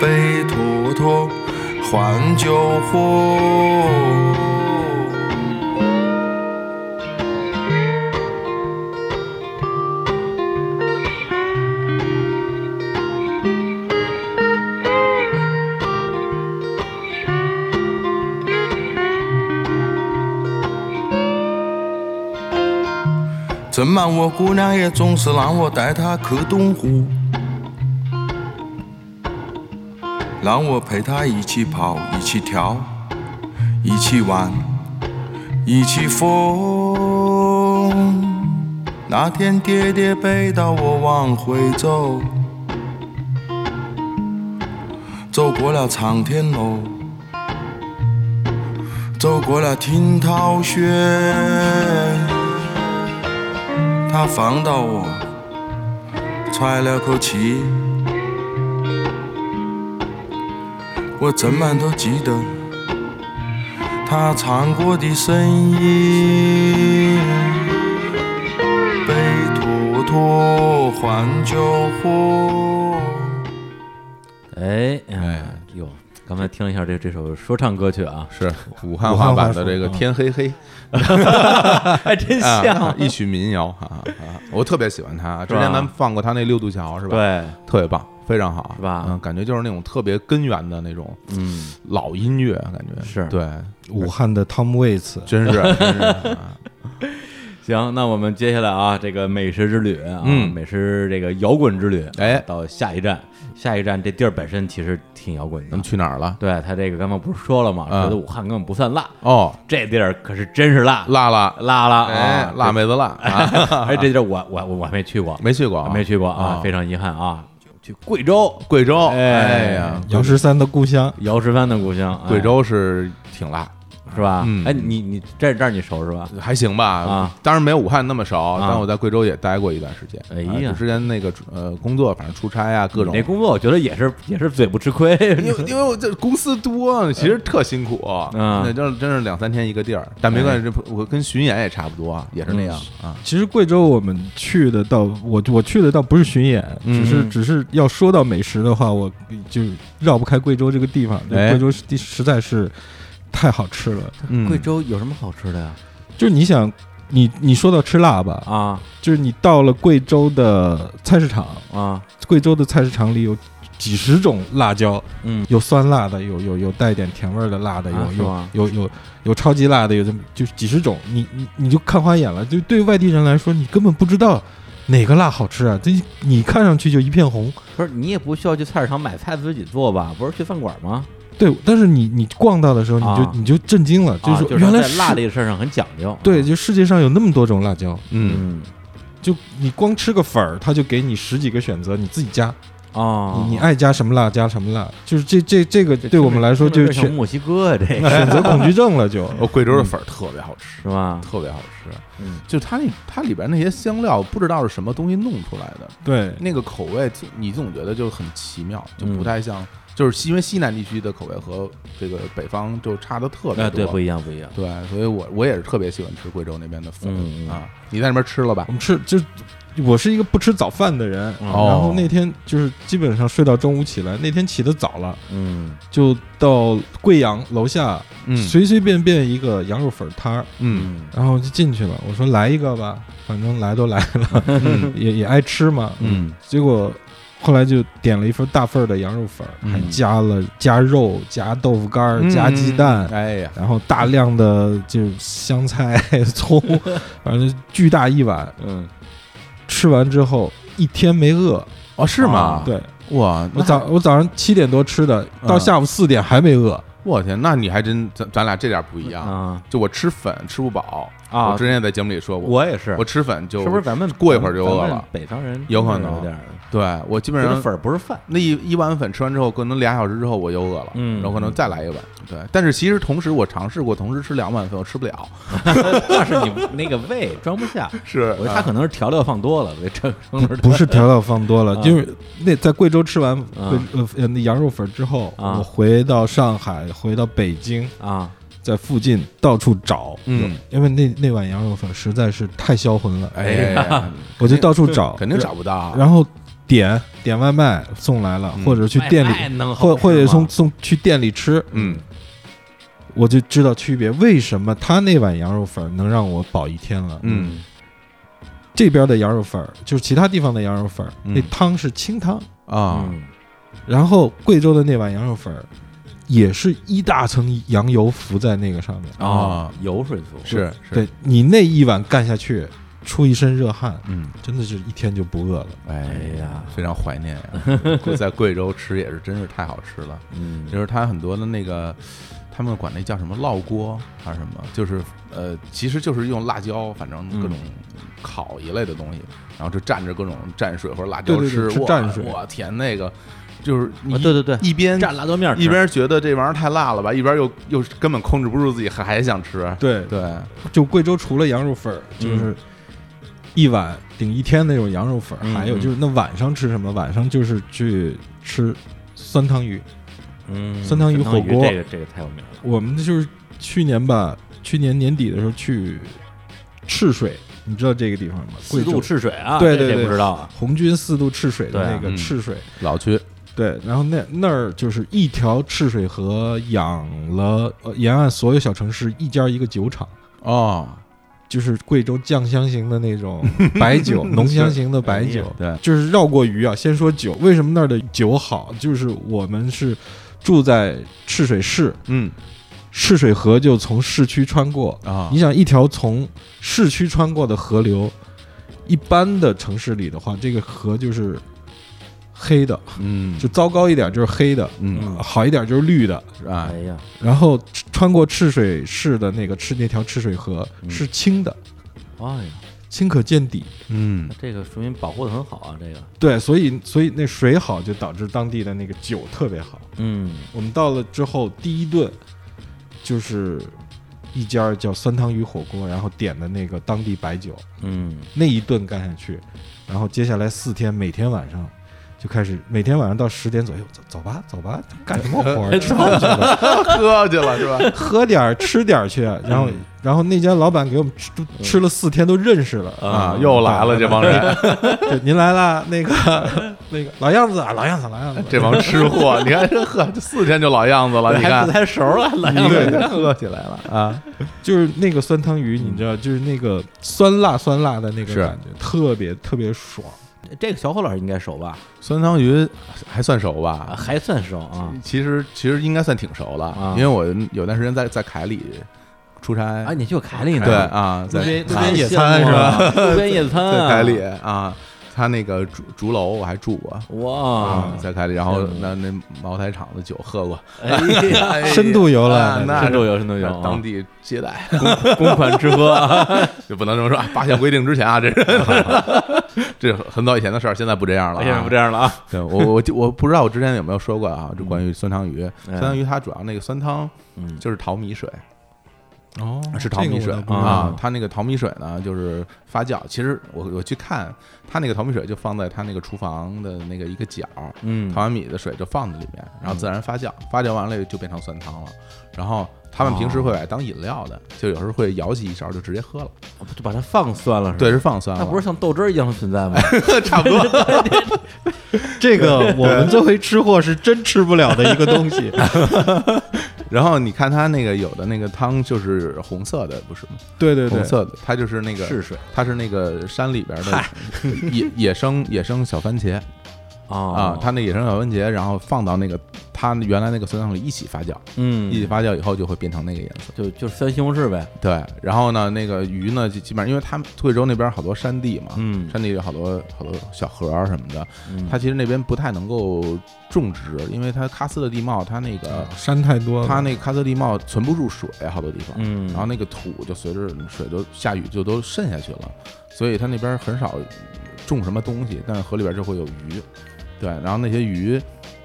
Speaker 5: 背坨坨换酒喝。正忙，我姑娘也总是让我带她去东湖。让我陪她一起跑，一起跳，一起玩，一起疯。那天跌跌背到我往回走，走过了苍天楼，走过了听涛轩，他放到我，喘了口气，我怎么都记得。他唱过的声音。被坨坨换酒喝。
Speaker 1: 哎哎哟，刚才听了一下这这首说唱歌曲啊，
Speaker 2: 是武汉话版的这个
Speaker 3: 武汉话说
Speaker 2: 《天黑黑》
Speaker 1: 还真
Speaker 2: 啊，
Speaker 1: 像，
Speaker 2: 一曲民谣啊啊！我特别喜欢他，之前
Speaker 1: 是吧
Speaker 2: 咱们放过他那《六渡桥》是吧？，
Speaker 1: 对，
Speaker 2: 特别棒，非常好，
Speaker 1: 是吧
Speaker 2: 嗯，感觉就是那种特别根源的那种
Speaker 1: 嗯，
Speaker 2: 老音乐，感觉
Speaker 1: 是
Speaker 2: 对，
Speaker 3: 武汉的汤姆· t 茨，
Speaker 2: 真是真 是啊
Speaker 1: 行，那我们接下来啊，这个美食之旅啊，
Speaker 2: 嗯
Speaker 1: 美食这个摇滚之旅，啊
Speaker 2: 哎
Speaker 1: 到下一站，下一站这地儿本身其实挺摇滚
Speaker 2: 咱
Speaker 1: 的
Speaker 2: 们，去哪儿了？
Speaker 1: 对他这个刚刚不是说了吗？
Speaker 2: 嗯
Speaker 1: 觉得武汉根本不算辣，
Speaker 2: 哦，
Speaker 1: 这地儿可是真是辣
Speaker 2: 辣辣，
Speaker 1: 辣了
Speaker 2: 哎
Speaker 1: 啊，，
Speaker 2: 辣妹子辣啊，
Speaker 1: 哎，这地儿我我我我还没去过，
Speaker 2: 没去过啊，
Speaker 1: 没去过啊，
Speaker 2: 哦
Speaker 1: 非常遗憾啊，去贵州
Speaker 2: 贵州，
Speaker 1: 哎
Speaker 2: 哎呀，
Speaker 3: 姚十三的故乡。
Speaker 1: 姚十三的故乡，哎
Speaker 2: 贵州是挺辣，
Speaker 1: 是吧？
Speaker 2: 嗯
Speaker 1: 哎，你你这这儿你熟是吧？
Speaker 2: 还行吧，
Speaker 1: 啊
Speaker 2: 当然没有武汉那么熟，
Speaker 1: 啊
Speaker 2: 但我在贵州也待过一段时间。
Speaker 1: 哎呀
Speaker 2: 啊 就之前那个呃工作，反正出差啊各种
Speaker 1: 你这。工作我觉得也是也是嘴不吃亏，
Speaker 2: 因 为因为我这公司多，其实特辛苦，
Speaker 1: 嗯哎
Speaker 2: 那就是真是两三天一个地儿，但没关系，这不我跟巡演也差不多，也是那样
Speaker 1: 嗯
Speaker 2: 啊。
Speaker 3: 嗯其实贵州我们去的倒，我我去的倒不是巡演，
Speaker 2: 嗯
Speaker 3: 只是只是要说到美食的话，我就绕不开贵州这个地方。就
Speaker 2: 哎
Speaker 3: 贵州地实在是太好吃了，
Speaker 2: 嗯
Speaker 1: 贵州有什么好吃的呀？
Speaker 3: 就是你想，你你说到吃辣吧，
Speaker 1: 啊
Speaker 3: 就是你到了贵州的菜市场，
Speaker 1: 啊，
Speaker 3: 贵州的菜市场里有几十种辣椒，
Speaker 1: 嗯，
Speaker 3: 有酸辣的，有有有带点甜味儿的辣的，有、
Speaker 1: 啊是吗
Speaker 3: 有有有有超级辣的，有这么就是几十种，你你你就看花眼了。就对于外地人来说，你根本不知道哪个辣好吃啊！这你看上去就一片红，
Speaker 1: 不是你也不需要去菜市场买菜自己做吧？不是去饭馆吗？
Speaker 3: 对，但是你你逛到的时候，你就、
Speaker 1: 啊
Speaker 3: 你就震惊了，
Speaker 1: 啊
Speaker 3: 是说
Speaker 1: 就是
Speaker 3: 原来
Speaker 1: 在辣
Speaker 3: 世
Speaker 1: 这个事儿上很讲究。
Speaker 3: 对，，就世界上有那么多种辣椒，
Speaker 2: 嗯，
Speaker 1: 嗯
Speaker 3: 就你光吃个粉儿，他就给你十几个选择，你自己加，
Speaker 1: 哦，
Speaker 3: 你你爱加什么辣加什么辣，就是这这这个对我们来说就是
Speaker 1: 是像
Speaker 3: 选
Speaker 1: 墨西哥啊，这 个
Speaker 3: 选择恐惧症了就，
Speaker 2: 哦，贵州的粉儿特别好吃，
Speaker 1: 嗯是吧？
Speaker 2: 特别好吃。
Speaker 1: 嗯，
Speaker 2: 就它那它里边那些香料，不知道是什么东西弄出来的，
Speaker 3: 对，
Speaker 2: 那个口味，就你总觉得就很奇妙，就
Speaker 1: 嗯
Speaker 2: 不太像，就是西因为西南地区的口味和这个北方就差的特别多。
Speaker 1: 哎，对，不一样，不一样。
Speaker 2: 对所以我我也是特别喜欢吃贵州那边的粉、
Speaker 1: 嗯嗯
Speaker 2: 啊。你在那边吃了吧
Speaker 3: 我？们吃就我是一个不吃早饭的人，
Speaker 1: 嗯
Speaker 2: 哦
Speaker 3: 然后那天就是基本上睡到中午起来，那天起得早了，
Speaker 1: 嗯
Speaker 3: 就到贵阳楼下、
Speaker 2: 嗯
Speaker 3: 随随便便一个羊肉粉摊儿，
Speaker 2: 嗯
Speaker 1: 嗯
Speaker 3: 然后就进去了。我说来一个吧，反正来都来了，
Speaker 2: 嗯
Speaker 3: 也也爱吃嘛。
Speaker 2: 嗯
Speaker 3: 结果后来就点了一份大份儿的羊肉粉儿，
Speaker 2: 嗯
Speaker 3: 还加了加肉、加豆腐干儿、加鸡蛋。
Speaker 2: 哎呀，
Speaker 3: 然后大量的就香菜、 葱，反正巨大一碗，
Speaker 1: 嗯，
Speaker 3: 吃完之后一天没饿。
Speaker 2: 哦是吗
Speaker 1: 啊？，
Speaker 3: 对
Speaker 2: 哇，
Speaker 3: 我
Speaker 2: 那
Speaker 3: 早我早上七点多吃的，
Speaker 2: 嗯
Speaker 3: 到下午四点还没饿。
Speaker 2: 我天，那你还真咱咱俩这点不一样。
Speaker 1: 啊
Speaker 2: 就我吃粉吃不饱
Speaker 1: 啊
Speaker 2: 我之前也在节目里说过，
Speaker 1: 我也是
Speaker 2: 我，吃粉就是
Speaker 1: 不是咱们
Speaker 2: 过一会儿就饿
Speaker 1: 咱
Speaker 2: 了
Speaker 1: 们？北方人
Speaker 2: 有可能
Speaker 1: 有点儿
Speaker 2: 对我基本
Speaker 1: 觉
Speaker 2: 上
Speaker 1: 得粉儿不是饭。
Speaker 2: 那一一碗粉吃完之后，可能俩小时之后我又饿了，
Speaker 1: 嗯
Speaker 2: 然后可能再来一碗。对，但是其实同时我尝试过同时吃两碗粉，我吃不 了。
Speaker 1: 但是你那个胃装不下，
Speaker 2: 是啊
Speaker 1: 我觉得他可能是调料放多了，我这
Speaker 3: 不不是调料放多了，
Speaker 1: 啊
Speaker 3: 就是那在贵州吃完
Speaker 1: 啊
Speaker 3: 贵呃呃那羊肉粉之后，
Speaker 1: 啊
Speaker 3: 我回到上海，回到北京，
Speaker 1: 啊，
Speaker 3: 在附近到处找，
Speaker 2: 嗯，
Speaker 3: 因为那那碗羊肉粉实在是太销魂了，
Speaker 2: 哎呀，
Speaker 3: 我就到处找，
Speaker 2: 肯定找不到。啊
Speaker 3: 然后点点外卖送来了，
Speaker 2: 嗯
Speaker 3: 或者去店
Speaker 1: 外卖
Speaker 3: 里，
Speaker 1: 能好
Speaker 3: 或或者
Speaker 1: 吃吗
Speaker 3: 送送去店里吃，
Speaker 2: 嗯，
Speaker 3: 我就知道区别，为什么他那碗羊肉粉能让我饱一天了，
Speaker 2: 嗯，
Speaker 3: 这边的羊肉粉儿，就是其他地方的羊肉粉儿，
Speaker 2: 嗯
Speaker 3: 那汤是清汤，
Speaker 2: 啊，
Speaker 1: 嗯
Speaker 3: 然后贵州的那碗羊肉粉儿也是一大层羊油浮在那个上面。
Speaker 1: 啊，油水足
Speaker 2: 是是，
Speaker 3: 对你那一碗干下去，出一身热汗，
Speaker 2: 嗯，
Speaker 3: 真的是一天就不饿了。
Speaker 2: 哎
Speaker 1: 哎呀，
Speaker 2: 非常怀念 呀。在贵州吃也是真是太好吃了，
Speaker 1: 嗯
Speaker 2: 就是它很多的那个。他们管那叫什么烙锅还是什么，就是呃，其实就是用辣椒，反正各种
Speaker 3: 嗯
Speaker 2: 烤一类的东西，然后就蘸着各种蘸水或者辣
Speaker 3: 对
Speaker 2: 椒
Speaker 3: 对
Speaker 2: 吃
Speaker 3: 对，吃
Speaker 2: 哇
Speaker 3: 蘸水
Speaker 2: 我天，那个就是你
Speaker 1: 啊对对对
Speaker 2: 一边
Speaker 1: 蘸辣椒面儿吃
Speaker 2: 一边觉得这玩意儿太辣了吧，一边又又根本控制不住自己，还还想吃，
Speaker 3: 对，
Speaker 2: 对，
Speaker 3: 就贵州除了羊肉粉儿，
Speaker 1: 嗯
Speaker 3: 就是一碗顶一天那种羊肉粉儿，
Speaker 1: 嗯
Speaker 3: 还有就是那晚上吃什么？晚上就是去吃酸汤鱼。
Speaker 1: 嗯，
Speaker 3: 酸汤鱼火锅
Speaker 1: 这个这个太有名了，
Speaker 3: 我们就是去年吧，去年年底的时候去赤水，你知道这个地方吗？贵
Speaker 1: 四
Speaker 3: 州
Speaker 1: 渡赤水啊，
Speaker 3: 对对
Speaker 1: 这谁
Speaker 3: 对
Speaker 1: 不知道啊，
Speaker 3: 红军四渡赤水
Speaker 1: 对啊
Speaker 3: 的那个
Speaker 2: 嗯
Speaker 3: 赤水，
Speaker 2: 老去
Speaker 3: 对，然后那那儿就是一条赤水河养了、呃、沿岸所有小城市一家一个酒厂，
Speaker 2: 哦，
Speaker 3: 就是贵州酱香型的那 种 白酒，浓香型的白酒，
Speaker 2: 对，
Speaker 3: 就是绕过鱼啊。先说酒，为什么那儿的酒好？就是我们是住在赤水市，
Speaker 2: 嗯
Speaker 3: 赤水河就从市区穿过，
Speaker 2: 啊
Speaker 3: 你，想一条从市区穿过的河流，一般的城市里的话，这个河就是黑的，
Speaker 2: 嗯
Speaker 3: 就糟糕一点就是黑的，
Speaker 2: 嗯
Speaker 3: 好一点就是绿的。
Speaker 2: 啊
Speaker 1: 哎，呀，
Speaker 3: 然后穿过赤水市的那个赤那条赤水河
Speaker 2: 嗯
Speaker 3: 是清的，
Speaker 1: 哎呀，
Speaker 3: 清可见底。
Speaker 2: 嗯
Speaker 1: 那这个说明保护的很好啊，这个，
Speaker 3: 对，所以所以那水好，就导致当地的那个酒特别好。
Speaker 1: 嗯，
Speaker 3: 我们到了之后，第一顿就是一家叫酸汤鱼火锅，然后点的那个当地白酒，
Speaker 1: 嗯，
Speaker 3: 那一顿干下去，然后接下来四天，每天晚上就开始，每天晚上到十点左右，走走吧，走吧，干什么活儿？吃饭去吧
Speaker 2: 喝去了是吧？ 嗯
Speaker 3: 喝点儿，吃点儿去。然后，然后那家老板给我们吃都吃了四天，都认识了。
Speaker 2: 啊，又来了这帮人，
Speaker 3: 对您来了，那 个 那个老样子啊，老样子，老样子。
Speaker 2: 这帮吃货，你看这喝这四天就老样子了，你
Speaker 1: 还不
Speaker 2: 看
Speaker 1: 太熟了，来了，
Speaker 2: 对喝起来了啊，
Speaker 3: 就是那个酸汤鱼，你知道，就是那个酸辣酸辣的那个
Speaker 2: 是
Speaker 3: 感觉，特别特别爽。
Speaker 1: 这个小伙老师应该熟吧？
Speaker 2: 酸汤鱼还算熟
Speaker 1: 啊
Speaker 2: 吧？
Speaker 1: 还算熟啊。
Speaker 2: 其实其实应该算挺熟了
Speaker 1: 啊，
Speaker 2: 因为我有段时间在在凯里出差
Speaker 1: 啊，你去过凯里呢？
Speaker 2: 对，啊，在
Speaker 1: 路边路
Speaker 2: 啊
Speaker 1: 边
Speaker 2: 野餐是吧？
Speaker 1: 吧？路边野餐
Speaker 2: 在
Speaker 1: 啊，
Speaker 2: 凯里啊，他那个竹竹楼我还住过。啊
Speaker 1: 哇，
Speaker 2: 在凯里，然后
Speaker 1: 羡慕
Speaker 2: 那那茅台厂的酒喝过，
Speaker 1: 哎呀，
Speaker 2: 哎呀
Speaker 3: 深度游了
Speaker 2: 啊那
Speaker 1: 深度游，深度游啊，
Speaker 2: 当地接待
Speaker 1: 公款吃喝啊，
Speaker 2: 就不能这么说，啊八项规定之前啊，这是 这是很早以前的事儿，现在不这样了、啊，
Speaker 1: 现在不这样了啊。
Speaker 2: 对我我记我不知道我之前有没有说过 啊，就关于酸汤鱼，
Speaker 1: 嗯
Speaker 2: 酸汤鱼它主要那个酸汤
Speaker 1: 嗯
Speaker 2: 就是淘米水，
Speaker 3: 哦
Speaker 1: 啊
Speaker 2: 是淘米水
Speaker 1: 知道
Speaker 2: 啊，它那个淘米水呢就是发酵，其实我我去看它那个淘米水就放在它那个厨房的那个一个角儿，
Speaker 1: 嗯
Speaker 2: 淘完米的水就放在里面，然后自然发酵，发酵完了就变成酸汤了，然后。他们
Speaker 1: 哦
Speaker 2: 平时会把它当饮料的，就有时候会舀起一勺就直接喝了。
Speaker 1: 哦就把它放酸了，是吧
Speaker 2: 对，，是放酸了。
Speaker 1: 那不是像豆汁儿一样的存在吗？
Speaker 2: 差 不多，
Speaker 3: 这个我们作为吃货是真吃不了的一个东西。
Speaker 2: 然后你看它那个有的那个汤就是红色的，不是吗？
Speaker 3: 对对对
Speaker 2: 红，色的，它就是那个
Speaker 1: 是水
Speaker 2: 它是那个山里边的野野生野生小番茄啊
Speaker 1: 啊，
Speaker 2: 它那野生小番茄，然后放到那个它原来那个酸汤里一起发酵，
Speaker 1: 嗯
Speaker 2: 一起发酵以后就会变成那个颜色。
Speaker 1: 就就是酸西红柿呗，
Speaker 2: 对，然后呢，那个鱼呢，就基本上因为他们贵州那边好多山地嘛，
Speaker 1: 嗯
Speaker 2: 山地有好多好多小河儿什么的，它其实那边不太能够种植，因为它喀斯特地貌，它那个
Speaker 3: 山太多了，
Speaker 2: 它那喀斯特地貌存不住水，好多地方，
Speaker 1: 嗯
Speaker 2: 然后那个土就随着水都下雨就都渗下去了，所以它那边很少种什么东西，但是河里边就会有鱼，对，然后那些鱼，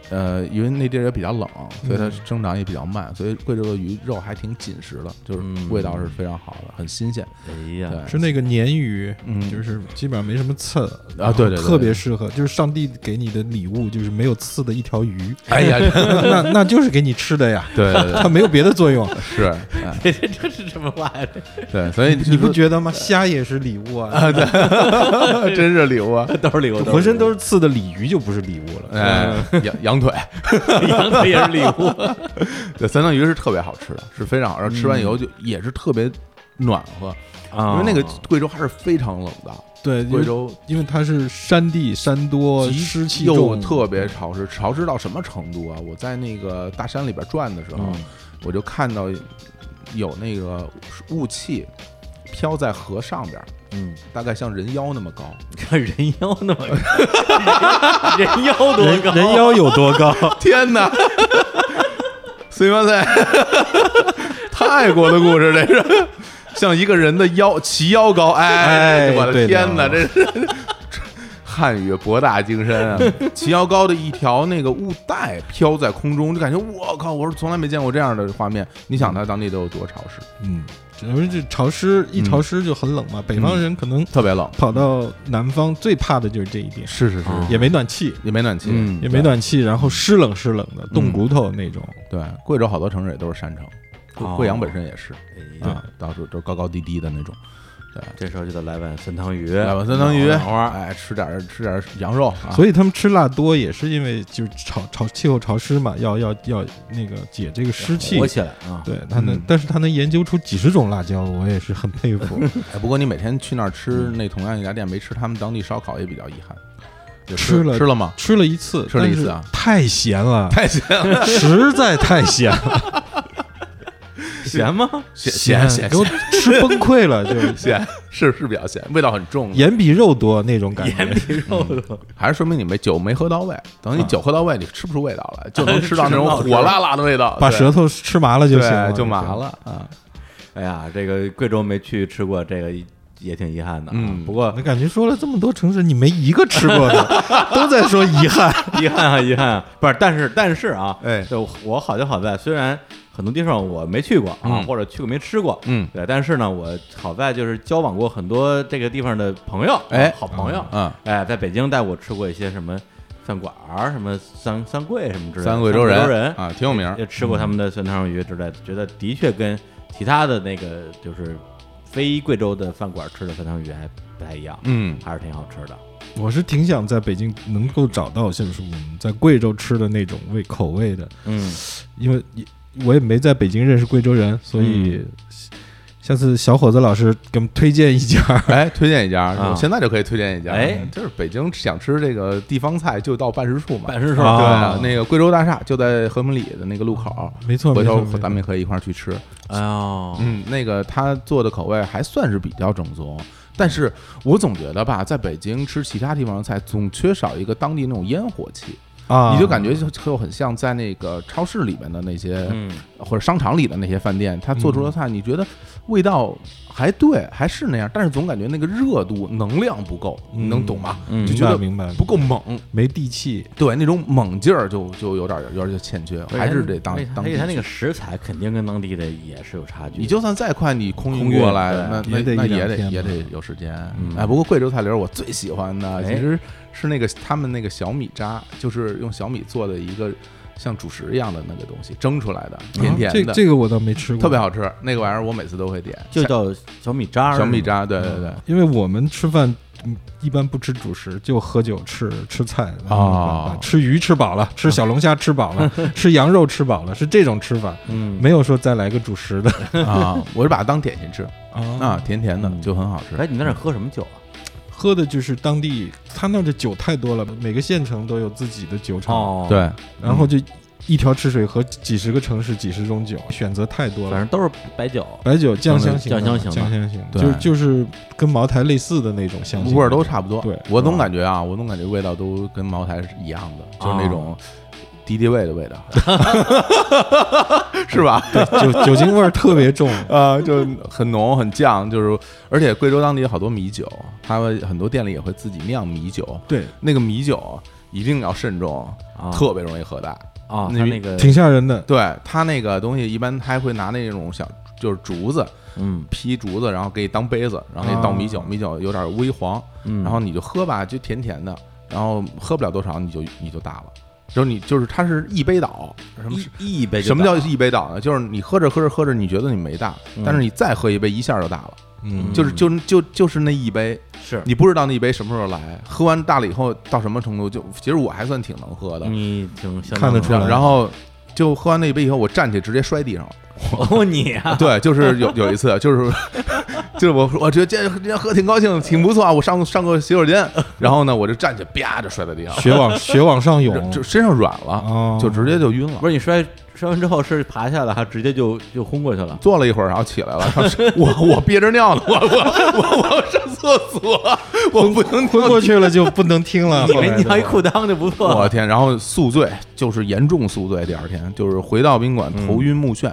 Speaker 2: 呃，因为那地儿也比较冷，所以
Speaker 1: 嗯
Speaker 2: 它生长也比较慢，所以贵州的鱼肉还挺紧实的，就是
Speaker 1: 嗯
Speaker 2: 味道是非常好的，很新鲜，
Speaker 1: 哎
Speaker 2: 对
Speaker 1: 呀，，
Speaker 3: 是那个鲶鱼，
Speaker 2: 嗯
Speaker 3: 就是基本上没什么刺
Speaker 2: 啊对对对
Speaker 3: 特别适合，就是上帝给你的礼物就是没有刺的一条鱼，
Speaker 2: 哎 呀，
Speaker 3: 那那就是给你吃的呀，
Speaker 2: 对对对，
Speaker 3: 它没有别的作用，
Speaker 2: 是，哎
Speaker 1: 这这这是什么玩意儿？
Speaker 2: 对，所以
Speaker 3: 你不
Speaker 2: 就是
Speaker 3: 觉得吗？虾也是礼物啊，
Speaker 2: 真是礼物啊，
Speaker 1: 都是礼物，嗯
Speaker 3: 浑身都是刺的鲤鱼就不是礼物了。
Speaker 2: 哎，羊羊腿。
Speaker 1: 羊腿也是礼物，
Speaker 2: 对，酸汤鱼是特别好吃的，是非常好，然后吃完以后就也是特别暖和，
Speaker 1: 嗯啊
Speaker 2: 因为那个贵州还是非常冷的，
Speaker 3: 对，因
Speaker 2: 贵
Speaker 3: 为
Speaker 2: 州
Speaker 3: 因为它是山地，山多，
Speaker 2: 极
Speaker 3: 湿气
Speaker 2: 又
Speaker 3: 重，
Speaker 2: 特别潮湿，潮湿到什么程度啊？我在那个大山里边转的时候，
Speaker 1: 嗯
Speaker 2: 我就看到有那个雾气飘在河上边，
Speaker 1: 嗯，
Speaker 2: 大概像人腰那么高，
Speaker 1: 看人妖那么高，人人妖多
Speaker 3: 人
Speaker 1: 高？
Speaker 3: 人妖有多高？
Speaker 2: 天哪！すみません，泰国的故事，这是像一个人的腰齐腰高，哎，
Speaker 3: 哎
Speaker 2: 我的
Speaker 3: 对的
Speaker 2: 天哪，这是汉语博大精深啊！齐腰高的一条那个雾带飘在空中，就感觉我靠，我是从来没见过这样的画面。你想它当地得有多潮湿，
Speaker 3: 嗯，因为这潮湿一潮湿就很冷嘛，北方人可能
Speaker 2: 嗯特别冷，
Speaker 3: 跑到南方最怕的就是这一点，
Speaker 2: 是是是，
Speaker 3: 嗯也没暖气，
Speaker 2: 也没暖气，
Speaker 1: 嗯
Speaker 3: 也没暖气，然后湿冷湿冷的，冻骨头那种。
Speaker 2: 嗯
Speaker 3: 啊
Speaker 2: 对，贵州好多城市也都是山城，贵
Speaker 1: 哦
Speaker 2: 贵阳本身也是
Speaker 1: 哎
Speaker 2: 啊，到处都高高低低的那种。对，
Speaker 1: 这时候就得来碗酸汤鱼，
Speaker 2: 来碗酸汤鱼，
Speaker 1: 脑花儿，
Speaker 2: 哎，吃点儿吃点儿羊肉啊，
Speaker 3: 所以他们吃辣多也是因为就是潮潮气候潮湿嘛，要要要那个解这个湿气
Speaker 1: 火。起来啊！
Speaker 3: 对他
Speaker 2: 嗯
Speaker 3: 能，但是他能研究出几十种辣椒，我也是很佩 服。
Speaker 2: 哎，不过你每天去那儿吃那同样一家店，没吃他们当地烧烤也比较遗憾。有
Speaker 3: 吃了
Speaker 2: 吃了吗？
Speaker 3: 吃了一次，
Speaker 2: 吃了一次啊，
Speaker 3: 太咸了，
Speaker 2: 太咸了，
Speaker 3: 实在太咸了，
Speaker 1: 咸吗？
Speaker 2: 咸咸
Speaker 3: 给我
Speaker 2: 咸
Speaker 3: 吃崩溃了，就是
Speaker 2: 咸，是是比较咸，味道很重。
Speaker 3: 盐比肉多那种感觉。
Speaker 1: 皮肉的，
Speaker 2: 还是说明你没酒没喝到位。等你酒喝到位，你吃不出味道来，就能吃到那种
Speaker 1: 吃不到
Speaker 2: 火辣辣的味道，
Speaker 3: 把
Speaker 2: 对
Speaker 3: 舌头吃麻了就行了
Speaker 2: 对，就麻。了啊。
Speaker 1: 哎呀，这个贵州没去吃过，这个也挺遗憾的啊。
Speaker 2: 嗯
Speaker 1: 不过
Speaker 3: 我感觉说了这么多城市，你没一个吃过 的，都在说遗憾。
Speaker 1: 遗憾啊，遗憾啊，不是，但是但是啊，
Speaker 2: 哎
Speaker 1: 就我好就好在，虽然很多地方我没去过啊，
Speaker 2: 嗯
Speaker 1: 或者去过没吃过，
Speaker 2: 嗯
Speaker 1: 对，但是呢，我好在就是交往过很多这个地方的朋友，啊
Speaker 2: 哎
Speaker 1: 好朋友，
Speaker 2: 嗯
Speaker 1: 哎，在北京带我吃过一些什么饭馆儿，什么三三桂什么之类的，
Speaker 2: 三
Speaker 1: 贵
Speaker 2: 贵州
Speaker 1: 人
Speaker 2: 人啊，挺有名儿。嗯
Speaker 1: 也吃过他们的酸汤鱼之类的，觉得的确跟其他的那个就是非贵州的饭馆吃的酸汤鱼还不太一样，
Speaker 2: 嗯，
Speaker 1: 还是挺好吃的。
Speaker 3: 我是挺想在北京能够找到，就是我们在贵州吃的那种味口味的，
Speaker 1: 嗯，
Speaker 3: 因为也我也没在北京认识贵州人，所
Speaker 2: 嗯
Speaker 3: 以下次小伙子老师给我们推荐一家。
Speaker 2: 哎，推荐一家，
Speaker 1: 啊
Speaker 2: 我现在就可以推荐一家。
Speaker 1: 哎
Speaker 2: 就是北京想吃这个地方菜，就到办事处嘛。
Speaker 1: 办事处
Speaker 2: 对
Speaker 3: 啊，
Speaker 2: 那个贵州大厦就在和平里的那个路口。
Speaker 3: 没错，
Speaker 2: 回头
Speaker 3: 没错
Speaker 2: 咱们也可以一块儿去吃。
Speaker 1: 哎呦，
Speaker 2: 嗯，那个他做的口味还算是比较正宗，但是我总觉得吧，在北京吃其他地方的菜，总缺少一个当地那种烟火气，
Speaker 3: 啊，
Speaker 2: 你就感觉就就很像在那个超市里面的那些、
Speaker 1: 嗯，
Speaker 2: 或者商场里的那些饭店，他做
Speaker 3: 嗯
Speaker 2: 出的菜，你觉得味道还对，还是那样，但是总感觉那个热度能量不够，你能懂吗？
Speaker 1: 嗯
Speaker 2: 就
Speaker 3: 明
Speaker 2: 觉
Speaker 3: 白
Speaker 2: 得
Speaker 3: 明白，嗯
Speaker 2: 不够猛，
Speaker 3: 没地气。
Speaker 2: 对，那种猛劲儿就就有点儿有点儿欠缺，还是得当
Speaker 1: 而且它
Speaker 2: 当
Speaker 1: 哎而
Speaker 2: 地
Speaker 1: 且它那个食材肯定跟当地的也是有差距的。
Speaker 2: 你就算再快，你空
Speaker 1: 空
Speaker 2: 运
Speaker 1: 运
Speaker 2: 过来，
Speaker 1: 对
Speaker 2: 那那
Speaker 3: 也得
Speaker 2: 那
Speaker 3: 一两
Speaker 2: 也得
Speaker 3: 天
Speaker 2: 也
Speaker 3: 吧
Speaker 2: 得有时间
Speaker 1: 嗯。
Speaker 2: 哎，不过贵州菜里儿我最喜欢的
Speaker 1: 哎
Speaker 2: 其实是那个他们那个小米渣，就是用小米做的一个像主食一样的那个东西，蒸出来的，甜
Speaker 3: 啊这
Speaker 2: 甜的，
Speaker 3: 这个我倒没吃过，
Speaker 2: 特别好吃。那个玩意儿我每次都会点，
Speaker 1: 就叫小米渣儿，
Speaker 2: 小米渣，对对对。
Speaker 3: 因为我们吃饭嗯一般不吃主食，就喝酒吃吃菜啊、
Speaker 2: 哦
Speaker 3: 吃鱼吃饱了，吃小龙虾吃饱 了，吃羊肉吃饱了，是这种吃法，
Speaker 1: 嗯，
Speaker 3: 没有说再来个主食的
Speaker 2: 啊，我是把它当点心吃
Speaker 3: 啊。
Speaker 2: 啊，甜甜的
Speaker 1: 嗯
Speaker 2: 就很好吃。
Speaker 1: 哎，你在那儿喝什么酒啊？
Speaker 3: 喝的就是当地，他那儿的酒太多了，每个县城都有自己的酒厂，
Speaker 1: 哦，，
Speaker 2: 对，
Speaker 3: 然后就一条赤水河几十个城市几十种酒，选择太多
Speaker 1: 反
Speaker 3: 了。
Speaker 1: 正都是白酒。
Speaker 3: 白酒酱香型的，
Speaker 1: 酱香型的
Speaker 3: 酱香型的，
Speaker 2: 对
Speaker 3: 就就是跟茅台类似的那种香型，
Speaker 2: 味儿都差不多。
Speaker 3: 对
Speaker 2: 我总感觉啊，我总感觉味道都跟茅台是一样的，就是
Speaker 3: 啊
Speaker 2: 那种敌敌畏的味道， 是吧？
Speaker 3: 酒酒精味儿特别重。
Speaker 2: 啊，就很浓很酱，就是而且贵州当地有好多米酒，他们很多店里也会自己酿米酒，
Speaker 3: 对，
Speaker 2: 那个米酒一定要慎重，
Speaker 1: 啊
Speaker 2: 特别容易喝大。
Speaker 1: 啊，
Speaker 2: 那
Speaker 1: 它那个
Speaker 3: 挺吓人的。
Speaker 2: 对他那个东西，一般他还会拿那种小就是竹子
Speaker 1: 嗯
Speaker 2: 劈竹子，然后给你当杯子，然后给你倒米酒，
Speaker 3: 啊
Speaker 2: 米酒有点微黄，
Speaker 1: 嗯，
Speaker 2: 然后你就喝吧，就甜甜的，然后喝不了多少你就你就大了。就是你，就是它是一杯倒，什么
Speaker 1: 一一杯就
Speaker 2: 什么
Speaker 1: 倒
Speaker 2: 叫一杯倒呢？就是你喝着喝着喝着，你觉得你没大，
Speaker 1: 嗯
Speaker 2: 但是你再喝一杯，一下就大了。
Speaker 3: 嗯
Speaker 2: 就是 就就就是那一杯，
Speaker 1: 是
Speaker 2: 你不知道那一杯什么时候来，喝完大了以后到什么程度，就其实我还算挺能喝的，
Speaker 1: 你挺相
Speaker 3: 看得
Speaker 1: 当
Speaker 3: 出来
Speaker 2: 然后就喝完那一杯以后，我站起来直接摔地上了。
Speaker 1: 哦， 你 啊，
Speaker 2: 对，就是有有一次，啊就是就是我我觉得今天今天喝挺高兴，挺不错啊。我上上个洗手间，然后呢我就站起来，啪就摔在地上了，
Speaker 3: 血往血往上涌，
Speaker 2: 就身上软
Speaker 3: 哦
Speaker 2: 了，就直接就晕了
Speaker 1: 不。是你摔摔完之后是爬下来，还直接就就昏过去了？
Speaker 2: 坐了一会儿，然后起来了。 然后是我 我憋着尿呢，我我我我要上厕所，我不能
Speaker 3: 昏过去了就不能听 了。
Speaker 1: 你
Speaker 3: 后来
Speaker 1: 没
Speaker 3: 就
Speaker 1: 尿一裤裆就不错
Speaker 2: 我
Speaker 1: 了。
Speaker 2: 天！
Speaker 1: 嗯
Speaker 2: 然后宿醉就是严重宿醉，第二天就是回到宾馆头晕目眩，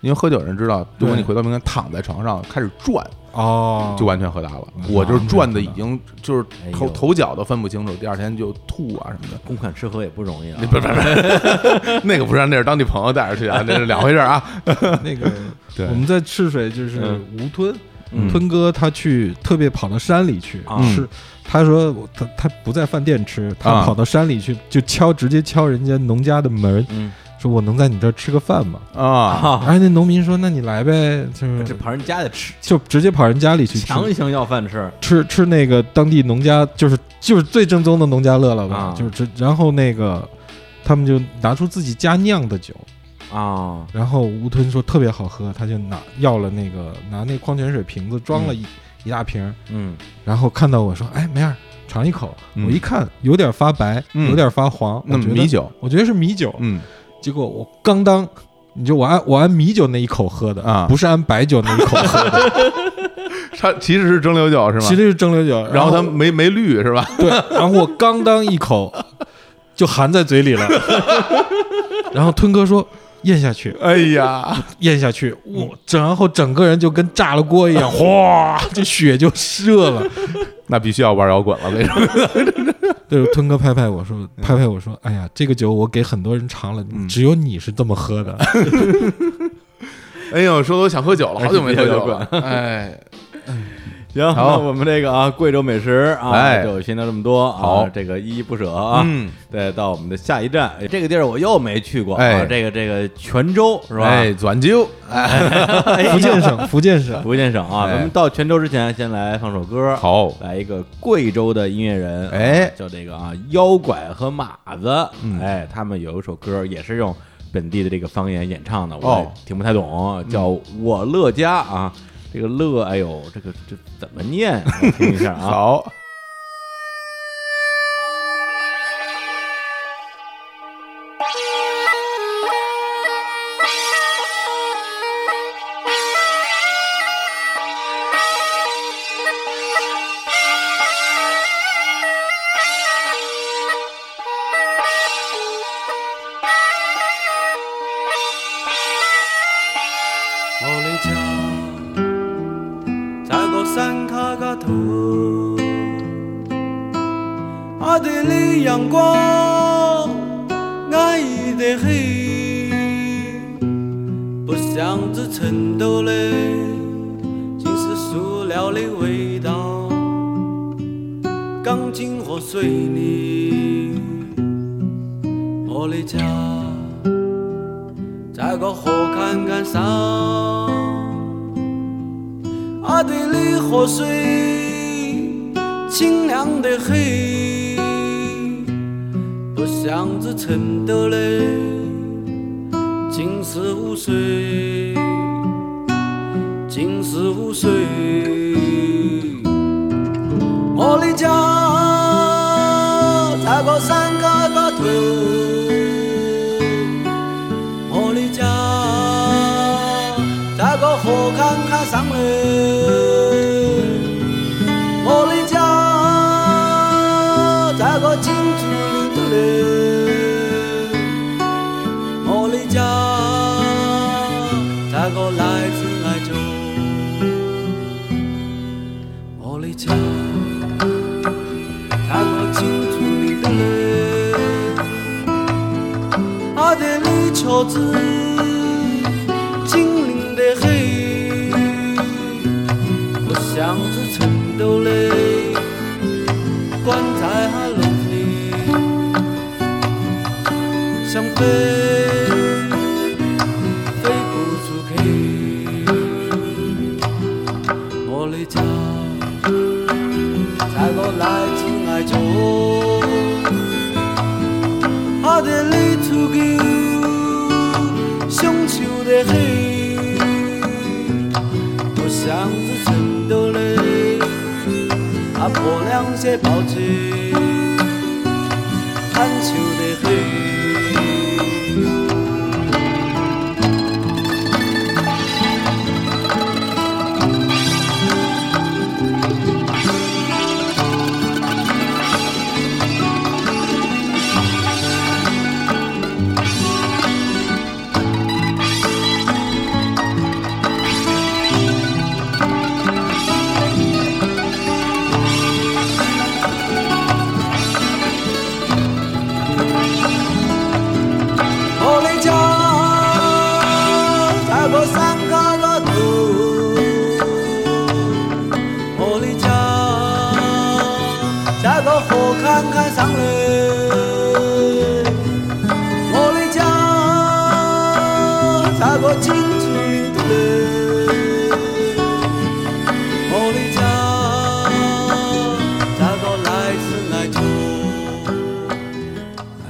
Speaker 2: 因为喝酒人知道，如果你
Speaker 3: 嗯对
Speaker 2: 回到民间躺在床上开始转，
Speaker 3: 哦，
Speaker 2: 就完全喝大了。
Speaker 3: 啊
Speaker 2: 我就是转的已经就是
Speaker 1: 哎
Speaker 2: 头
Speaker 1: 呦
Speaker 2: 头脚都分不清楚，第二天就吐啊什么的。
Speaker 1: 公款吃喝也不容易啊
Speaker 2: 那。 不不不，那个不是，那是当地朋友带着去啊，那是两回事啊。
Speaker 3: 那个
Speaker 2: 对
Speaker 3: 我们在赤水就是
Speaker 2: 嗯
Speaker 3: 吴吞，
Speaker 2: 嗯
Speaker 3: 吞哥他去特别跑到山里去
Speaker 1: 啊
Speaker 3: 吃，他说我他他不在饭店吃，他
Speaker 2: 啊
Speaker 3: 跑到山里去就敲直接敲人家农家的门，
Speaker 1: 嗯
Speaker 3: 说我能在你这儿吃个饭吗？
Speaker 2: 啊，
Speaker 1: 啊，
Speaker 3: 哎，那农民说那你来呗，就是
Speaker 1: 这跑人家得吃，
Speaker 3: 就直接跑人家里去吃。
Speaker 1: 强行要饭吃，
Speaker 3: 吃吃那个当地农家，就是就是最正宗的农家乐了吧？
Speaker 1: 啊
Speaker 3: 就是这，然后那个他们就拿出自己家酿的酒，
Speaker 1: 啊，
Speaker 3: 然后吴吞说特别好喝，他就拿要了那个拿那矿泉水瓶子装了一、一大瓶儿，
Speaker 1: 嗯
Speaker 3: 然后看到我说：“哎，梅儿，尝一口。
Speaker 2: 嗯
Speaker 3: 我一看有点发白，
Speaker 2: 嗯
Speaker 3: 有点发黄，
Speaker 2: 那
Speaker 3: 我觉得
Speaker 2: 米，酒，
Speaker 3: 我觉得是米酒。
Speaker 2: 嗯
Speaker 3: 结果我刚当，你就我按我按米酒那一口喝的
Speaker 2: 啊
Speaker 3: 不是按白酒那一口喝的，
Speaker 2: 它其实是蒸馏酒是吗？
Speaker 3: 其实是蒸馏酒。
Speaker 2: 然后
Speaker 3: 后
Speaker 2: 它没没绿是吧？
Speaker 3: 对，然后我刚当一口就含在嘴里 了，然后吞哥说咽下去，
Speaker 2: 哎呀，
Speaker 3: 咽下去，我然后整个人就跟炸了锅一样，哗，这血就射了。
Speaker 2: 那必须要玩摇滚了那种。
Speaker 3: 对，吞哥拍拍我说，
Speaker 2: 嗯
Speaker 3: 拍拍我说，哎呀，这个酒我给很多人尝了，只有你是这么喝的。
Speaker 2: 哎呦，说的我想喝酒了，好久没喝酒了。哎，
Speaker 1: 行，那我们这个啊，贵州美食啊，
Speaker 2: 哎
Speaker 1: 就先聊这么多啊，
Speaker 2: 好
Speaker 1: 这个依依不舍啊。
Speaker 2: 嗯
Speaker 1: 对，到我们的下一站，哎这个地儿我又没去过啊
Speaker 2: 哎，
Speaker 1: 这个这个泉州是吧？哎
Speaker 2: 哎，转酒，
Speaker 3: 福建省，福建省，
Speaker 1: 福建省啊，
Speaker 2: 哎
Speaker 1: 咱们到泉州之前，先来放首歌，，
Speaker 2: 好，
Speaker 1: 来一个贵州的音乐人，
Speaker 2: 哎嗯
Speaker 1: 叫这个啊妖拐和马子，哎，他们有一首歌也是用本地的这个方言演唱的，我
Speaker 2: 哦
Speaker 1: 也听不太懂，叫《我乐家》啊，这个乐，哎呦，这个这怎 么念？我听一下啊。
Speaker 2: 好，
Speaker 6: 我的家在个山卡个头，阿的里阳光，爱的很，不像这成都嘞，尽是塑料的味道，钢筋和水泥，我的家。在个河看看山，阿啊对里河水清凉得很，不像这成都嘞，尽是污水，尽是污水。我的家在个山高个头。我的家在个河坎坎上嘞，我的家在个金竹林头嘞，我的家在个来自爱州，我的家在个金竹林头嘞。阿的里桥子精灵的很，不像是成都嘞，棺材哈弄的想飞飞不出去，我的家在我来自爱州。阿的里土狗，乡愁的很，不像是成都嘞，阿婆娘些抱起，喊愁的很。来到河看看桑林，我的家在我金竹林的我的家在我来自爱中。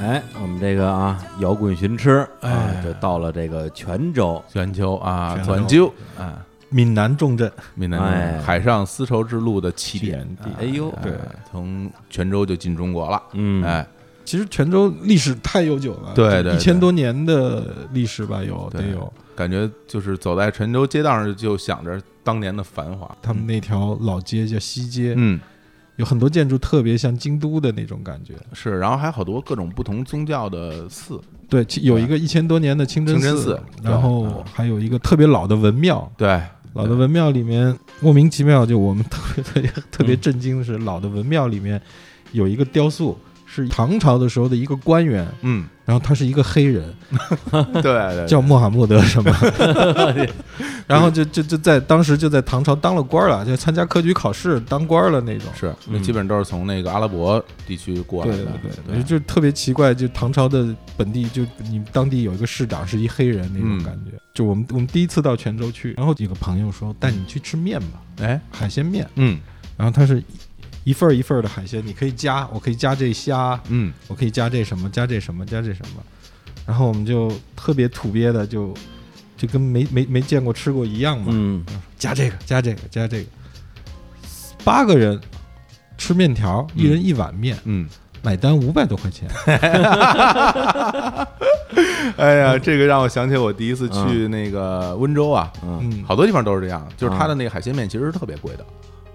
Speaker 1: 哎，我们这个啊，摇滚寻吃，哎，就到了这个泉州，
Speaker 2: 泉州啊，泉州啊，
Speaker 3: 闽南重镇，
Speaker 2: 闽南
Speaker 1: 哎
Speaker 2: 海上丝绸之路的起点
Speaker 3: 起
Speaker 2: 地
Speaker 3: 点。
Speaker 1: 哎呦，
Speaker 2: 对，从泉州就进中国了。
Speaker 1: 嗯
Speaker 2: 哎，
Speaker 3: 其实泉州历史太悠久了，
Speaker 2: 对对
Speaker 3: 一
Speaker 2: 对
Speaker 3: 千多年的历史吧，有得
Speaker 2: 对
Speaker 3: 有。
Speaker 2: 感觉就是走在泉州街道上，就想着当年的繁华。
Speaker 3: 他们那条老街叫西街，
Speaker 2: 嗯，
Speaker 3: 有很多建筑特别像京都的那种感觉。
Speaker 2: 是，然后还有好多各种不同宗教的寺。
Speaker 3: 对，其有一个一千多年的清真
Speaker 2: 清真寺对嗯
Speaker 3: 然后还有一个特别老的文庙。
Speaker 2: 对，
Speaker 3: 老的文庙里面莫名其妙，就我们特别 特别特
Speaker 2: 嗯
Speaker 3: 别震惊的是，老的文庙里面有一个雕塑，是唐朝的时候的一个官员，
Speaker 2: 嗯，
Speaker 3: 然后他是一个黑人，
Speaker 2: 对 对，
Speaker 3: 叫穆罕默德什 么， 然后就就就在当时就在唐朝当了官儿了，就参加科举考试当官儿了那种。嗯
Speaker 2: 是，那基本都是从那个阿拉伯地区过来
Speaker 3: 对
Speaker 2: 的。
Speaker 3: 对对，就特别奇怪，就唐朝的本地，就你当地有一个市长是一黑人那种
Speaker 2: 嗯
Speaker 3: 感觉。就我们我们第一次到泉州去，然后有个朋友说带你去吃面吧，
Speaker 2: 哎，
Speaker 3: 海鲜面。
Speaker 2: 嗯
Speaker 3: 然后它是一一份儿一份儿的海鲜，你可以加，我可以加这虾，
Speaker 2: 嗯，
Speaker 3: 我可以加这什么，加这什么，加这什么。然后我们就特别土鳖的就就跟没没没见过吃过一样嘛，
Speaker 1: 嗯，
Speaker 3: 加这个，加这个，加这个。八个人吃面条，一人一碗面，
Speaker 2: 嗯，
Speaker 3: 买单五百多块 钱。
Speaker 2: 哎呀，这个让我想起我第一次去那个温州啊，
Speaker 3: 嗯，
Speaker 2: 好多地方都是这样，就是它的那个海鲜面其实是特别贵的。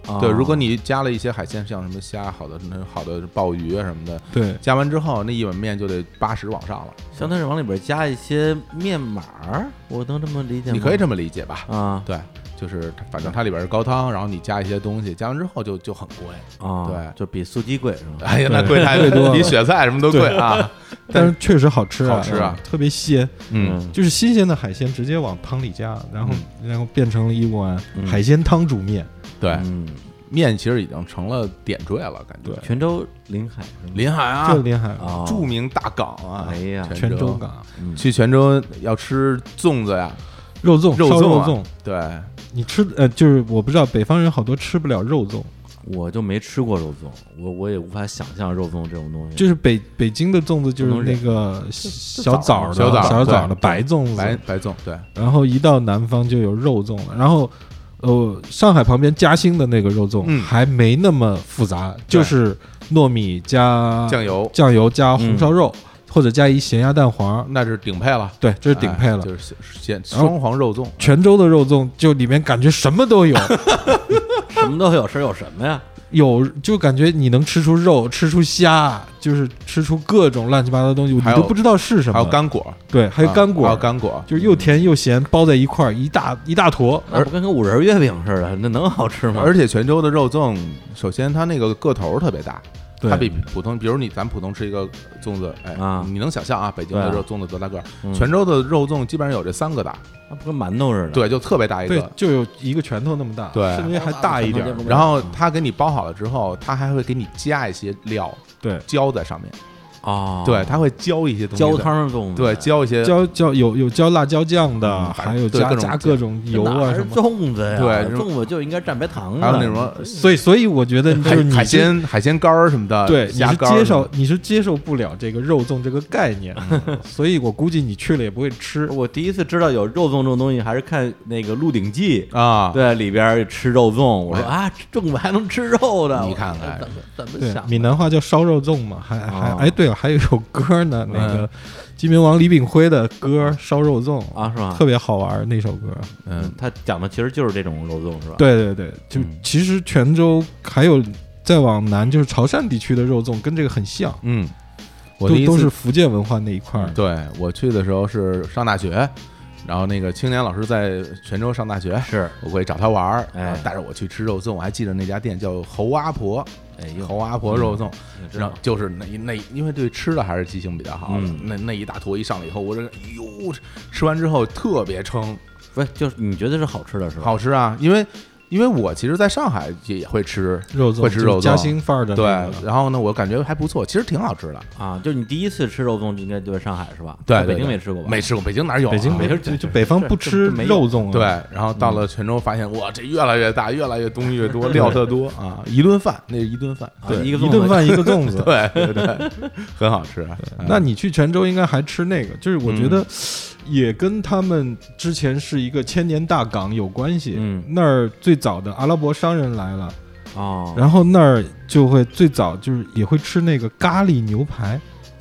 Speaker 1: 啊
Speaker 2: 对，如果你加了一些海鲜，像什么虾、好的那好的鲍鱼啊什么的，
Speaker 3: 对
Speaker 2: 加完之后那一碗面就得八十往上了，
Speaker 1: 相当是往里边加一些面码儿，我能这么理解吗？
Speaker 2: 你可以这么理解吧？
Speaker 1: 啊
Speaker 2: 对，就是它反正它里边是高汤，然后你加一些东西，加完之后就就很贵。
Speaker 1: 啊，
Speaker 2: 对
Speaker 1: 就比素鸡贵是 吧？
Speaker 2: 哎呀，那 贵太
Speaker 3: 贵多了
Speaker 2: 比雪菜什么都贵啊。
Speaker 3: 但是确实好吃啊，
Speaker 2: 好吃啊
Speaker 3: 特别鲜，
Speaker 2: 嗯，
Speaker 3: 就是新鲜的海鲜直接往汤里加，然后、然后变成了一碗
Speaker 2: 嗯
Speaker 3: 海鲜汤煮面。
Speaker 2: 对，
Speaker 1: 嗯，
Speaker 2: 面其实已经成了点缀了，感觉。
Speaker 1: 泉州临海是吗
Speaker 2: 临海啊
Speaker 3: 就，临海
Speaker 1: 啊，
Speaker 2: 著名大港啊，
Speaker 1: 哎呀嗯
Speaker 3: 泉州
Speaker 2: 州。
Speaker 3: 港
Speaker 2: 去泉州要吃粽子呀，
Speaker 3: 肉粽，
Speaker 2: 肉
Speaker 3: 烧肉
Speaker 2: 啊
Speaker 3: 粽，
Speaker 2: 对，
Speaker 3: 你吃呃，就是我不知道北方人好多吃不了肉粽，
Speaker 2: 嗯
Speaker 1: 我就没吃过肉粽，我我也无法想象肉粽这种东西。
Speaker 3: 就是北北京的粽子就是
Speaker 1: 不能
Speaker 3: 那
Speaker 1: 忍
Speaker 3: 个小枣的
Speaker 2: 小枣
Speaker 3: 小枣的
Speaker 2: 对
Speaker 3: 白粽子，啊
Speaker 2: 白白粽，对，
Speaker 3: 然后一到南方就有肉粽了，然后。呃，上海旁边嘉兴的那个肉粽
Speaker 2: 嗯
Speaker 3: 还没那么复杂，就是糯米加
Speaker 2: 酱油
Speaker 3: 酱油加红烧肉，或者加一咸鸭蛋黄，
Speaker 2: 那是顶配了，
Speaker 3: 对，这是顶配了。
Speaker 2: 哎就是鲜
Speaker 3: 然后
Speaker 2: 双黄肉粽，
Speaker 3: 泉州的肉粽就里面感觉什么 都有，
Speaker 1: 什么都有，是有什么呀？
Speaker 3: 有就感觉你能吃出肉，吃出虾，就是吃出各种乱七八糟的东西，你
Speaker 2: 还有
Speaker 3: 都不知道是什么。
Speaker 2: 还有干果，
Speaker 3: 对，还有
Speaker 2: 啊
Speaker 3: 干果，
Speaker 2: 还有干果，
Speaker 3: 就是又甜又咸，包在一块儿，一大一大坨。
Speaker 1: 那不跟个五仁月饼似的，那能好吃
Speaker 3: 嗯
Speaker 1: 吗？
Speaker 2: 而且泉州的肉粽，首先它那个个头儿特别大，
Speaker 3: 对
Speaker 2: 它比普通，比如你咱普通吃一个粽子，哎，
Speaker 1: 啊
Speaker 2: 你能想象啊，北京的
Speaker 1: 对
Speaker 2: 肉
Speaker 1: 啊
Speaker 2: 粽子多大个儿？
Speaker 1: 嗯
Speaker 2: 泉州的肉粽基本上有这三个大，
Speaker 1: 那不跟馒头似的。
Speaker 2: 对，就特别大一
Speaker 3: 对啊
Speaker 2: 个，。
Speaker 3: 就有一个拳头那么大，
Speaker 2: 对
Speaker 3: 甚至还大一点儿。
Speaker 2: 然后它给你包好了之后，它还会给你加一些料
Speaker 3: 对，哦
Speaker 2: 浇在上面，
Speaker 1: 啊，
Speaker 2: 对，它会浇一些东西在，
Speaker 1: 浇汤的粽子，
Speaker 2: 对，浇一些
Speaker 3: 浇浇有有浇辣椒酱的，
Speaker 2: 嗯还
Speaker 3: 还有
Speaker 2: 对
Speaker 3: 加
Speaker 2: 各种
Speaker 3: 加各种油
Speaker 1: 哪
Speaker 3: 啊
Speaker 1: 是
Speaker 3: 什么。
Speaker 1: 粽子呀，
Speaker 2: 对这种
Speaker 1: 粽子就应该蘸白糖
Speaker 2: 还
Speaker 1: 啊。
Speaker 2: 有那什么
Speaker 3: 所以所以我觉得就是
Speaker 2: 海
Speaker 3: 你
Speaker 2: 海
Speaker 3: 是。
Speaker 2: 鲜海鲜干儿什么的，
Speaker 3: 对，你
Speaker 2: 虾
Speaker 3: 是
Speaker 2: 干儿
Speaker 3: 接
Speaker 2: 什么
Speaker 3: 受
Speaker 2: 的，嗯
Speaker 3: 你是接受不了这个肉粽这个概念， 所以我估计你去了也不会吃。
Speaker 1: 我第一次知道有肉粽这种东西，还是看那个《鹿鼎记》
Speaker 2: 啊，
Speaker 1: 对，里边吃肉粽，我说
Speaker 2: 哎
Speaker 1: 啊，粽子还能吃肉的，
Speaker 2: 你
Speaker 1: 我
Speaker 2: 看看
Speaker 1: 怎么怎么
Speaker 3: 对，
Speaker 1: 想
Speaker 3: 闽
Speaker 1: 的？
Speaker 3: 南话叫烧肉粽嘛，还还、
Speaker 1: 哦
Speaker 3: 哎，对了，还有一首歌呢，那
Speaker 2: 嗯
Speaker 3: 个金明王李炳辉的歌《烧肉粽》
Speaker 1: 啊是吧
Speaker 3: 特别好玩儿那首歌。
Speaker 2: 嗯，
Speaker 1: 他讲的其实就是这种肉粽是吧？，嗯
Speaker 3: 对对对，就其实泉州还有再往南就是潮汕地区的肉粽，跟这个很像，
Speaker 2: 嗯，我第
Speaker 3: 都
Speaker 2: 一
Speaker 3: 都
Speaker 2: 次
Speaker 3: 是福建文化那一块儿。
Speaker 1: 嗯
Speaker 2: 对我去的时候是上大学，然后那个青年老师在泉州上大学，
Speaker 1: 是，
Speaker 2: 我过去找他玩儿，
Speaker 1: 哎
Speaker 2: 然后带着我去吃肉粽，我还记得那家店叫侯阿婆，
Speaker 1: 哎呦，
Speaker 2: 侯阿婆肉粽，
Speaker 1: 你知
Speaker 2: 然
Speaker 1: 道
Speaker 2: 后就是那一那一因为对吃的还是记性比较好的，
Speaker 1: 嗯
Speaker 2: 那那一大坨一上来以后，我这个哎呦，吃完之后特别撑，
Speaker 1: 不是就是你觉得是好吃的是吧？
Speaker 2: 好吃啊，因为。因为我其实在上海也也会吃
Speaker 3: 肉粽
Speaker 2: 会吃
Speaker 3: 就是
Speaker 2: 肉粽，
Speaker 3: 夹心范儿的
Speaker 2: 对
Speaker 3: 那个，
Speaker 2: 然后呢，我感觉还不错，其实挺好吃的。
Speaker 1: 啊，就是你第一次吃肉粽就应该就在上海是吧？
Speaker 2: 对，
Speaker 1: 在
Speaker 2: 对
Speaker 1: 北京
Speaker 2: 对
Speaker 1: 没吃过吧？
Speaker 2: 没吃过，北京哪有啊？
Speaker 3: 北京没
Speaker 1: 没事
Speaker 3: 就
Speaker 1: 对
Speaker 3: 就北方
Speaker 1: 这
Speaker 3: 不
Speaker 1: 这
Speaker 3: 吃
Speaker 1: 这没有
Speaker 3: 肉粽啊，
Speaker 2: 对，然后到了泉州发现，哇，这越来越大，越来越东西越多，料特多啊，一顿饭那是一顿饭，
Speaker 1: 啊
Speaker 2: 对
Speaker 1: 一个
Speaker 3: 一顿
Speaker 1: 粽
Speaker 3: 饭
Speaker 1: 子
Speaker 3: 一个粽子。
Speaker 2: 对对对，很好吃。嗯
Speaker 3: 那你去泉州应该还吃那个，就是我觉
Speaker 1: 嗯
Speaker 3: 得也跟他们之前是一个千年大港有关系。
Speaker 1: 嗯
Speaker 3: 那儿最早的阿拉伯商人来了，
Speaker 1: 哦，
Speaker 3: 然后那儿就会最早就是也会吃那个咖喱牛排，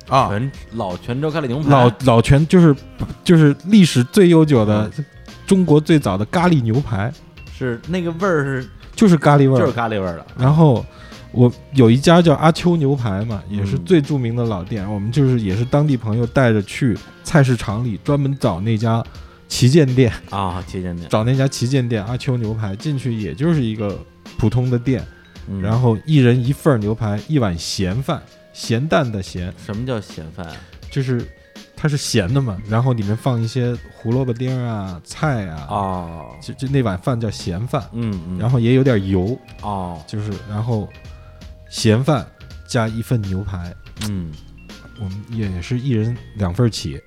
Speaker 2: 啊，
Speaker 1: 嗯泉老泉州咖喱牛排，
Speaker 3: 老老泉就是就是历史最悠久的
Speaker 1: 嗯
Speaker 3: 中国最早的咖喱牛排，
Speaker 1: 是那个味儿是
Speaker 3: 就是咖喱味
Speaker 1: 就
Speaker 3: 儿
Speaker 1: 是。咖喱味儿的，
Speaker 3: 然后我有一家叫阿秋牛排嘛，也是
Speaker 1: 嗯
Speaker 3: 最著名的老店，我们就是也是当地朋友带着去菜市场里专门找那家旗舰店，
Speaker 1: 啊，旗舰店，
Speaker 3: 找那家旗舰店阿秋牛排进去，也就是一个普通的店，
Speaker 1: 嗯
Speaker 3: 然后一人一份儿牛排，一碗咸饭，咸淡的咸，
Speaker 1: 什么叫咸饭啊？
Speaker 3: 就是。它是咸的嘛，然后里面放一些胡萝卜丁儿啊、菜啊，
Speaker 1: 哦，
Speaker 3: 就就那碗饭叫咸饭，
Speaker 1: 嗯嗯，
Speaker 3: 然后也有点油，
Speaker 1: 哦，
Speaker 3: 就是然后咸饭加一份牛排，
Speaker 1: 嗯，
Speaker 3: 我们也也是一人两份儿 起。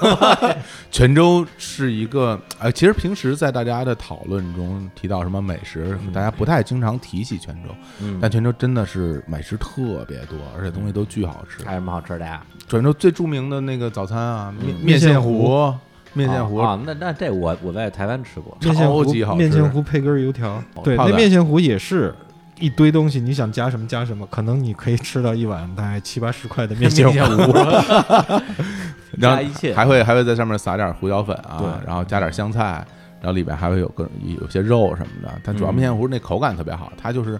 Speaker 2: 哎泉州是一个，呃，其实平时在大家的讨论中提到什么美食，大家不太经常提起泉州，
Speaker 1: 嗯
Speaker 2: 但泉州真的是美食特别多，而且东西都巨好吃。
Speaker 1: 还有什么好吃的呀？嗯
Speaker 2: 泉州最著名的那个早餐啊，面
Speaker 3: 面线
Speaker 2: 线
Speaker 3: 糊
Speaker 2: 糊，面线糊，
Speaker 1: 啊，啊那那这我我在台湾吃过，
Speaker 3: 面线糊
Speaker 2: 超级好吃
Speaker 3: 面线糊配根儿油条，对，
Speaker 2: 泡
Speaker 3: 那
Speaker 2: 的
Speaker 3: 面线糊也是一堆东西，你想加什么加什么，可能你可以吃到一碗大概七八十块的面线糊。
Speaker 2: 糊， 然
Speaker 1: 加
Speaker 2: 后
Speaker 1: 一切
Speaker 2: 还会还会在上面撒点胡椒粉啊，
Speaker 3: 对
Speaker 2: 然后加点香菜，然后里边还会有各有些肉什么的。但主要
Speaker 1: 嗯
Speaker 2: 面线糊那口感特别好，它就是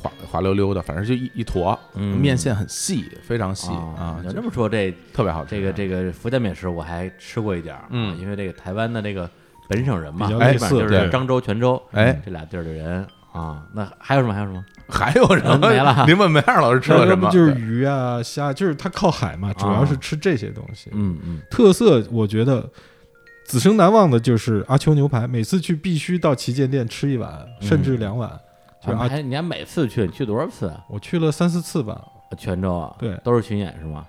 Speaker 2: 滑滑溜溜的，反正就一一坨，
Speaker 1: 嗯
Speaker 2: 面线很细，非常细
Speaker 1: 啊
Speaker 2: 啊，
Speaker 1: 你
Speaker 2: 就
Speaker 1: 要这么说，这
Speaker 2: 特别好吃。
Speaker 1: 这个这个福建美食我还吃过一点儿，啊
Speaker 2: 嗯
Speaker 1: 因为这个台湾的这个本省人嘛，
Speaker 3: 比较
Speaker 1: 基
Speaker 2: 类
Speaker 1: 本上
Speaker 2: 似
Speaker 1: 就是
Speaker 2: 对
Speaker 1: 漳州、泉州，嗯
Speaker 2: 哎
Speaker 1: 这俩地儿的人啊。那还有什么？还有什么？嗯
Speaker 2: 还有人
Speaker 1: 没了
Speaker 2: 您问梅二老师吃了
Speaker 3: 要
Speaker 2: 什
Speaker 3: 不
Speaker 2: 么？啊
Speaker 3: 就是
Speaker 2: 对
Speaker 3: 鱼啊、虾，就是它靠海嘛，主要是吃这些东西。
Speaker 1: 嗯嗯，
Speaker 3: 特色我觉得此生难忘的就是阿秋牛排，每次去必须到旗舰店吃一碗，甚至两碗。就是
Speaker 1: 嗯啊
Speaker 3: 阿，
Speaker 1: 还你还每次去，你去多少次啊？
Speaker 3: 我去了三四次吧，
Speaker 1: 泉州啊，
Speaker 3: 对
Speaker 1: 都是巡演是吗？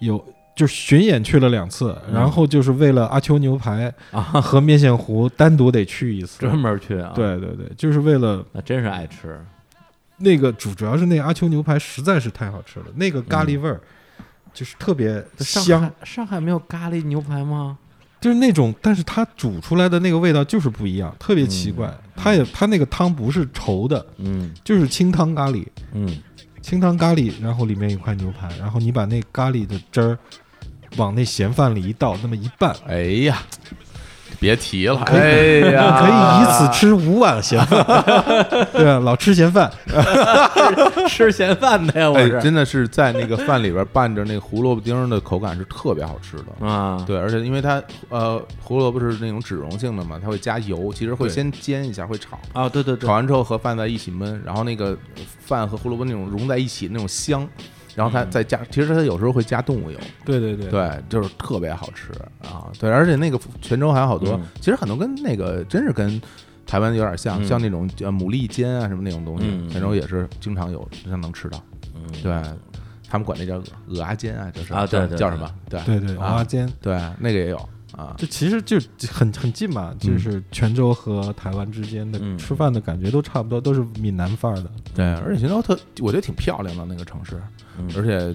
Speaker 3: 有就是巡演去了两次，
Speaker 1: 嗯
Speaker 3: 然后就是为了阿秋牛排
Speaker 1: 啊，
Speaker 3: 和面线糊单独得去一次。
Speaker 1: 专门去啊？，
Speaker 3: 对对对，就是为了
Speaker 1: 那真是爱吃。
Speaker 3: 那个主主要是那个阿秋牛排实在是太好吃了，那个咖喱味儿就是特别
Speaker 1: 上
Speaker 3: 香，
Speaker 1: 海上海没有咖喱牛 排吗？
Speaker 3: 就是那种，但是它煮出来的那个味道就是不一样，特别奇怪。它也它那个汤不是稠的，
Speaker 1: 嗯
Speaker 3: 就是清汤咖喱，
Speaker 1: 嗯，
Speaker 3: 清汤咖喱，然后里面有块牛排，然后你把那咖喱的汁儿往那咸饭里一倒，那么一拌，
Speaker 2: 哎呀，别提了，
Speaker 3: 可以
Speaker 2: 哎呀，
Speaker 3: 可以以此吃五碗咸饭，对啊，老吃咸饭，
Speaker 1: 吃咸饭的呀，我
Speaker 2: 哎，
Speaker 1: 是
Speaker 2: 真的是在那个饭里边拌着那个胡萝卜丁儿的口感是特别好吃的。
Speaker 1: 啊，
Speaker 2: 对，而且因为它呃胡萝卜是那种脂溶性的嘛，它会加油，其实会
Speaker 3: 对
Speaker 2: 先煎一下，会炒，
Speaker 1: 啊，对对
Speaker 2: 炒
Speaker 1: 对，
Speaker 2: 完之后和饭在一起焖，然后那个饭和胡萝卜那种融在一起那种香，然后
Speaker 1: 嗯
Speaker 2: 它再加，其实它有时候会加动物油，
Speaker 3: 对对对，
Speaker 2: 对，啊就是特别好吃啊，对，而且那个泉州还有好多，
Speaker 1: 嗯
Speaker 2: 其实很多跟那个真是跟。台湾有点像，
Speaker 1: 嗯
Speaker 2: 像那种呃牡蛎煎啊什么那种东西，
Speaker 1: 嗯
Speaker 2: 泉州也是经常有，经常能吃到。
Speaker 1: 嗯
Speaker 2: 对，他们管那叫鹅鸭煎啊，就是
Speaker 1: 啊对
Speaker 2: 叫
Speaker 1: 对
Speaker 2: 叫
Speaker 1: 对
Speaker 2: 什么？对
Speaker 3: 对对，
Speaker 2: 啊
Speaker 3: 蚵仔煎，
Speaker 2: 对，那个也有啊。
Speaker 3: 就其实就很很近嘛，就是泉州和台湾之间的
Speaker 1: 嗯
Speaker 3: 吃饭的感觉都差不多，都是闽南范儿的。
Speaker 2: 对，而且泉州特，我觉得挺漂亮的那个城市，
Speaker 1: 嗯
Speaker 2: 而且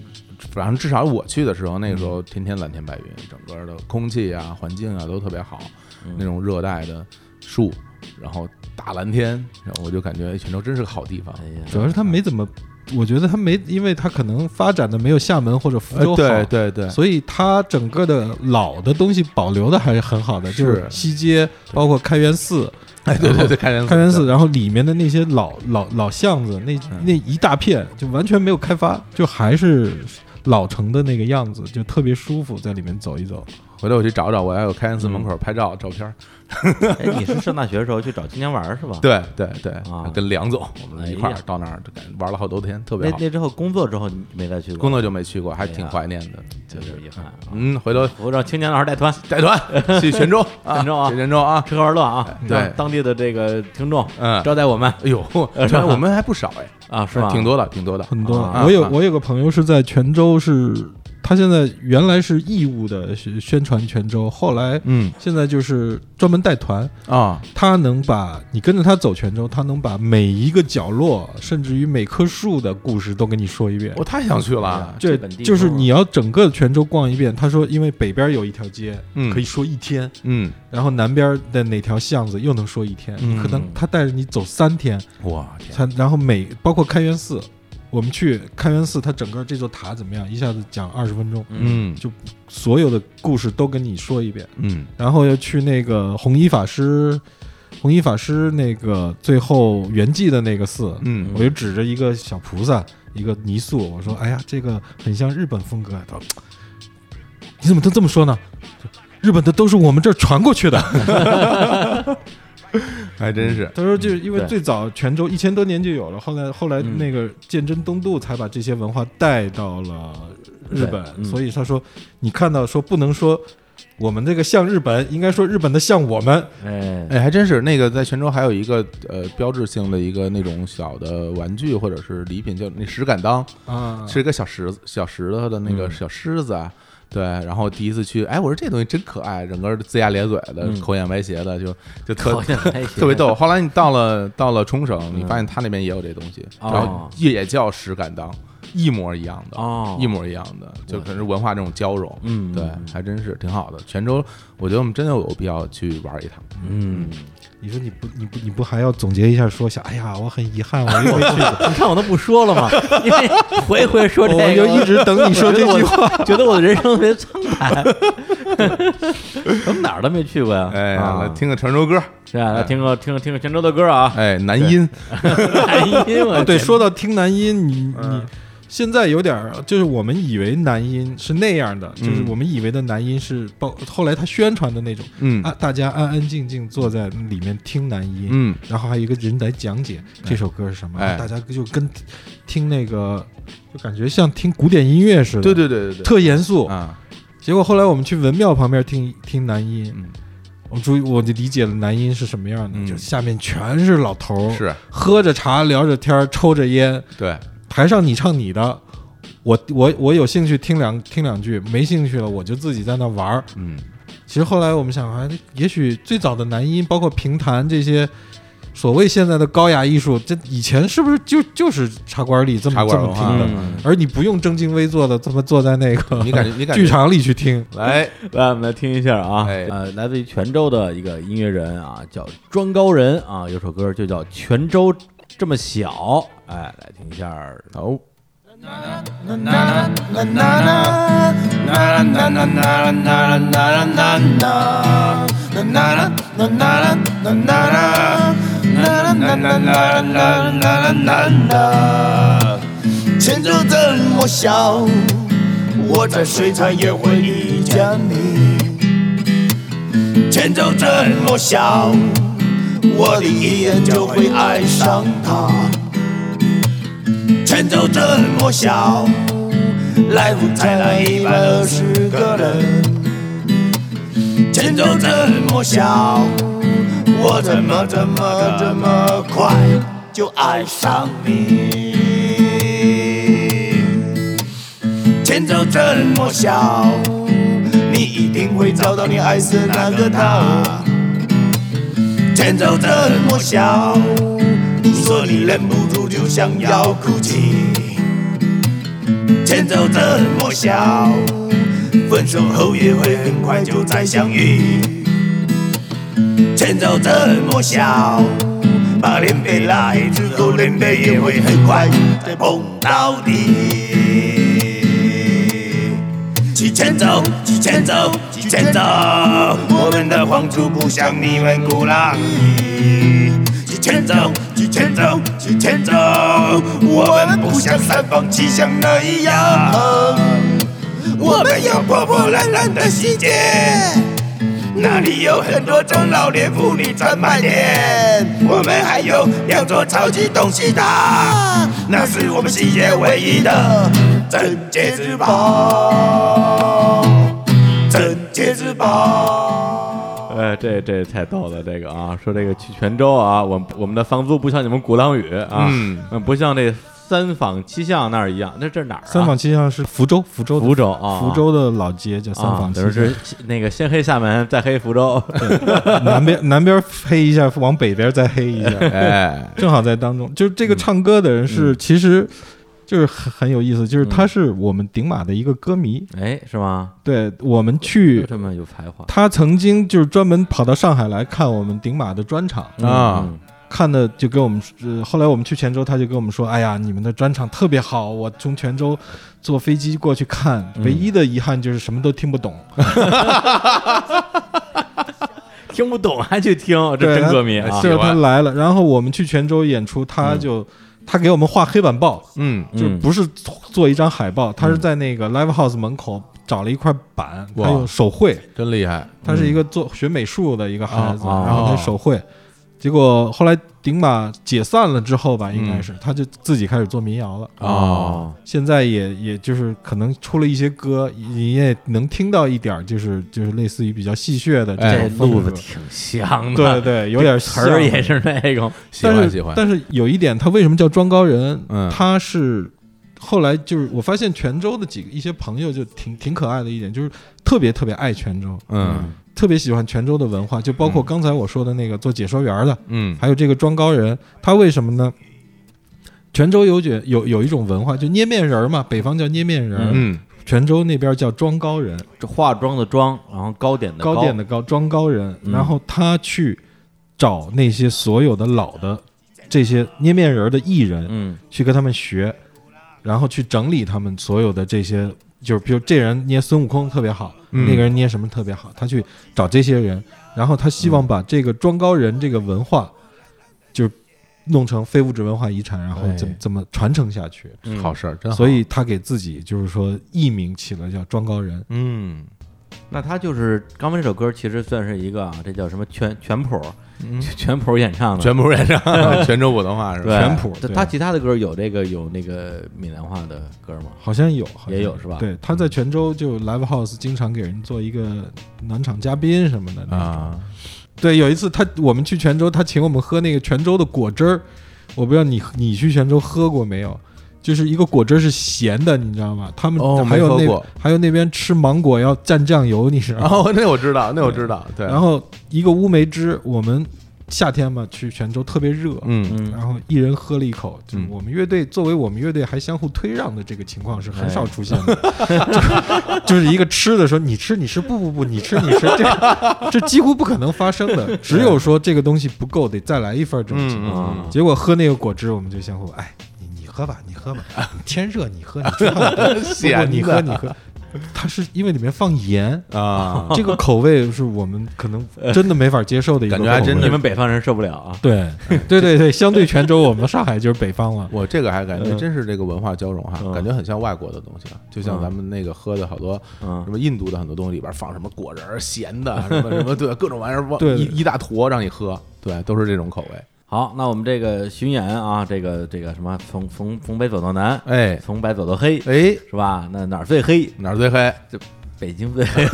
Speaker 2: 反正至少我去的时候，那个时候天天蓝天白云，整个的空气啊、环境啊都特别好，
Speaker 1: 嗯
Speaker 2: 那种热带的树，然后大蓝天，然后我就感觉哎泉州真是个好地方。
Speaker 1: 哎呀，
Speaker 3: 主要是他没怎么，我觉得他没，因为他可能发展的没有厦门或者福
Speaker 2: 呃
Speaker 3: 州好，
Speaker 2: 对对对，
Speaker 3: 所以它整个的老的东西保留的还是很好的，
Speaker 2: 是
Speaker 3: 就是西街，包括开元寺，
Speaker 2: 哎对对对，嗯开元
Speaker 3: 开元寺，然后里面的那些老老老巷子，那那一大片就完全没有开发，就还是老城的那个样子，就特别舒服，在里面走一走。
Speaker 2: 回头我去找找，我要有开恩寺门口拍照照片儿。
Speaker 1: 嗯哎，你是上大学的时候去找青年玩儿是吧？，
Speaker 2: 对对对
Speaker 1: 啊
Speaker 2: 跟梁总我们一块
Speaker 1: 哎
Speaker 2: 儿
Speaker 1: 呀
Speaker 2: 到那儿就感觉玩了好多天，特别
Speaker 1: 那
Speaker 2: 好。
Speaker 1: 那之后工作之后你没再去过，
Speaker 2: 工作就没去过，还
Speaker 1: 呀
Speaker 2: 挺怀念的。
Speaker 1: 真是遗憾啊。
Speaker 2: 嗯，回头
Speaker 1: 我让青年老师带团
Speaker 2: 带团 去泉州，
Speaker 1: 泉州啊
Speaker 2: 去泉州啊。
Speaker 1: 吃喝玩乐啊，
Speaker 2: 对
Speaker 1: 让当地的这个听众
Speaker 2: 嗯
Speaker 1: 招待我们
Speaker 2: 哎呦，
Speaker 1: 是吧
Speaker 2: 我们还不少哎，
Speaker 1: 啊，是吧？
Speaker 2: 挺多的，挺多的，
Speaker 3: 很多。
Speaker 2: 啊
Speaker 3: 我有
Speaker 2: 啊
Speaker 3: 我有个朋友是在泉州是，他现在原来是义务的宣宣传泉州，后来
Speaker 2: 嗯
Speaker 3: 现在就是专门带团，
Speaker 2: 啊，
Speaker 3: 他能把你跟着他走泉州，他能把每一个角落，甚至于每棵树的故事都跟你说一遍
Speaker 2: 我。太想去了。
Speaker 1: 哎这
Speaker 3: 这
Speaker 1: 本地
Speaker 3: 就是
Speaker 1: 风啊
Speaker 3: 你要整个泉州逛一遍。他说，因为北边有一条街，
Speaker 2: 嗯
Speaker 3: 可以说一天，
Speaker 2: 嗯，
Speaker 3: 然后南边的哪条巷子又能说一天，
Speaker 2: 嗯
Speaker 3: 你可能他带着你走三天，
Speaker 2: 哇天，
Speaker 3: 才然后每包括开元寺，我们去开元寺，它整个这座塔怎么样，一下子讲二十分钟，
Speaker 2: 嗯
Speaker 3: 所有的故事都跟你说一遍，
Speaker 2: 嗯
Speaker 3: 然后又去那个弘一法师，弘一法师那个最后圆寂的那个寺，
Speaker 2: 嗯
Speaker 3: 我就指着一个小菩萨，一个泥塑，我说：“哎呀，这个很像日本风格。”啊他说：“你怎么都这么说呢？日本的都是我们这儿传过去的。”
Speaker 2: 还真是，
Speaker 3: 他说，就是因为
Speaker 1: 对
Speaker 3: 最早泉州一千多年就有了，后来后来
Speaker 1: 嗯
Speaker 3: 那个鉴真东渡才把这些文化带到了日本，
Speaker 1: 嗯
Speaker 3: 所以他说，你看到说不能说我们这个像日本，应该说日本的像我们。
Speaker 1: 哎，
Speaker 2: 哎，还真是。那个在泉州还有一个呃标志性的一个那种小的玩具或者是礼品，叫那石敢当，
Speaker 3: 啊
Speaker 2: 是一个小石子小石头的那个
Speaker 1: 嗯
Speaker 2: 小狮子啊。对，然后第一次去，哎，我说这东西真可爱，整个龇牙咧嘴的，
Speaker 1: 嗯
Speaker 2: 口眼歪斜的，就就特
Speaker 1: 好像还行
Speaker 2: 特别逗。后来你到了到了冲绳，你发现他那边也有这东西，
Speaker 1: 嗯哦
Speaker 2: 然后也叫石敢当，一模一样的，
Speaker 1: 哦
Speaker 2: 一模一样的，就可能是文化这种交融。
Speaker 1: 嗯
Speaker 2: 对，还真是挺好的。泉州，我觉得我们真的有必要去玩一趟。
Speaker 1: 嗯，
Speaker 3: 你说你不你不你不还要总结一下说一下？哎呀，我很遗憾，我又没去过。
Speaker 1: 你看我都不 说了嘛， 因为回回说这个，
Speaker 3: 我就一直等你说这句话。
Speaker 1: 话，觉得 我的人生特别苍白，我们哪儿都没去过呀。
Speaker 2: 哎，
Speaker 1: 啊
Speaker 2: 来听个泉州歌，
Speaker 1: 是啊，来听个听个听个泉州的歌啊，
Speaker 2: 哎，男 音，哦
Speaker 1: 哎呦我
Speaker 3: 啊，对，
Speaker 1: 天
Speaker 3: 说到听男音，你
Speaker 2: 嗯
Speaker 3: 你现在有点儿，就是我们以为男音是那样的，就是
Speaker 2: 嗯
Speaker 3: 我们以为的男音是包，后来他宣传的那种，
Speaker 2: 嗯
Speaker 3: 啊，大家安安静静坐在里面听男音，
Speaker 2: 嗯，
Speaker 3: 然后还有一个人来讲解这首歌是什么，
Speaker 2: 哎
Speaker 3: 大家就跟听那个，就感觉像听古典音乐似的，
Speaker 2: 对对对对对，
Speaker 3: 特严肃。
Speaker 2: 啊，
Speaker 3: 结果后来我们去文庙旁边听听男音。
Speaker 2: 嗯，
Speaker 3: 我注意，我就理解了男音是什么样的，
Speaker 2: 嗯
Speaker 3: 就下面全是老头儿，
Speaker 2: 是
Speaker 3: 喝着茶聊着天儿，抽着烟，
Speaker 2: 对，
Speaker 3: 台上你唱你的，我我我有兴趣听两听两句，没兴趣了我就自己在那玩儿。
Speaker 2: 嗯
Speaker 3: 其实后来我们想，啊，也许最早的男音，包括评弹这些。所谓现在的高雅艺术，这以前是不是就就是茶馆里这么
Speaker 2: 茶
Speaker 3: 这
Speaker 2: 馆
Speaker 3: 么
Speaker 2: 文化
Speaker 3: 听的？
Speaker 1: 嗯
Speaker 3: 而你不用正襟危坐的这么坐在那 个
Speaker 2: 你感觉你感觉
Speaker 3: 剧场里去听，
Speaker 2: 来，
Speaker 1: 来，我们来听一下啊，
Speaker 2: 哎
Speaker 1: 呃，来自于泉州的一个音乐人啊，叫庄高人啊，有首歌就叫《泉州这么小》，哎，来听一下儿，
Speaker 2: 哦，
Speaker 7: 前奏这么小，我在水产也会遇见你。前奏这么小，我的一眼就会爱上他。前奏这么小，来福才来一百二十个人。前奏这么小，我怎么怎么这么快就爱上你？前奏这么小，你一定会找到你爱死的那个他。前奏这么小，你说你忍不住就想要哭泣。前奏这么小，分手后也会很快就再相遇。前奏这么小，把脸被拉黑之后，脸被也会很快再碰到你。去前走，去前走，去前走，我们的黄土不像你们鼓浪屿。去前走，去前走，去前走，我们不像三坊七巷那样。我们有破破烂烂的世界，那里有很多中老年妇女专卖店，我们还有两座超级东西塔，那是我们西街唯一的镇街之宝，镇街之宝。
Speaker 1: 哎，这这太逗了，这个啊，说这个去泉州啊，我们我们的房租不像你们鼓浪屿啊，
Speaker 2: 嗯
Speaker 1: 嗯，不像这三坊七巷那儿一样，那这哪儿、啊？
Speaker 3: 三坊七巷是福州，福州的，
Speaker 1: 福州啊
Speaker 3: 福州的老街叫三
Speaker 1: 啊
Speaker 3: 坊，七
Speaker 1: 等于
Speaker 3: 巷
Speaker 1: 是。那个先黑厦门，再黑福州，
Speaker 3: 南边南边黑一下，往北边再黑一下，
Speaker 2: 哎，
Speaker 3: 正好在当中。就是这个唱歌的人是，其实就是很很有意思，就是他是我们顶马的一个歌迷。
Speaker 1: 哎，是吗？
Speaker 3: 对我们
Speaker 1: 就
Speaker 3: 去，
Speaker 1: 这么有才华
Speaker 3: 他曾经就是专门跑到上海来看我们顶马的专场，
Speaker 2: 啊
Speaker 1: 嗯
Speaker 3: 看的就跟我们，呃，后来我们去泉州，他就跟我们说，哎呀，你们的专场特别好，我从泉州坐飞机过去看，
Speaker 1: 嗯
Speaker 3: 唯一的遗憾就是什么都听不懂。
Speaker 1: 听不懂还去听，这
Speaker 3: 对
Speaker 1: 真
Speaker 3: 他
Speaker 1: 歌迷啊！
Speaker 3: 就是他来了，然后我们去泉州演出，他就、他给我们画黑板报，
Speaker 2: 嗯，
Speaker 3: 就
Speaker 1: 嗯
Speaker 3: 不是做一张海报，他是在那个 live house 门口找了一块板，
Speaker 2: 哇
Speaker 3: 他有
Speaker 1: 哦
Speaker 3: 手绘，
Speaker 2: 真厉害，
Speaker 3: 他是一个做学美术的一个孩子，
Speaker 1: 嗯哦
Speaker 3: 然后他手绘。结果后来顶马解散了之后吧，应该是、他就自己开始做民谣了。
Speaker 1: 嗯哦，
Speaker 3: 现在也也就是可能出了一些歌，你也能听到一点儿，就是就是类似于比较戏谑的
Speaker 1: 这
Speaker 3: 这种
Speaker 1: 哎路
Speaker 3: 风格。
Speaker 1: 子挺像
Speaker 3: 对
Speaker 1: 的，
Speaker 3: 对，有点
Speaker 1: 词儿
Speaker 3: 像
Speaker 1: 也是那种，
Speaker 2: 喜
Speaker 3: 但
Speaker 2: 欢
Speaker 3: 是
Speaker 2: 喜欢，
Speaker 3: 但是有一点，他为什么叫庄高人？
Speaker 2: 嗯
Speaker 3: 他是后来就是我发现泉州的几个一些朋友就挺挺可爱的一点，就是特别特别爱泉州，
Speaker 2: 嗯
Speaker 3: 特别喜欢泉州的文化，就包括刚才我说的那个做解说员的，
Speaker 2: 嗯
Speaker 3: 还有这个庄高人，他为什么呢？泉州有卷有有一种文化，就捏面人儿嘛，北方叫捏面人儿，
Speaker 2: 嗯，
Speaker 3: 泉州那边叫庄高人，
Speaker 1: 这化妆的妆，然后糕点的
Speaker 3: 高点的高，庄高人。
Speaker 2: 嗯
Speaker 3: 然后他去找那些所有的老的这些捏面人儿的艺人，
Speaker 1: 嗯
Speaker 3: 去跟他们学，然后去整理他们所有的这些，就是比如这人捏孙悟空特别好，
Speaker 2: 嗯
Speaker 3: 那个人捏什么特别好，他去找这些人，然后他希望把这个庄高人这个文化，就是弄成非物质文化遗产，然后怎么
Speaker 1: 哎
Speaker 3: 怎么传承下去。
Speaker 1: 嗯
Speaker 2: 好事儿，真好，
Speaker 3: 所以他给自己就是说艺名起了叫庄高人，
Speaker 2: 嗯
Speaker 1: 那他就是刚才这首歌，其实算是一个啊，这叫什么全全谱，
Speaker 3: 嗯
Speaker 1: 全谱演唱的。
Speaker 2: 全部演 唱泉州普通话是吧？
Speaker 1: 对
Speaker 3: 全谱
Speaker 1: 他
Speaker 3: 对
Speaker 1: 他其他的歌有这个有那个闽南话的歌吗？
Speaker 3: 好像有，好像
Speaker 1: 也有是吧嗯
Speaker 3: 对，他在泉州就 live house 经常给人做一个暖场嘉宾什么的那种
Speaker 2: 啊，
Speaker 3: 对，有一次他我们去泉州，他请我们喝那个泉州的果汁儿，我不知道你你去泉州喝过没有？就是一个果汁儿是咸的，你知道吗？他们
Speaker 2: 哦
Speaker 3: 还有
Speaker 2: 没喝
Speaker 3: 那、
Speaker 2: 过
Speaker 3: 还有那边吃芒果要蘸酱油，你知道
Speaker 2: 然
Speaker 3: 吗？
Speaker 2: 后那我知道，那我知道，对，
Speaker 3: 然后一个乌梅汁，我们夏天嘛去泉州特别热，
Speaker 2: 嗯
Speaker 1: 嗯
Speaker 3: 然后一人喝了一口，就是
Speaker 2: 嗯
Speaker 3: 我们乐队作为我们乐队还相互推让的这个情况是很少出现的，
Speaker 2: 嗯
Speaker 3: 就就是一个吃的说你吃你吃不不不你吃你吃这 这几乎不可能发生的，只有说这个东西不够得再来一份儿这种情
Speaker 2: 嗯
Speaker 3: 况。
Speaker 1: 啊，
Speaker 3: 结果喝那个果汁，我们就相互哎你你喝吧你喝吧，天热你喝你出汗 多，不不
Speaker 2: 咸
Speaker 3: 你
Speaker 2: 的
Speaker 3: 喝你喝，它是因为里面放盐。
Speaker 2: 啊，
Speaker 3: 这个口味是我们可能真的没法接受的一个
Speaker 2: 感
Speaker 3: 口
Speaker 2: 觉
Speaker 3: 味，
Speaker 2: 还真的
Speaker 1: 你们北方人受不了啊。
Speaker 3: 对，对对对，相对泉州，我们上海就是北方了。
Speaker 2: 我这个还感觉真是这个文化交融哈，
Speaker 1: 嗯
Speaker 2: 感觉很像外国的东西啊，就像咱们那个喝的好多
Speaker 1: 嗯
Speaker 2: 什么印度的很多东西里边放什么果仁儿、咸的啊什么什么， 对，各种玩 意儿往
Speaker 3: 对
Speaker 2: 一一大坨让你喝，对，都是这种口味。
Speaker 1: 好，那我们这个巡演啊，这个这个什么，从从从北走到南，
Speaker 2: 哎
Speaker 1: 从白走到黑，
Speaker 2: 哎，
Speaker 1: 是吧？那哪儿最黑？
Speaker 2: 哪儿最黑？
Speaker 1: 这北京 最黑，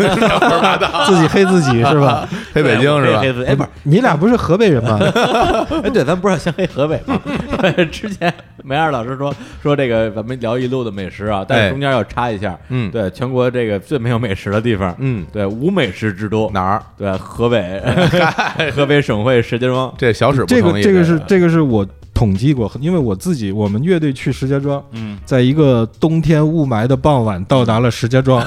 Speaker 3: 自己黑自己是 吧？
Speaker 2: 黑北京是吧
Speaker 1: 黑？黑哎，不是，
Speaker 3: 你俩不是河北人 吗？
Speaker 1: 哎，对，咱不是要先黑河北吗？ 之前梅二老师说说这个咱们聊一路的美食啊，但
Speaker 2: 哎
Speaker 1: 是中间要插一下，
Speaker 2: 嗯
Speaker 1: 对，全国这个最没有美食的地方，
Speaker 2: 嗯
Speaker 1: 对，无美食之都
Speaker 2: 哪儿？
Speaker 1: 对，河北，河北省会石家庄，
Speaker 2: 这小史不
Speaker 3: 这
Speaker 2: 同
Speaker 3: 个
Speaker 2: 意。
Speaker 3: 这个是这个是我统计过，因为我自己我们乐队去石家庄，
Speaker 1: 嗯，
Speaker 3: 在一个冬天雾霾的傍晚到达了石家 庄，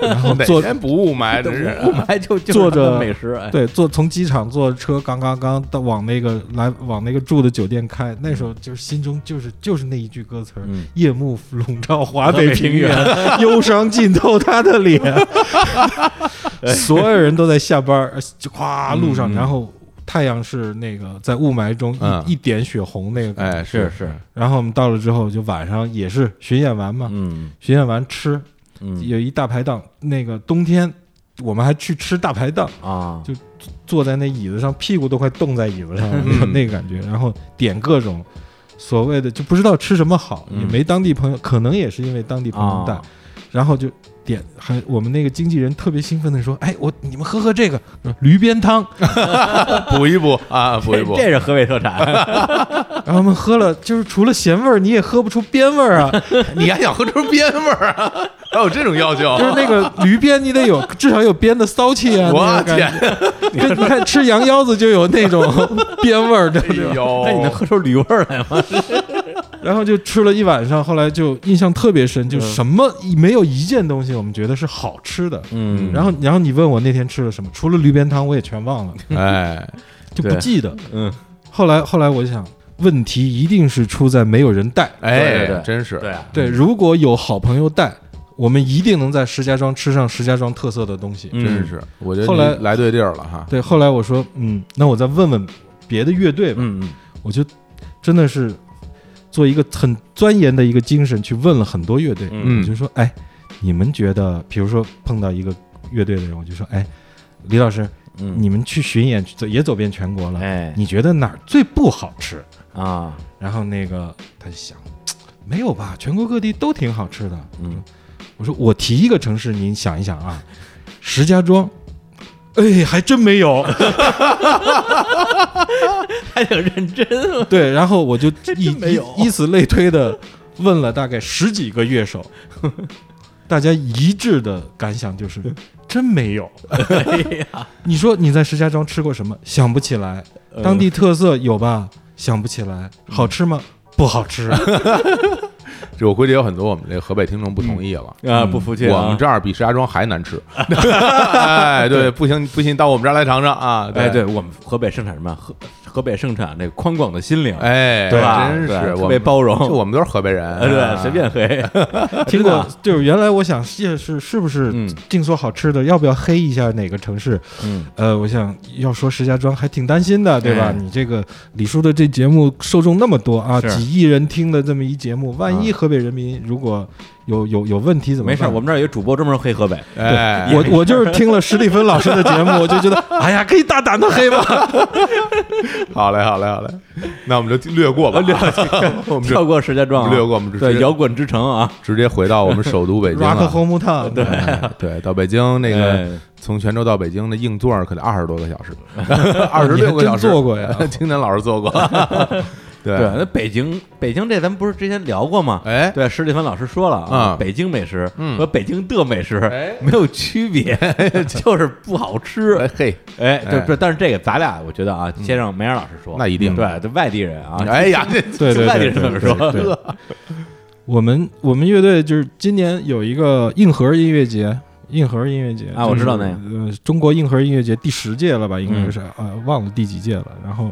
Speaker 3: 然后
Speaker 2: 哪
Speaker 3: 坐
Speaker 2: 天不雾 霾？真是
Speaker 1: 雾 霾就就是
Speaker 3: 啊坐着
Speaker 1: 他们美食，哎，
Speaker 3: 对坐从机场坐车刚刚刚到往那个来往那个住的酒店开，那时候就是心中就是就是那一句歌词儿
Speaker 1: 嗯
Speaker 3: 夜幕笼罩华
Speaker 1: 北
Speaker 3: 北
Speaker 1: 平
Speaker 3: 平 原，忧伤浸透他的脸。
Speaker 1: 哎
Speaker 3: 所有人都在下班儿，呃咵
Speaker 1: 嗯
Speaker 3: 路上，然后太阳是那个在雾霾中一、
Speaker 2: 嗯
Speaker 3: 一点血红那个感觉。
Speaker 2: 哎
Speaker 1: 是是，
Speaker 3: 然后我们到了之后，就晚上也是巡演完嘛，
Speaker 1: 嗯
Speaker 3: 巡演完吃，有一大排档，那个冬天我们还去吃大排档，
Speaker 1: 啊，
Speaker 3: 就坐在那椅子上，屁股都快冻在椅子上了，
Speaker 1: 嗯
Speaker 3: 就 那个感觉。然后点各种所谓的，就不知道吃什么好，也没当地朋友，可能也是因为当地朋友带，
Speaker 1: 啊
Speaker 3: 然后就点。还我们那个经纪人特别兴奋的说：“哎，我你们喝喝这个驴鞭汤。
Speaker 2: 补一补啊，补一补
Speaker 1: 这。这是河北特产，”
Speaker 3: 然后我们喝了，就是除了咸味儿，你也喝不出鞭味儿啊。
Speaker 2: 你还想喝出鞭味儿啊？ 还有这种要求？啊
Speaker 3: 就是那个驴鞭，你得有至少有鞭的骚气啊！
Speaker 2: 我
Speaker 3: 那种感
Speaker 2: 天
Speaker 3: 觉！跟你看吃羊腰子就有那种鞭味 儿，对不
Speaker 2: 哎
Speaker 3: 对？
Speaker 2: 呦，
Speaker 1: 那你能喝出驴味儿来吗？
Speaker 3: 然后就吃了一晚上，后来就印象特别深，就什么没有一件东西我们觉得是好吃的。
Speaker 1: 嗯
Speaker 3: 然后然后你问我那天吃了什么，除了驴鞭汤我也全忘了，
Speaker 2: 哎，
Speaker 3: 就不
Speaker 2: 对
Speaker 3: 记得。
Speaker 1: 嗯，
Speaker 3: 后来后来我就想，问题一定是出在没有人带。
Speaker 1: 对对
Speaker 2: 哎，
Speaker 1: 对
Speaker 2: 真是，
Speaker 1: 啊，
Speaker 3: 对，如果有好朋友带，我们一定能在石家庄吃上石家庄特色的东西。
Speaker 2: 嗯真是，我觉得
Speaker 3: 后
Speaker 2: 你
Speaker 3: 来
Speaker 2: 来对地儿了哈。
Speaker 3: 对，后来我说，嗯，那我再问问别的乐队吧。
Speaker 1: 嗯嗯
Speaker 3: 我就真的是做一个很钻研的一个精神去问了很多乐队，
Speaker 1: 嗯
Speaker 3: 我就说， 哎，你们觉得，比如说碰到一个乐队的人，我就说，哎，李老师，
Speaker 1: 嗯，
Speaker 3: 你们去巡演走也走遍全国了，
Speaker 1: 哎
Speaker 3: 你觉得哪儿最不好吃？
Speaker 1: 啊，
Speaker 3: 然后那个他就想，没有吧，全国各地都挺好吃的。
Speaker 1: 嗯，
Speaker 3: 我说我提一个城市，您想一想啊，石家庄。哎，还真没 有。
Speaker 1: 还挺认真，啊
Speaker 3: 对，然后我就以
Speaker 1: 没有
Speaker 3: 以以此类推的问了大概十几个乐 手，大家一致的感想就是真没有。
Speaker 1: 哎
Speaker 3: 你说你在石家庄吃过什么？想不起来。当地特色有吧？想不起来。好吃吗？不好吃。
Speaker 2: 就我估计有很多我们这河北听众不同意了。嗯
Speaker 1: 啊，不服气啊，
Speaker 2: 我们这儿比石家庄还难吃， 哎，对，不行不行，到我们这儿来尝尝啊！
Speaker 1: 哎，对，我们河北盛产什么？河河北盛产那个宽广的心灵，
Speaker 2: 哎，
Speaker 1: 对吧
Speaker 2: 真
Speaker 1: 对
Speaker 2: 是
Speaker 1: 特
Speaker 2: 我
Speaker 1: 别
Speaker 2: 们
Speaker 1: 包容
Speaker 2: 就我们都是河北人，啊
Speaker 1: 呃，对，随 便黑，
Speaker 3: 听
Speaker 1: 真的
Speaker 3: 过
Speaker 1: 啊
Speaker 3: 就是原来我想是是是不是
Speaker 1: 嗯
Speaker 3: 净说好吃的，要不要黑一下哪个城市？
Speaker 1: 嗯，
Speaker 3: 呃，我想要说石家庄还挺担心的，对吧？
Speaker 1: 哎
Speaker 3: 你这个李叔的这节目受众那么多啊，
Speaker 1: 是啊
Speaker 3: 几亿人听的这么一节目，万一河北人民如果有有有问题怎么
Speaker 1: 没
Speaker 3: 办？
Speaker 1: 事儿，我们这儿有主播专门黑河北，
Speaker 2: 哎，
Speaker 3: 我我就是听了史蒂芬老师的节目，我就觉 得，哎呀，可以大胆的黑吧。
Speaker 2: 好嘞，好嘞，好嘞，那我们就略 过吧， 我们
Speaker 1: 跳
Speaker 2: 就
Speaker 1: 过石家庄啊，
Speaker 2: 略过我们这
Speaker 1: 对
Speaker 2: 直接
Speaker 1: 摇滚之城啊，
Speaker 2: 直接回到我们首都北京
Speaker 3: Rock
Speaker 2: 了。
Speaker 3: Home Town，对
Speaker 2: 哎对，到北京那
Speaker 1: 哎
Speaker 2: 个从泉州到北京的硬座儿可得二十多个小 时， 二十
Speaker 3: 你还
Speaker 2: 六个小时
Speaker 3: 真坐 过呀
Speaker 2: 青年老 师坐过。对
Speaker 1: 啊对，那北京北京这咱们不是之前聊过吗？
Speaker 2: 哎
Speaker 1: 对，史蒂芬老师说了啊，
Speaker 2: 嗯
Speaker 1: 北京美食
Speaker 2: 嗯
Speaker 1: 和北京的美食
Speaker 2: 哎
Speaker 1: 没有 区别，就是不好吃，
Speaker 2: 哎嘿，
Speaker 1: 哎，对
Speaker 2: 哎嗯
Speaker 1: 对，但是这个咱俩我觉得啊，先让梅尔老师说，
Speaker 2: 那一定
Speaker 1: 对，对外地人啊，
Speaker 2: 哎呀，这
Speaker 3: 对对
Speaker 1: 外地
Speaker 3: 对
Speaker 1: 人怎么
Speaker 3: 对对对
Speaker 1: 说？
Speaker 3: 我们我们乐队就是今年有一个硬核音乐节，硬核音乐节
Speaker 1: 啊我知道那个嗯
Speaker 3: 个，呃，中国硬核音乐节第十届了吧，应该是啊、忘了第几届了。然后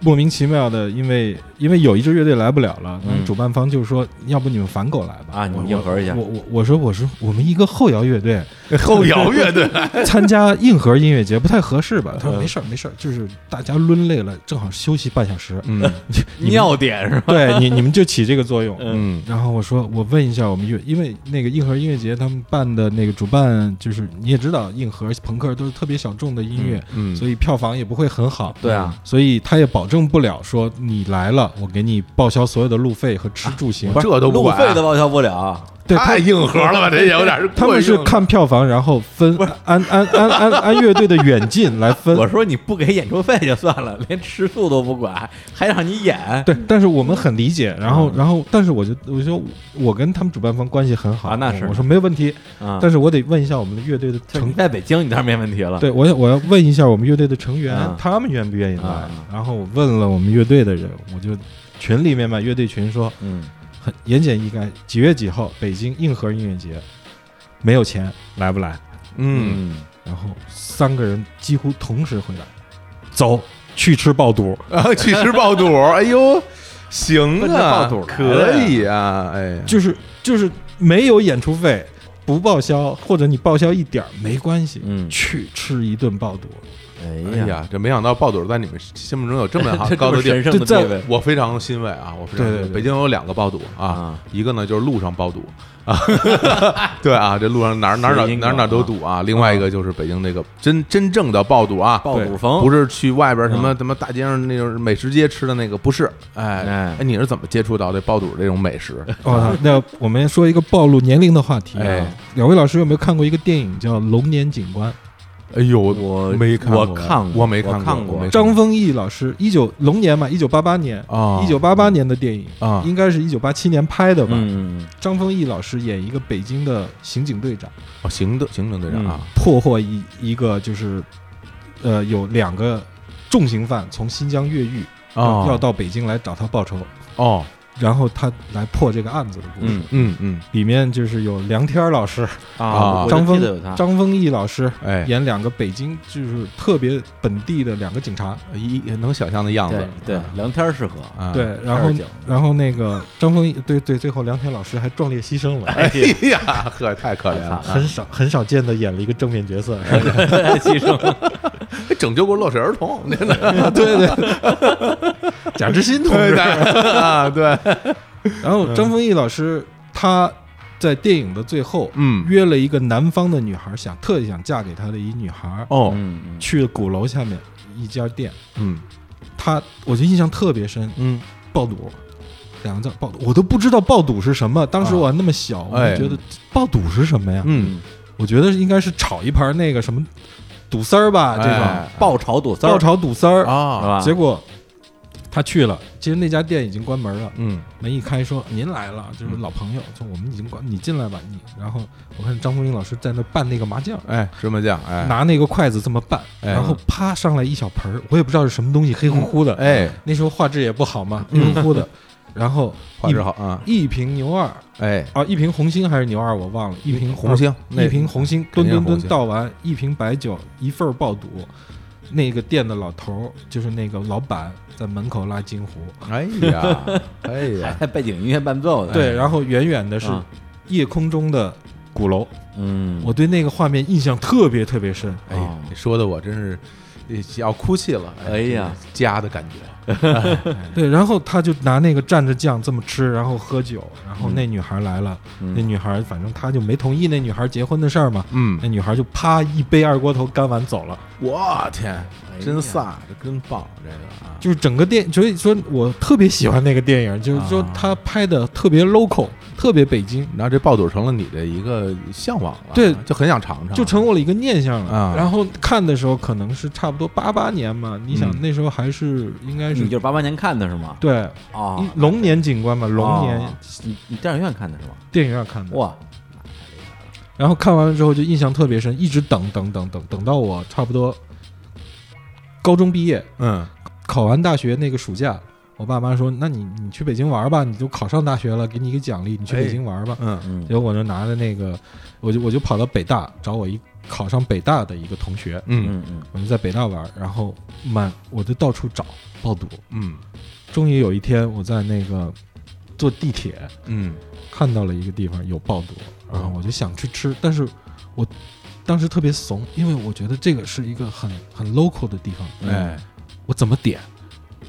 Speaker 3: 莫名其妙的，因为因为有一支乐队来不了了，
Speaker 1: 嗯
Speaker 3: 主办方就说，要不你们反狗来吧？
Speaker 1: 啊你们
Speaker 3: 我
Speaker 1: 硬核一下
Speaker 3: 我我我说我说我们一个后摇乐 队
Speaker 2: 后摇乐队，
Speaker 3: 参加硬核音乐节不太合适吧？
Speaker 1: 嗯
Speaker 3: 他说没事儿没事儿，就是大家抡累了，正好休息半小时。
Speaker 2: 嗯
Speaker 3: 们
Speaker 1: 尿点是吧？
Speaker 3: 对你你们就起这个作用，
Speaker 2: 嗯
Speaker 3: 然后我说，我问一下我们乐，因为那个硬核音乐节他们办的那个主办，就是你也知道，硬核朋克都是特别小众的音乐，
Speaker 2: 嗯，
Speaker 3: 所以票房也不会很好。
Speaker 1: 对啊，
Speaker 3: 所以他也保证不了说你来了，我给你报销所有的路费和吃住行。
Speaker 2: 啊这都不
Speaker 1: 路
Speaker 2: 管
Speaker 1: 费都报销不了，
Speaker 3: 对他
Speaker 2: 太硬核了 吧？这也有点 儿
Speaker 3: 他们是
Speaker 2: 过硬了
Speaker 3: 看票房，然后分按按按按按乐队的远近来分。
Speaker 1: 我说你 不给演出费就算了，连吃素都不管，还让你演。
Speaker 3: 对，但是我们很理解，然后，然后，但是我就我就我跟他们主办方关系很好
Speaker 1: 啊那是
Speaker 3: 我说没有问题，
Speaker 1: 啊，
Speaker 3: 但是我得问一下我们的乐队的
Speaker 1: 就是
Speaker 3: 成
Speaker 1: 你在北京，你当然没问题了。
Speaker 3: 对，我要我要问一下我们乐队的成员，
Speaker 1: 啊
Speaker 3: 他们愿不愿意来？
Speaker 1: 啊
Speaker 3: 然后我问了我们乐队的人，我就群里面嘛，乐队群说
Speaker 1: 嗯，
Speaker 3: 很言简意赅，几月几号北京硬核音乐节，没有钱来不来？
Speaker 2: 嗯，
Speaker 1: 嗯，
Speaker 3: 然后三个人几乎同时回答，走去吃爆肚。
Speaker 2: 啊，去吃爆肚，哎呦， 行
Speaker 1: 奔着
Speaker 2: 啊，
Speaker 1: 爆肚来
Speaker 2: 可
Speaker 1: 的呀
Speaker 2: 以啊，哎呀，
Speaker 3: 就是就是没有演出费，不报销，或者你报销一点儿没关系，
Speaker 1: 嗯
Speaker 3: 去吃一顿爆肚，
Speaker 1: 哎
Speaker 2: 哎
Speaker 1: 呀，
Speaker 2: 呀，这没想到爆肚在你们心目中有这么好
Speaker 1: 这
Speaker 2: 高的地
Speaker 1: 这
Speaker 2: 位，
Speaker 1: 么神圣的地位
Speaker 2: 这我非常欣慰啊！我非常欣慰
Speaker 3: 对对对
Speaker 2: 北京有两个爆肚啊
Speaker 1: 啊，
Speaker 2: 一个呢就是路上爆肚 啊，对啊，这路上哪儿哪儿哪
Speaker 1: 谐
Speaker 2: 儿
Speaker 1: 音
Speaker 2: 哪儿哪儿
Speaker 1: 梗
Speaker 2: 都堵啊。另外一个就是北京这个真真正的爆肚啊，
Speaker 1: 爆肚风
Speaker 2: 不是去外边什么什么大街上那种美食街吃的那个，不是。哎
Speaker 1: 哎
Speaker 2: 哎，你是怎么接触到这爆肚这种美食？
Speaker 3: 哦，那我们说一个暴露年龄的话题
Speaker 2: 哎
Speaker 3: 啊。两位老师有没有看过一个电影叫《龙年警官》？
Speaker 2: 哎呦，
Speaker 1: 我
Speaker 2: 没看过，
Speaker 1: 我看过
Speaker 2: 我没看
Speaker 1: 我看
Speaker 2: 过，
Speaker 1: 过
Speaker 2: 我没看
Speaker 3: 张丰毅老师，一九龙年嘛，一九八八年，
Speaker 2: 啊，
Speaker 3: 一九八八年的电影
Speaker 2: 啊
Speaker 3: 应该是一九八七年拍的吧？
Speaker 1: 嗯，嗯
Speaker 3: 张丰毅老师演一个北京的刑警队长，嗯
Speaker 2: 哦行的行政队长啊，
Speaker 3: 破获一一个就是，呃，有两个重刑犯从新疆越狱，
Speaker 2: 哦
Speaker 3: 要到北京来找他报仇，
Speaker 2: 哦，
Speaker 3: 然后他来破这个案子的故事。
Speaker 1: 嗯
Speaker 2: 嗯嗯
Speaker 3: 里面就是有梁天儿老师、
Speaker 2: 啊
Speaker 1: 我就
Speaker 3: 张
Speaker 1: 记得有
Speaker 3: 丰
Speaker 1: 他、
Speaker 3: 张丰毅老师
Speaker 2: 哎，
Speaker 3: 演两个北京就是特别本地的两个警察，
Speaker 2: 一能想象的样
Speaker 1: 对
Speaker 2: 子，
Speaker 1: 对，梁天儿适合，
Speaker 2: 啊，
Speaker 3: 对，然后
Speaker 1: 二姐
Speaker 3: 然后那个张丰毅，对对，最后梁天老师还壮烈牺牲了，
Speaker 2: 哎呀，呵，太可怜了，
Speaker 3: 很少很少见的演了一个正面角 色，然后
Speaker 1: 牺牲，
Speaker 2: 还 拯救过落水儿童，真的，
Speaker 3: 贾志新同
Speaker 2: 对
Speaker 3: 志。
Speaker 2: 啊，对，
Speaker 3: 然后张丰毅老师他在电影的最后，
Speaker 2: 嗯
Speaker 3: 约了一个南方的女孩，想特意想嫁给他的一女孩，
Speaker 2: 哦，
Speaker 1: 嗯嗯
Speaker 3: 去鼓楼下面一家店，
Speaker 2: 嗯
Speaker 3: 他我就印象特别深，
Speaker 2: 嗯，
Speaker 3: 爆肚。两个字爆肚，我都不知道爆肚是什么。当时我还那么小，我
Speaker 2: 哎
Speaker 3: 就觉得爆肚是什么呀？
Speaker 2: 嗯，
Speaker 3: 我觉得应该是炒一盘那个什么肚丝儿吧，这种、
Speaker 2: 哎
Speaker 1: 爆炒肚丝儿
Speaker 3: 爆炒肚丝儿。
Speaker 1: 是
Speaker 2: 啊，
Speaker 1: 吧？
Speaker 3: 结果他去了，其实那家店已经关门了。
Speaker 2: 嗯
Speaker 3: 门一开说：“您来了，就是老朋友，就我们已经关，你进来吧。”你，然后我看张丰毅老师在那拌那个麻酱，
Speaker 2: 哎，芝麻酱，哎，
Speaker 3: 拿那个筷子这么拌，
Speaker 2: 哎
Speaker 3: 然后啪上来一小盆儿，我也不知道是什么东西，黑乎乎的。
Speaker 2: 哎，嗯
Speaker 3: 那时候画质也不好嘛，黑乎乎 的。然后
Speaker 2: 画质好啊，
Speaker 3: 一瓶牛二
Speaker 2: 哎，
Speaker 3: 啊，一瓶红星还是牛二，我忘了，一瓶
Speaker 2: 红星，那
Speaker 3: 一瓶红星
Speaker 2: 肯
Speaker 3: 吨
Speaker 2: 定
Speaker 3: 吨
Speaker 2: 红
Speaker 3: 吨
Speaker 2: 星
Speaker 3: 倒完，一瓶白酒，一份儿爆肚。那个店的老头儿就是那个老板，在门口拉金壶。
Speaker 2: 哎 呀，哎
Speaker 1: 还
Speaker 2: 呀，
Speaker 1: 带背景音乐伴奏的，
Speaker 3: 对，然后远远的是
Speaker 1: 啊
Speaker 3: 夜空中的 鼓楼，
Speaker 1: 嗯，
Speaker 3: 我对那个画面印象特别特别深。
Speaker 2: 哎呀，你说的我真是要哭泣了，
Speaker 1: 哎呀，
Speaker 2: 家的感觉，
Speaker 3: 对，然后他就拿那个蘸着酱这么吃，然后喝酒，然
Speaker 2: 嗯
Speaker 3: 后那女孩来了，那女孩反正他就没同意那女孩结婚的事儿嘛，
Speaker 2: 嗯
Speaker 3: 那，女孩就啪一杯二锅头干完走了。
Speaker 2: 我天，真
Speaker 1: 哎呀
Speaker 2: 飒，这真棒，这个啊，
Speaker 3: 就是整个电，所以说我特别喜欢那个电影，就是说他拍的特别 local，特别北京，
Speaker 2: 然后啊这爆肚成了你的一个向往了，
Speaker 3: 对
Speaker 2: 就很想尝尝，
Speaker 3: 就成我的一个念想
Speaker 2: 啊
Speaker 3: 了。然后看的时候可能是差不多八八年嘛，你想
Speaker 2: 嗯
Speaker 3: 那时候还是应该
Speaker 1: 你
Speaker 3: 是
Speaker 1: 就是八八年看的是吗？
Speaker 3: 对
Speaker 1: 啊，
Speaker 3: 一龙年警官嘛，龙年
Speaker 1: 哦，你你电影院看的是吗？
Speaker 3: 电影院看的。
Speaker 1: 哇，
Speaker 3: 然后看完了之后就印象特别深，一直等等等等等到我差不多高中毕业，
Speaker 2: 嗯
Speaker 3: 考完大学那个暑假。我爸妈说：“那你你去北京玩吧，你都考上大学了，给你一个奖励，你去
Speaker 2: 哎
Speaker 3: 北京玩吧。
Speaker 2: 嗯
Speaker 1: 嗯
Speaker 3: 结果我就拿着那个，我就我就跑到北大找我一考上北大的一个同学，
Speaker 2: 嗯
Speaker 1: 嗯嗯，
Speaker 3: 我就在北大玩，然后满我就到处找爆肚。
Speaker 2: 嗯
Speaker 3: 终于有一天，我在那个坐地铁
Speaker 2: 嗯哦
Speaker 3: 看到了一个地方有爆肚，然后我就想去吃，但是我当时特别怂，因为我觉得这个是一个很很 local 的地方，
Speaker 2: 嗯，哎，
Speaker 3: 我怎么点？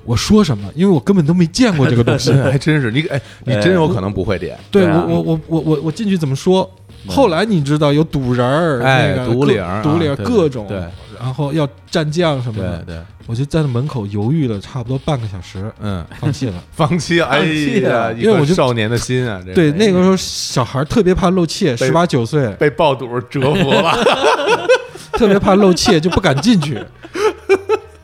Speaker 3: 我说什么？因为我根本都没见过这个东 西。
Speaker 2: 还真是你哎，你真有可能不会点，嗯
Speaker 3: 对
Speaker 1: 对啊
Speaker 3: 我我我我我我进去怎么说？后来你知道有赌人儿，
Speaker 2: 哎
Speaker 3: 那个
Speaker 2: 赌
Speaker 3: 各
Speaker 2: 领儿啊
Speaker 3: 赌领儿
Speaker 2: 对
Speaker 3: 各种，
Speaker 2: 对，
Speaker 3: 然后要蘸酱什么
Speaker 2: 对
Speaker 3: 的，
Speaker 2: 对，
Speaker 3: 我就在那门口犹豫了差不多半个小时，
Speaker 2: 嗯，。
Speaker 3: 放弃了
Speaker 2: 放弃，哎
Speaker 1: 弃
Speaker 2: 呀，
Speaker 1: 了
Speaker 2: 一
Speaker 3: 因为
Speaker 2: 颗
Speaker 3: 我就
Speaker 2: 少年的心啊，这
Speaker 3: 对，那个时候小孩特别怕露怯，
Speaker 2: 被
Speaker 3: 十八九岁
Speaker 2: 被爆肚折服了，
Speaker 3: 特别怕露怯，就不敢进去。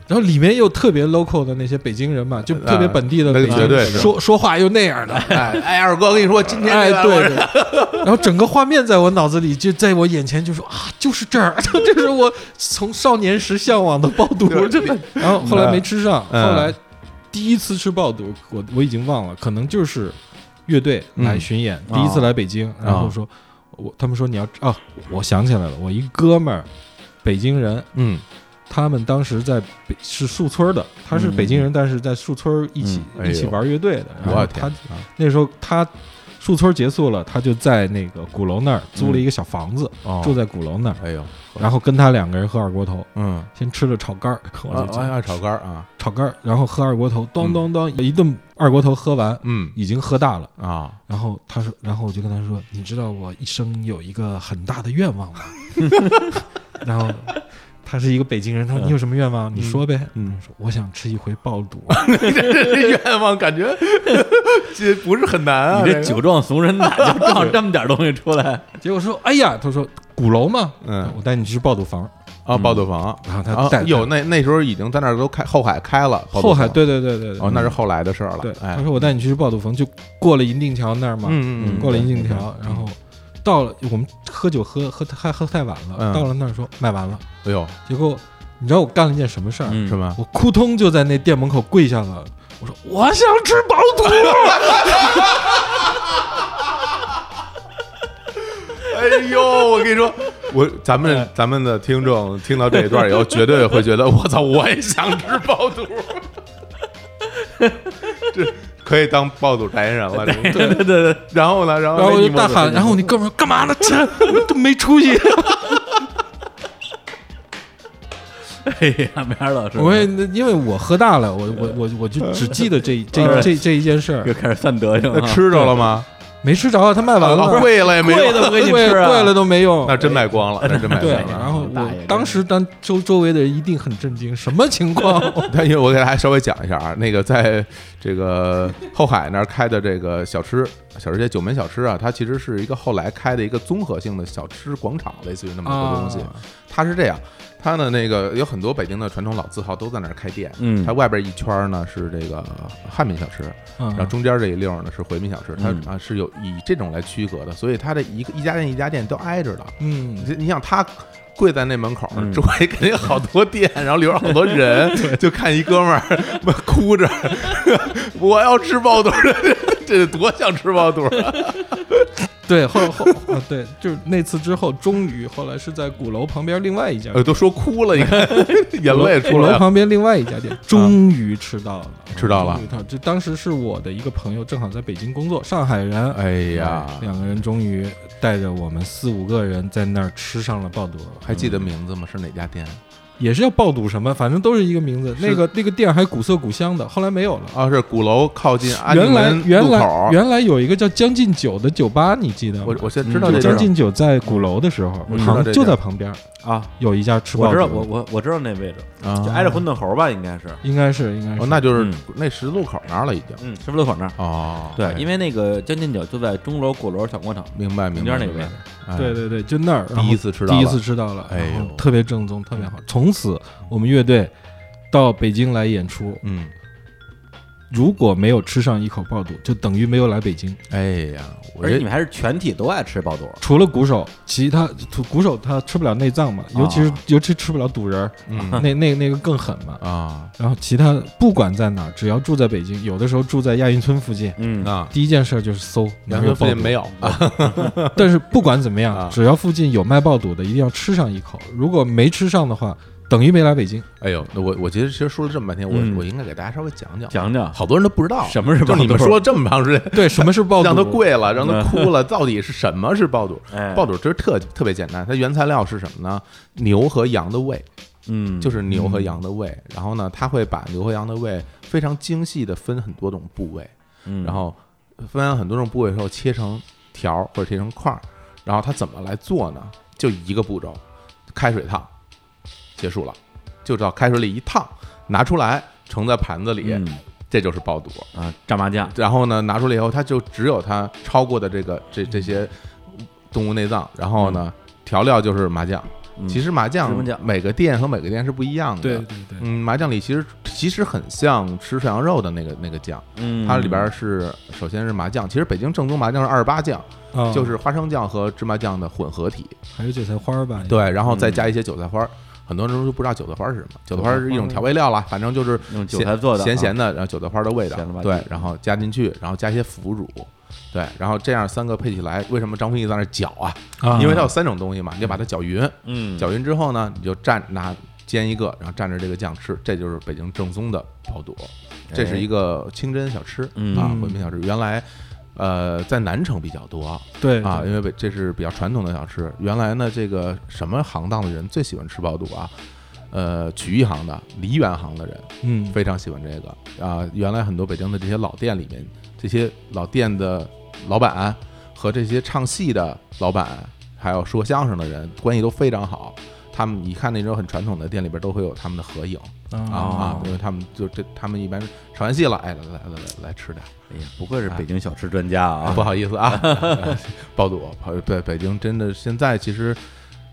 Speaker 3: 然后里面又特别 local 的那些北京人嘛，就特别本地的
Speaker 2: 啊那
Speaker 3: 北京
Speaker 2: 绝对
Speaker 3: 人，
Speaker 2: 是
Speaker 3: 说说话又那样的，
Speaker 2: 哎哎，二哥，我跟你说，今天
Speaker 3: 哎
Speaker 2: 这个，
Speaker 3: 对对，然 后整个画面在我脑子里，就在我眼前，就说啊，就是这儿， 这是我从少年时向往的爆肚，
Speaker 2: 对
Speaker 3: 真的。然后后来没吃上，
Speaker 2: 嗯
Speaker 3: 后来第一次吃爆肚，我我已经忘了，可能就是乐队来巡演，第
Speaker 1: 嗯
Speaker 2: 啊
Speaker 3: 一次来北京，然后说，我他们说你要啊，我想起来了，我一哥们儿，北京人，
Speaker 2: 嗯，
Speaker 3: 他们当时在北是树村的，他是北京人，但是在树村一起
Speaker 2: 嗯嗯哎呦
Speaker 3: 一起玩乐队的，然
Speaker 2: 我
Speaker 3: 后
Speaker 2: 天啊
Speaker 3: 他那时候他驻村结束了，他就在那个鼓楼那儿租了一个小房子，
Speaker 2: 嗯哦
Speaker 3: 住在鼓楼那儿，
Speaker 2: 哎呦，
Speaker 3: 然后跟他两个人喝二锅头，
Speaker 2: 嗯，
Speaker 3: 先吃了炒肝儿，我
Speaker 2: 我
Speaker 3: 就
Speaker 2: 爱
Speaker 3: 讲
Speaker 2: 爱炒肝儿啊，
Speaker 3: 炒肝儿，然后喝二锅头，咚咚咚，一顿二锅头喝完，
Speaker 2: 嗯
Speaker 3: 已经喝大了。
Speaker 2: 啊，
Speaker 3: 然后他说，然后我就跟他说，你知道我一生有一个很大的愿望吗？ 然后他是一个北京
Speaker 2: 嗯
Speaker 3: 人，他说你有什么愿望？你说呗。嗯，说我想吃一回爆肚。
Speaker 2: 啊这愿望感觉这不是很难啊，
Speaker 1: 你
Speaker 2: 这
Speaker 1: 这酒壮怂人 胆，就撞这么点东西出来，
Speaker 3: 结果说，哎呀，他说鼓楼嘛，
Speaker 2: 嗯
Speaker 3: 我带你去爆肚房。
Speaker 2: 啊，爆肚房
Speaker 3: 然后他
Speaker 2: 啊
Speaker 3: 带
Speaker 2: 有那那时候已经在那儿都开后海开了，爆肚
Speaker 3: 后海，
Speaker 2: 房
Speaker 3: 对对对对对，
Speaker 2: 哦，那是后来的事儿了，
Speaker 3: 对，
Speaker 2: 哎
Speaker 3: 他，说我带你去爆肚房，就过了银锭桥那儿嘛，
Speaker 2: 嗯嗯嗯
Speaker 3: 过了银
Speaker 2: 对
Speaker 3: 锭
Speaker 2: 对
Speaker 3: 桥，然后到了我们喝酒喝喝还喝太晚了，
Speaker 2: 嗯
Speaker 3: 到了那儿说卖完了，
Speaker 2: 哎呦，
Speaker 3: 结果你知道我干了一件什么事儿？
Speaker 1: 嗯
Speaker 2: 是吗？
Speaker 3: 我扑通就在那店门口跪下了，我说我想吃爆肚，
Speaker 2: 哎呦，我跟你说，我咱们咱们的听众听到这一段以后，绝对会觉得我操，我也想吃爆 肚，这可以当爆肚代言人了。对对对对。然后呢，然后
Speaker 3: 然后我
Speaker 2: 那
Speaker 3: 就
Speaker 2: 尼莫
Speaker 3: 大喊，然后我那哦哥们儿干嘛呢？这这没出息！
Speaker 1: 哎呀，没法老 师，
Speaker 3: 我也因为我喝大了，我我我 我就只记得这这这这一件事
Speaker 1: 又
Speaker 3: 儿，
Speaker 1: 开始散德行
Speaker 2: 那
Speaker 1: 了。
Speaker 2: 吃着了吗？啊
Speaker 3: 没吃着，啊他卖完了，
Speaker 2: 贵了也没
Speaker 1: 贵
Speaker 2: 有，
Speaker 1: 的不给你
Speaker 3: 跪
Speaker 1: 吃啊，
Speaker 3: 跪了都没用，
Speaker 2: 那真卖光了，那真卖光
Speaker 3: 对，
Speaker 2: 了。
Speaker 3: 然后
Speaker 1: 大爷
Speaker 3: 我
Speaker 1: 真是
Speaker 3: 当时当周周围的人一定很震惊，什么情况？
Speaker 2: 但因为我给大家稍微讲一下啊，那个在这个后海那儿开的这个小吃小吃街九门小吃啊，它其实是一个后来开的一个综合性的小吃广场，类似于那么一个东西。
Speaker 3: 啊
Speaker 2: 它是这样，它呢那个有很多北京的传统老字号都在那儿开店，
Speaker 1: 嗯
Speaker 2: 它外边一圈儿呢是这个汉民小吃，然后中间这一溜儿呢是回民小吃，它
Speaker 1: 嗯
Speaker 2: 啊是有以这种来区隔的，所以它的一个一家店一家店都挨着的，
Speaker 3: 嗯，
Speaker 2: 你你想他跪在那门口
Speaker 1: 嗯，
Speaker 2: 周围肯定有好多店，然后里边好 多人，就看一哥们儿 哭着，我要吃爆肚，这得多想吃爆肚啊！
Speaker 3: 对，后后啊对，就是那次之后，终于后来是在鼓楼旁边另外一家
Speaker 2: 呃，都说哭了，你看 眼泪
Speaker 3: 鼓
Speaker 2: 出
Speaker 3: 楼
Speaker 2: 来了。
Speaker 3: 旁边另外一家店，终于吃到了，
Speaker 2: 吃到了
Speaker 3: 终于到这当时是我的一个朋友，正好在北京工作，上海人。
Speaker 2: 哎呀，
Speaker 3: 两个人终于带着我们四五个人在那儿吃上了爆肚，
Speaker 2: 还记得名字吗？是哪家店？
Speaker 3: 也是叫爆肚什么，反正都是一个名字。那个那个店还古色古香的，后来没有了。
Speaker 2: 啊，是鼓楼靠近安定
Speaker 3: 原来
Speaker 2: 门
Speaker 3: 原
Speaker 2: 路口
Speaker 3: 来。原来有一个叫将进酒的酒吧，你记得吗
Speaker 2: 我？我现在知道
Speaker 1: 嗯
Speaker 2: 这地
Speaker 3: 将
Speaker 2: 儿
Speaker 3: 进酒在鼓楼的时候，
Speaker 2: 我知道
Speaker 3: 旁
Speaker 2: 这
Speaker 3: 就
Speaker 2: 家
Speaker 3: 在旁边
Speaker 1: 啊，
Speaker 3: 有一家吃爆
Speaker 1: 我
Speaker 3: 肚
Speaker 1: 知
Speaker 3: 的，
Speaker 1: 道，我我我知道那位置，
Speaker 2: 啊
Speaker 1: 就挨着馄饨猴吧，应该是，
Speaker 3: 应该是应该是
Speaker 2: 哦，那就是
Speaker 1: 嗯
Speaker 2: 那十字路口那儿了，已经。
Speaker 1: 嗯，十字路口那儿。
Speaker 2: 哦，
Speaker 1: 对
Speaker 2: 哎，
Speaker 1: 因为那个将进酒就在钟楼鼓楼小广场
Speaker 2: 明白明
Speaker 1: 中
Speaker 2: 白
Speaker 1: 间那个位
Speaker 2: 明
Speaker 1: 置，
Speaker 2: 白哎
Speaker 3: 对对对，就那儿然后
Speaker 2: 第一次吃到
Speaker 3: 第
Speaker 2: 了，
Speaker 3: 一次吃到了，
Speaker 2: 哎呦
Speaker 3: 然后特别正宗，特别好。从此我们乐队到北京来演出，
Speaker 2: 嗯，
Speaker 3: 如果没有吃上一口爆肚，就等于没有来北京。
Speaker 2: 哎呀，我
Speaker 1: 而且
Speaker 2: 这
Speaker 1: 你们还是全体都爱吃爆肚，
Speaker 3: 除了鼓手，其他鼓手他吃不了内脏嘛，尤其是、尤其吃不了肚仁儿，
Speaker 2: 啊嗯
Speaker 3: 那那那个更狠嘛。
Speaker 2: 啊
Speaker 3: 然后其他不管在哪儿，只要住在北京，有的时候住在亚运村附近，
Speaker 1: 嗯
Speaker 2: 啊，
Speaker 3: 第一件事就是搜
Speaker 2: 杨
Speaker 3: 哪有
Speaker 2: 村附
Speaker 3: 爆
Speaker 2: 近
Speaker 3: 肚。
Speaker 2: 没有啊，
Speaker 3: 但是不管怎么样
Speaker 2: 啊，
Speaker 3: 只要附近有卖爆肚的，一定要吃上一口。如果没吃上的话，等于没来北京。
Speaker 2: 哎呦，那我我其实其实说了这么半天，我、
Speaker 1: 嗯
Speaker 2: 我应该给大家稍微讲讲，
Speaker 1: 讲讲
Speaker 2: 好多人都不知道
Speaker 1: 什么是
Speaker 2: 就
Speaker 1: 爆肚
Speaker 2: 你们说了这么长时间，
Speaker 3: 对，什么是爆肚？
Speaker 2: 让他跪了，让他哭了，到底是什么是爆肚？
Speaker 1: 嗯哎
Speaker 2: 爆肚其实特特别简单，它原材料是什么呢？牛和羊的胃，
Speaker 1: 嗯，
Speaker 2: 就是牛和羊的胃。然后呢，他会把牛和羊的胃非常精细的分很多种部位，
Speaker 1: 嗯
Speaker 2: 然后分完很多种部位之后，切成条儿或者切成块儿，然后它怎么来做呢？就一个步骤，开水烫，结束了，就到开水里一烫，拿出来盛在盘子里，
Speaker 1: 嗯
Speaker 2: 这就是爆肚。
Speaker 1: 啊炸麻酱，
Speaker 2: 然后呢，拿出来以后，它就只有它超过的这个这
Speaker 1: 嗯
Speaker 2: 这些动物内脏，然后呢，调料就是麻酱。
Speaker 1: 嗯
Speaker 2: 其实麻酱
Speaker 1: 芝麻酱
Speaker 2: 每个店和每个店是不一样的。
Speaker 3: 对对对，
Speaker 2: 嗯，麻酱里其实其实很像吃涮羊肉的那个那个酱，
Speaker 1: 嗯
Speaker 2: 它里边是首先是麻酱，其实北京正宗麻酱是二十八酱，
Speaker 3: 啊
Speaker 2: 就是花生酱和芝麻酱的混合体，
Speaker 3: 还有韭菜花儿吧？，嗯
Speaker 2: 对，然后
Speaker 1: 嗯
Speaker 2: 再加一些韭菜花儿。很多人都不知道韭菜花儿是什么，韭菜花儿是一种调味料啦，反正就是
Speaker 1: 用韭
Speaker 2: 咸
Speaker 1: 菜做的
Speaker 2: 咸
Speaker 1: 啊
Speaker 2: 咸的，然后韭菜花儿的味道
Speaker 1: 咸了吧，唧
Speaker 2: 对，然后加进去，然后加一些腐乳，对，然后这样三个配起来，为什么张丰毅在那儿搅啊？
Speaker 3: 啊
Speaker 2: 因为它有三种东西嘛，你就把它搅匀，
Speaker 1: 嗯
Speaker 2: 搅匀之后呢，你就蘸拿煎一个，然后蘸着这个酱吃，这就是北
Speaker 1: 哎
Speaker 2: 京正宗的爆肚。这是一个清真小吃、
Speaker 1: 嗯
Speaker 2: 啊，回民小吃。原来呃，在南城比较多
Speaker 3: 对
Speaker 2: 啊，因为北这是比较传统的小吃。原来呢，这个什么行当的人最喜欢吃爆肚啊？呃，曲艺行的、梨园行的人
Speaker 3: 嗯，
Speaker 2: 非常喜欢这个啊、原来很多北京的这些老店里面，这些老店的老板和这些唱戏的老板，还有说相声的人，关系都非常好。他们你看那种很传统的店里边都会有他们的合影啊啊，因为他们就这，他们一般唱完戏了，哎，来来来来来吃点儿。
Speaker 1: 哎呀，不愧是北京小吃专家啊！
Speaker 2: 不好意思 啊，包肚，跑对北京真的现在其实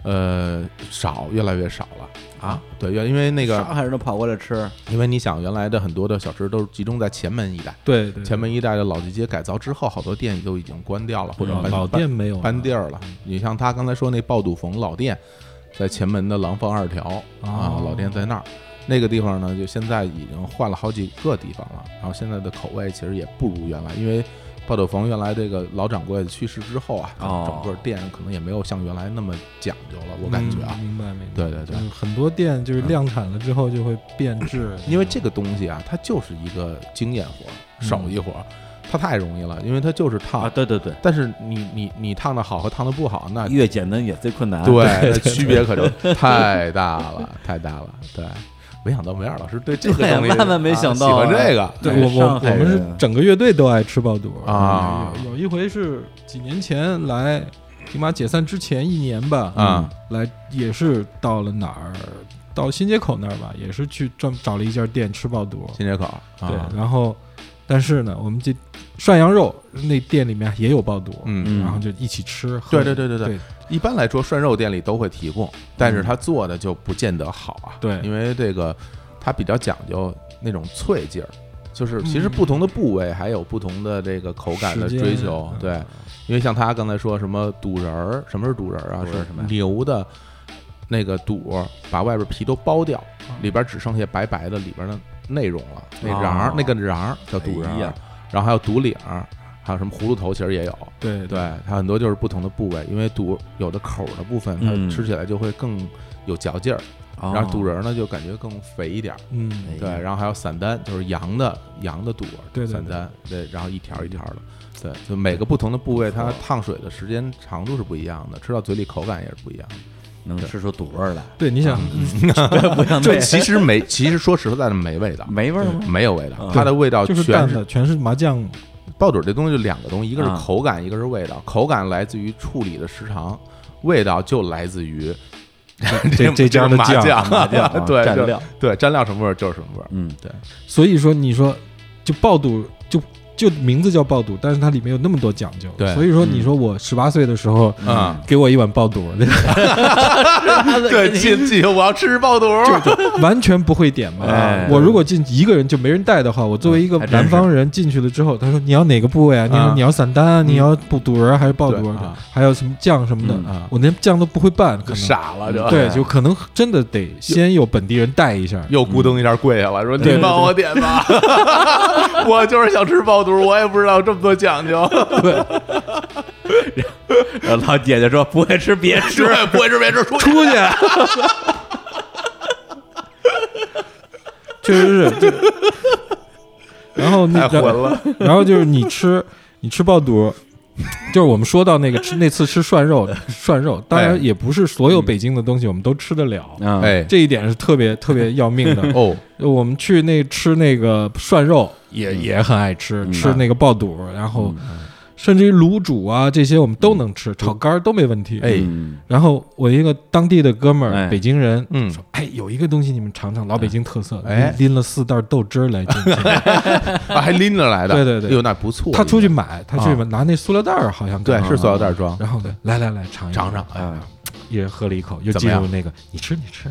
Speaker 2: 呃少，越来越少了啊。对，原因为那个
Speaker 1: 上海人都跑过来吃，
Speaker 2: 因为你想，原来的很多的小吃都是集中在前门一带，
Speaker 3: 对对，
Speaker 2: 前门一带的老街改造之后，好多店都已经关掉了，或者
Speaker 3: 老
Speaker 2: 搬
Speaker 3: 嗯老店没有了嗯
Speaker 2: 搬地儿了。你像他刚才说那爆肚冯老店，在前门的廊坊二条
Speaker 3: 哦，
Speaker 2: 啊老店在那儿。那个地方呢，就现在已经换了好几个地方了，然后现在的口味其实也不如原来，因为爆肚冯原来这个老掌柜去世之后啊，
Speaker 1: 哦
Speaker 2: 整个店可能也没有像原来那么讲究了，我感觉啊
Speaker 3: 嗯，明白明白，
Speaker 2: 对对对
Speaker 3: 就是很多店就是量产了之后就会变质，
Speaker 2: 因为这个东西啊，它就是一个经验活儿、手艺活儿，它太容易了，因为它就是烫。
Speaker 1: 嗯啊，对对对，
Speaker 2: 但是你你你烫的好和烫的不好，那
Speaker 1: 越简单也最困难。
Speaker 2: 对那区别可就太大了， 太大了。对，没想到梅尔老师对这个
Speaker 1: 对
Speaker 2: 东西
Speaker 1: 万万没
Speaker 2: 啊
Speaker 1: 想到
Speaker 2: 喜欢
Speaker 1: 哎
Speaker 2: 这个，
Speaker 3: 对
Speaker 1: 对
Speaker 3: 我我
Speaker 1: 上
Speaker 3: 我
Speaker 1: 海
Speaker 3: 们是
Speaker 1: 人
Speaker 3: 整个乐队都爱吃爆肚
Speaker 2: 啊
Speaker 3: 有有一回是几年前来迪马解散之前一年吧，
Speaker 2: 啊
Speaker 3: 嗯，来也是到了哪儿，到新街口那儿吧，也是去专找了一家店吃爆肚，
Speaker 2: 新街口
Speaker 3: 对
Speaker 2: 啊，，
Speaker 3: 然后但是呢，我们这涮羊肉那店里面也有爆肚，
Speaker 2: 嗯。
Speaker 1: 嗯
Speaker 3: 然后就一起吃，喝
Speaker 2: 对对对对对
Speaker 3: 对
Speaker 2: 一般来说，涮肉店里都会提供，但是他做的就不见得好啊。
Speaker 3: 对
Speaker 2: 因为这个它比较讲究那种脆劲儿，就是其实
Speaker 3: 嗯
Speaker 2: 不同的部位还有不同的这个口感的
Speaker 3: 时间
Speaker 2: 追求。
Speaker 3: 嗯
Speaker 2: 对，因为像他刚才说什么肚仁儿，什么是肚仁儿啊？
Speaker 1: 肚仁儿什么呀
Speaker 2: 是牛的那个肚儿，把外边皮都剥掉，里边只剩下白白的里边的内容了，那瓤儿、
Speaker 1: 哦
Speaker 2: 那个瓤儿叫肚仁
Speaker 1: 哎
Speaker 2: 儿，
Speaker 1: 呀
Speaker 2: 然后还有肚领儿，还有什么葫芦头，其实也有。
Speaker 3: 对
Speaker 2: 对，它很多就是不同的部位，因为肚有的口儿的部分，它
Speaker 1: 嗯
Speaker 2: 吃起来就会更有嚼劲儿，
Speaker 1: 哦，
Speaker 2: 然后肚仁儿呢就感觉更肥一点儿。
Speaker 3: 嗯
Speaker 1: 哎呀
Speaker 2: 对，然后还有散丹，就是羊的羊的肚儿，
Speaker 3: 对对对
Speaker 2: 散丹，对，然后一条一条的，
Speaker 1: 嗯
Speaker 2: 对，就每个不同的部位，它烫水的时间长度是不一样的，吃到嘴里口感也是不一样的。
Speaker 1: 能吃出肚味儿来，嗯
Speaker 3: 对，你想
Speaker 1: 不像
Speaker 2: 这
Speaker 1: 那
Speaker 2: 其实没，其实说实在的没味道，
Speaker 1: 没味儿吗？
Speaker 2: 没有味道
Speaker 1: 嗯，
Speaker 2: 它的味道
Speaker 3: 就是
Speaker 2: 全
Speaker 3: 淡
Speaker 2: 是
Speaker 3: 的，全是麻酱，
Speaker 2: 爆肚这东西就两个东西，一个是
Speaker 3: 嗯
Speaker 1: 啊
Speaker 2: 口感，一个是味道。口感来自于处理的时长，味道就来自 于
Speaker 3: 这这家的
Speaker 2: 麻
Speaker 3: 酱
Speaker 2: 酱，
Speaker 1: 麻 酱啊
Speaker 2: 对
Speaker 1: 蘸
Speaker 2: 就
Speaker 1: 料
Speaker 2: 对蘸料什么味儿就是什么味儿。
Speaker 1: 嗯，
Speaker 3: 所以说，你说就爆肚，就就名字叫爆肚，但是它里面有那么多讲究。
Speaker 2: 对
Speaker 3: 所以说
Speaker 1: 嗯
Speaker 3: 你说我十八岁的时候，
Speaker 2: 啊，
Speaker 3: 给我一碗爆肚，
Speaker 2: 对，进进，我要吃爆肚。
Speaker 3: 完全不会点嘛。
Speaker 1: 哎
Speaker 3: 我如果进一个人就没人带的话，我作为一个
Speaker 1: 还真是
Speaker 3: 南方人进去了之后，他说你要哪个部位啊？你
Speaker 2: 啊
Speaker 3: 要你要散丹啊？你要不肚儿还是爆肚
Speaker 2: 对
Speaker 3: 儿
Speaker 2: 啊？
Speaker 3: 还有什么酱什么
Speaker 1: 嗯
Speaker 3: 的
Speaker 2: 啊？
Speaker 3: 我连酱都不会拌，可
Speaker 2: 就
Speaker 3: 能
Speaker 2: 傻了就。
Speaker 3: 对，就可能真的得先有本地人带一下。
Speaker 2: 又咕咚一下跪下了，说：“
Speaker 3: 对
Speaker 2: 你帮我点吧， 我就是想吃爆肚，我也不知道这么多讲究，
Speaker 1: 然哎后老姐姐说不会吃别 吃，
Speaker 2: 对，不会吃别吃，出去
Speaker 3: 出去。确实是，就然后那
Speaker 2: 太混了。
Speaker 3: 然后就是你吃你吃爆肚，就是我们说到那个吃那次吃涮肉，涮肉当
Speaker 2: 哎
Speaker 3: 然也不是所有北京的东西我们都吃得了，
Speaker 1: 嗯，
Speaker 2: 哎，
Speaker 3: 这一点是特别特别要命的。
Speaker 2: 哦，
Speaker 3: 我们去那吃那个涮肉
Speaker 2: 嗯
Speaker 3: 也也很爱吃，吃那个爆肚，然后甚至于卤煮啊这些我们都能吃，炒肝儿都没问题。
Speaker 2: 嗯哎
Speaker 1: 嗯
Speaker 3: 然后我一个当地的哥们
Speaker 1: 哎
Speaker 3: 儿，北京人，
Speaker 2: 嗯
Speaker 3: 说，哎，有一个东西你们尝尝，老北京特色，嗯
Speaker 2: 哎
Speaker 3: 拎了四袋豆汁儿来进去，
Speaker 2: 啊还拎着来的，
Speaker 3: 对对对
Speaker 2: 哎呦，那不错。啊
Speaker 3: 他出去买，他去拿那塑料袋儿，好像
Speaker 2: 对
Speaker 3: 刚好
Speaker 2: 是塑料袋装，
Speaker 3: 然后呢，来来来尝一
Speaker 2: 尝尝，，哎
Speaker 1: 哎
Speaker 3: 一人喝了一口，又
Speaker 2: 怎
Speaker 3: 进
Speaker 2: 么样
Speaker 3: 入那 个你 吃 你吃，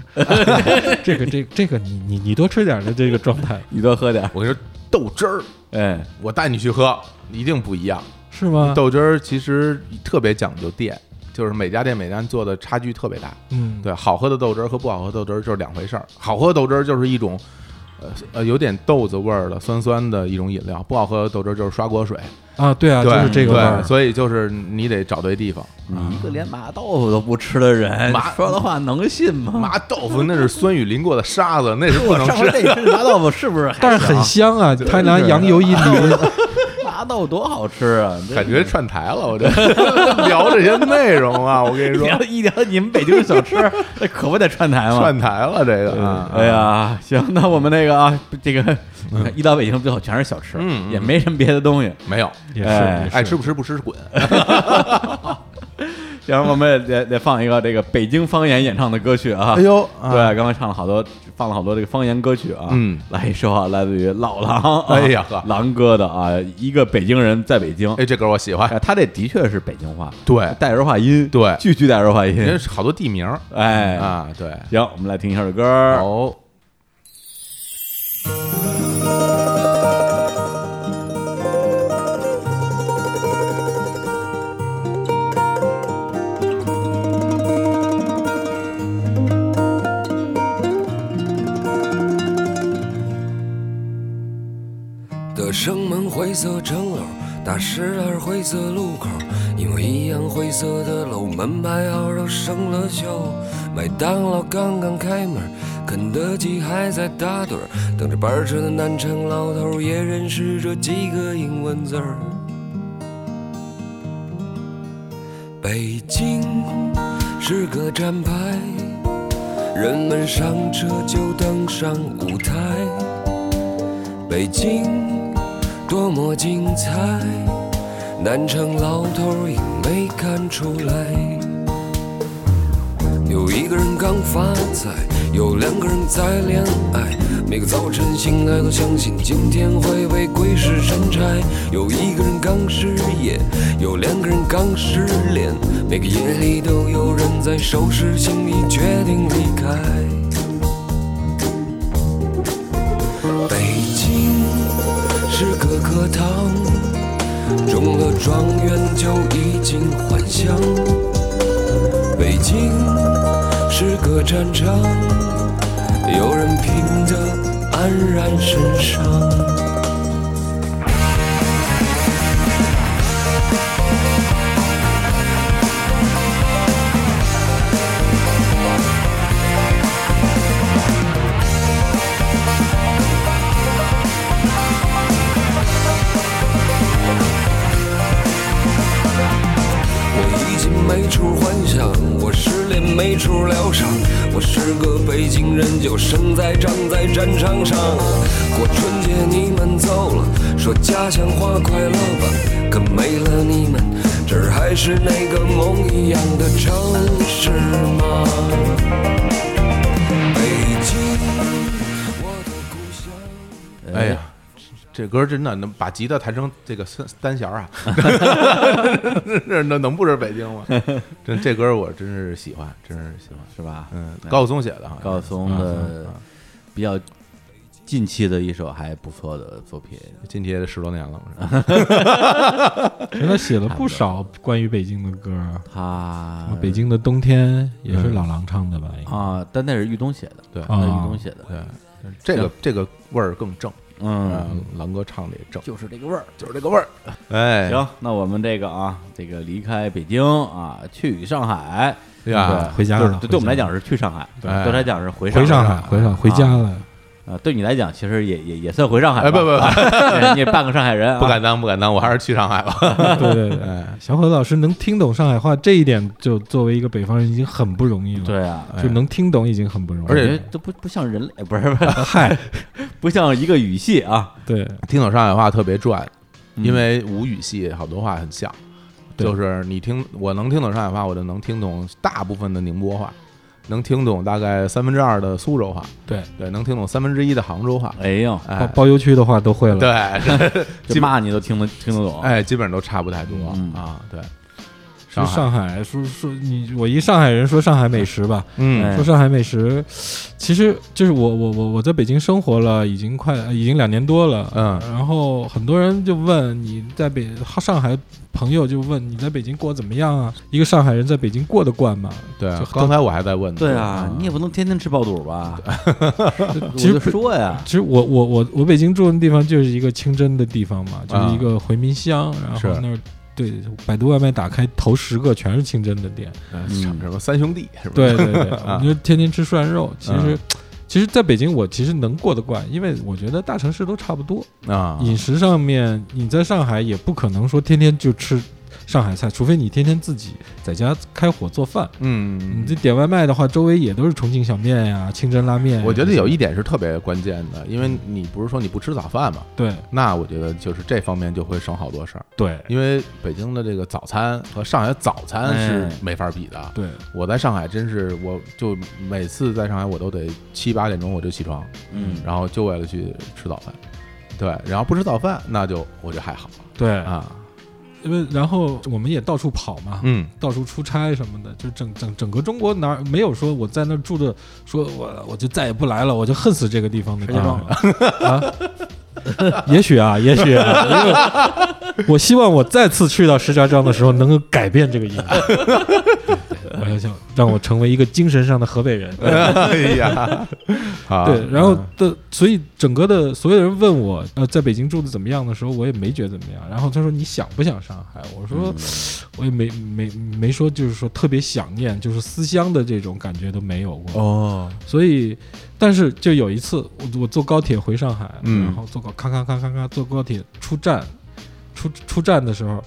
Speaker 3: 这个这个这个你你你多吃点儿的这个状态
Speaker 1: 你多喝点儿，
Speaker 2: 我跟你说，豆汁儿，
Speaker 1: 哎，
Speaker 2: 我带你去喝，一定不一样。
Speaker 3: 是吗？
Speaker 2: 豆汁儿其实特别讲究店，就是每家店每家店做的差距特别大。
Speaker 3: 嗯，
Speaker 2: 对，好喝的豆汁儿和不好喝豆汁儿就是两回事儿。好喝的豆汁儿就是一种，呃呃，有点豆子味儿的酸酸的一种饮料；不好喝的豆汁儿就是刷锅水，
Speaker 3: 啊，对啊，
Speaker 2: 对，
Speaker 3: 就是这个味儿
Speaker 2: 对，。所以就是你得找对地方。啊
Speaker 1: 你一个连麻豆腐都不吃的人
Speaker 2: 麻，
Speaker 1: 说的话能信吗？
Speaker 2: 麻豆腐那是酸雨淋过的沙子，那是不
Speaker 1: 我
Speaker 2: 能
Speaker 1: 上
Speaker 2: 吃
Speaker 1: 回。那吃麻豆腐是不是还行？
Speaker 3: 但
Speaker 1: 啊
Speaker 3: 是很香啊！台南羊油一淋，
Speaker 1: 麻大豆多好吃啊！这
Speaker 2: 感觉串台了，我这 聊这些内容啊，我跟你
Speaker 1: 一
Speaker 2: 说，
Speaker 1: 聊一聊你们北京的小吃， 那可不得串台吗？
Speaker 2: 串台了这个啊，嗯
Speaker 1: 哎呀，行，那我们那个啊，这个一到北京最后全是小吃，也没什么别的东西。
Speaker 2: 没有，
Speaker 3: 也
Speaker 1: 哎
Speaker 3: 是
Speaker 2: 爱吃不吃不吃滚，
Speaker 1: 行，我们得得放一个这个北京方言演唱的歌曲啊。
Speaker 2: 哎呦啊
Speaker 1: 对，刚才唱了好多，放了好多这个方言歌曲啊。
Speaker 2: 嗯，
Speaker 1: 来一首啊，来自于老狼，啊
Speaker 2: 哎呀呵
Speaker 1: 狼哥的啊，一个北京人在北京。
Speaker 2: 哎，这歌我喜
Speaker 1: 哎，
Speaker 2: 欢，
Speaker 1: 他这的确是北京话，
Speaker 2: 对
Speaker 1: 带儿化音，
Speaker 2: 对
Speaker 1: 句句带儿化
Speaker 2: 人
Speaker 1: 音。
Speaker 2: 家好多地名儿
Speaker 1: 哎，
Speaker 2: 啊，对，
Speaker 1: 行，我们来听一下这歌儿。
Speaker 2: 哦，
Speaker 8: 的生门灰色城楼，大石栏灰色路口，一模一样灰色的楼，门牌号都生了锈。麦当劳刚刚开门，肯德基还在打盹儿，等着班车的南城老头儿也认识这几个英文字儿。北京是个站牌，人们上车就登上舞台。北京多么精彩，南城老头儿也没看出来。有一个人刚发财，有两个人在恋爱，每个早晨醒来都相信今天会被鬼使神差。有一个人刚失业，有两个人刚失恋，每个夜里都有人在收拾行李决定离开。北京是个课堂，中了状元就已经幻想。北京是个战场，有人拼得黯然神伤。我已经没处幻想，我失恋没处疗伤，我是个北京人，就生在长在战场上。过春节你们走了，说家乡话快乐吧，可没了你们，这儿还是那个梦一样的城市吗？北京，我的故乡。
Speaker 2: 哎呀。这歌真的能把吉他弹成这个三三弦儿啊！这那能不 是北京吗？这这歌我真是喜欢，真是喜欢。
Speaker 1: 是吧？
Speaker 2: 嗯，高晓松写的哈，
Speaker 1: 高晓松
Speaker 2: 啊
Speaker 1: 的比较近期的一首还不错的作品，
Speaker 2: 今天十多年了，我说
Speaker 3: 原来写了不少关于北京的歌啊，
Speaker 1: 他
Speaker 3: 北京的冬天也
Speaker 2: 嗯
Speaker 3: 是老狼唱的吧？应该
Speaker 1: 啊，但那是玉东写的，
Speaker 2: 对
Speaker 1: 那是玉
Speaker 3: 啊
Speaker 1: 东写的，
Speaker 2: 对，这个这个味儿更正，
Speaker 1: 嗯，
Speaker 2: 嗯，狼哥唱的也正，
Speaker 1: 就是这个味儿。
Speaker 2: 就是这个味儿。哎，
Speaker 1: 行，那我们这个啊，这个离开北京啊，去上海，
Speaker 2: 对呀，
Speaker 3: 回家
Speaker 1: 就是
Speaker 3: 了，
Speaker 1: 对对我们来
Speaker 3: 回家
Speaker 1: 讲是去上海，对
Speaker 2: 哎
Speaker 1: 我来讲是回
Speaker 3: 回上
Speaker 1: 上
Speaker 3: 海，回上回家了，
Speaker 1: 啊，对你来讲其实也也也算回上海吧，
Speaker 2: 哎不不不
Speaker 1: 不，你也半个上海人啊，
Speaker 2: 不敢当，不敢当，我还是去上 海吧。
Speaker 3: 对对
Speaker 2: 哎
Speaker 3: 对，小伙子老师能听懂上海话，这一点就作为一个北方人已经很不容易了。
Speaker 1: 对啊，
Speaker 3: 就能听懂已经很不容易了，
Speaker 2: 而且
Speaker 1: 感觉都不不像人哎类，不是 不是，嗨， 不像一个语系啊，
Speaker 3: 对嗯
Speaker 2: 听懂上海话特别赚，因为吴语系好多话很像，
Speaker 3: 对
Speaker 2: 就是你听，我能听懂上海话，我就能听懂大部分的宁波话，能听懂大概三分之二的苏州话，
Speaker 3: 对，
Speaker 2: 对，能听懂三分之一的杭州话，
Speaker 1: 哎呦，
Speaker 3: 包
Speaker 2: 哎，
Speaker 3: 包邮区的话都会了。
Speaker 2: 对，
Speaker 1: 就骂你都听得听得懂，
Speaker 2: 哎，基本上都差不太多
Speaker 1: 嗯
Speaker 2: 啊，对，
Speaker 3: 说
Speaker 2: 上海，
Speaker 3: 上海，说说你，我一上海人说上海美食吧，
Speaker 1: 哎
Speaker 2: 嗯
Speaker 3: 说上海美食，其实就是我我我我在北京生活了，已经快呃已经两年多了，
Speaker 2: 嗯
Speaker 3: 然后很多人就问你在北上海朋友就问你在北京过得怎么样啊？一个上海人在北京过得惯吗？
Speaker 2: 对啊
Speaker 3: 就，
Speaker 2: 刚才我还在问呢，
Speaker 1: 对啊，你也不能天天吃爆肚吧？我
Speaker 3: 其实
Speaker 1: 就说呀，
Speaker 3: 其实我我我我北京住的地方就是一个清真的地方嘛，就是一个回民乡，然
Speaker 2: 啊是
Speaker 3: 后那儿对百度外卖打开头十个全是清真的店，
Speaker 2: 哎嗯什么什么三兄弟是吧？
Speaker 3: 对对对，我
Speaker 2: 啊
Speaker 1: 啊
Speaker 3: 们就天天吃涮肉，其实。其实在北京，我其实能过得惯，因为我觉得大城市都差不多。
Speaker 2: 啊，
Speaker 3: 饮食上面，你在上海也不可能说天天就吃上海菜，除非你天天自己在家开火做饭。
Speaker 2: 嗯
Speaker 3: 你，这点外卖的话，周围也都是重庆小面呀、清真拉面呀。
Speaker 2: 我觉得有一点是特别关键的，因为你不是说你不吃早饭嘛，
Speaker 3: 对
Speaker 2: 那我觉得就是这方面就会省好多事儿，
Speaker 3: 对
Speaker 2: 因为北京的这个早餐和上海早餐是没法比的。
Speaker 3: 哎对，
Speaker 2: 我在上海真是，我就每次在上海我都得七八点钟我就起床，
Speaker 1: 嗯，
Speaker 2: 然后就为了去吃早饭。对，然后不吃早饭，那就我觉得还好
Speaker 3: 对，
Speaker 2: 啊。
Speaker 3: 因为然后我们也到处跑嘛，
Speaker 2: 嗯，
Speaker 3: 到处出差什么的，就整整整个中国哪儿没有说我在那儿住着，说我我就再也不来了，我就恨死这个地方的地方了啊。 也许啊，也许啊，因为我希望我再次去到石家庄的时候，能够改变这个 印象。我要想让我成为一个精神上的河北人。
Speaker 2: 哎呀，啊
Speaker 3: 对，然后的，所以整个的所有人问我，呃，在北京住的怎么样的时候，我也没觉得怎么样。然后他说你想不想上海？我
Speaker 2: 嗯
Speaker 3: 说、我也没没没说，就是说特别想念，就是思乡的这种感觉都没有过。
Speaker 2: 哦，
Speaker 3: 所以，但是就有一次，我我坐高铁回上海，
Speaker 2: 嗯
Speaker 3: 然后坐高咔咔咔咔咔坐高铁出站，出出站的时候。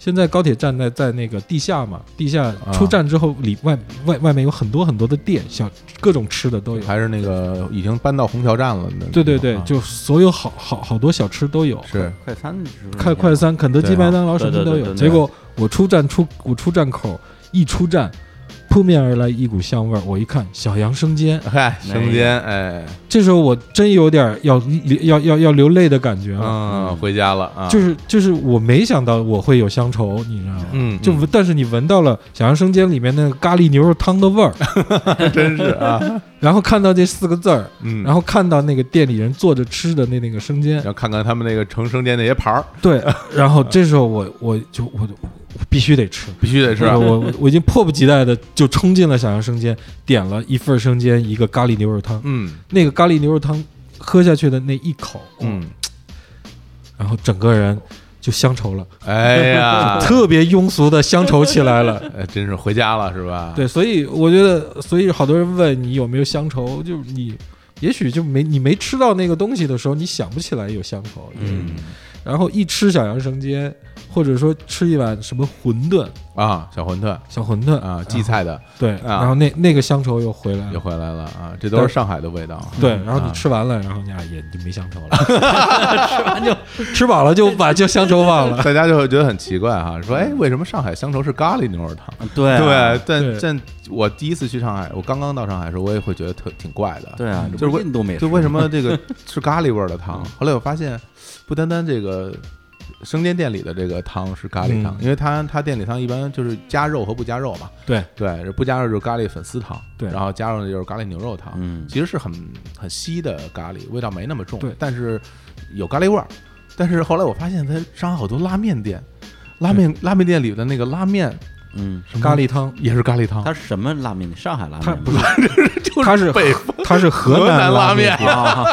Speaker 3: 现在高铁站在在那个地下嘛，地下
Speaker 2: 啊
Speaker 3: 出站之后里外外外面有很多很多的店，小各种吃的都有。
Speaker 2: 还是那个已经搬到虹桥站了的那种。
Speaker 3: 对对对
Speaker 2: 啊，
Speaker 3: 就所有好好好多小吃都有，
Speaker 2: 是
Speaker 1: 快餐是不是
Speaker 3: 快快餐、肯德基、
Speaker 2: 对啊
Speaker 3: 麦当劳什么都
Speaker 1: 对对
Speaker 3: 有。
Speaker 1: 对对
Speaker 3: 结果我出站出我出站口一出站，扑面而来一股香味儿，我一看小杨生煎，
Speaker 2: 嗨，生煎，哎，
Speaker 3: 这时候我真有点要要要要流泪的感觉啊了。
Speaker 2: 嗯，回家了啊，
Speaker 3: 就是就是我没想到我会有乡愁，你知道吗？
Speaker 2: 嗯，
Speaker 3: 就闻但是你闻到了小杨生煎里面那个咖喱牛肉汤的味儿，
Speaker 2: 真是啊，
Speaker 3: 然后看到这四个字儿，
Speaker 2: 嗯，
Speaker 3: 然后看到那个店里人坐着吃的那那个生煎
Speaker 2: 然，后看看他们那个成生煎那些盘儿，
Speaker 3: 对，然后这时候我我就我就我必须得吃，
Speaker 2: 必须得吃
Speaker 3: 吧
Speaker 2: 啊，
Speaker 3: 我我我已经迫不及待的就冲进了小杨生煎，点了一份生煎，一个咖喱牛肉汤。
Speaker 2: 嗯
Speaker 3: 那个咖喱牛肉汤喝下去的那一口，，
Speaker 2: 嗯，
Speaker 3: 然后整个人就乡愁了，，
Speaker 2: 哎呀
Speaker 3: 特别庸俗的乡愁起来了。
Speaker 2: 哎，真是回家了是吧？
Speaker 3: 对，所以我觉得，所以好多人问你有没有乡愁，就是你。也许就没你没吃到那个东西的时候，你想不起来有乡愁。
Speaker 1: 嗯，
Speaker 3: 然后一吃小杨生煎，或者说吃一碗什么馄饨，
Speaker 2: 啊，小馄饨
Speaker 3: 小馄饨
Speaker 2: 啊，荠菜的
Speaker 3: 对，
Speaker 2: 啊
Speaker 3: 然后那那个乡愁又回来
Speaker 2: 又
Speaker 3: 了。
Speaker 2: 回来了啊，这都是上海的味道。
Speaker 3: 对，然后
Speaker 2: 啊
Speaker 3: 你吃完了，然后你俩也就没乡愁了， 吃完就吃饱了 就把就乡愁忘了。
Speaker 2: 大家就会觉得很奇怪哈，说哎，为什么上海乡愁是咖喱牛肉汤？
Speaker 1: 对啊
Speaker 2: 对，但
Speaker 3: 对
Speaker 2: 但我第一次去上海，我刚刚到上海的时候，我也会觉得特挺怪的。
Speaker 1: 对啊，这
Speaker 2: 就是
Speaker 1: 不
Speaker 2: 为
Speaker 1: 是印度美食
Speaker 2: 就为什么这 个是咖喱味儿的汤？后来我发现，不单单这个生煎店里的这个汤是咖喱汤，
Speaker 3: 嗯
Speaker 2: 因为它它店里汤一般就是加肉和不加肉嘛。
Speaker 3: 对
Speaker 2: 对，不加肉就是咖喱粉丝汤，
Speaker 3: 对
Speaker 2: 然后加肉就是咖喱牛肉汤。
Speaker 1: 嗯
Speaker 2: 其实是很很稀的咖喱，味道没那么重，
Speaker 3: 对
Speaker 2: 但是有咖喱味儿。但是后来我发现，它上海好多拉面店，拉面拉面店里的那个拉面
Speaker 1: 嗯，
Speaker 2: 什么
Speaker 3: 咖喱汤，
Speaker 2: 也是咖喱汤，
Speaker 1: 它是什么拉面？上海拉面
Speaker 3: 它
Speaker 1: 吗
Speaker 3: 不是， 它是
Speaker 2: 北
Speaker 3: 它是河南
Speaker 2: 拉
Speaker 3: 面，
Speaker 1: 啊，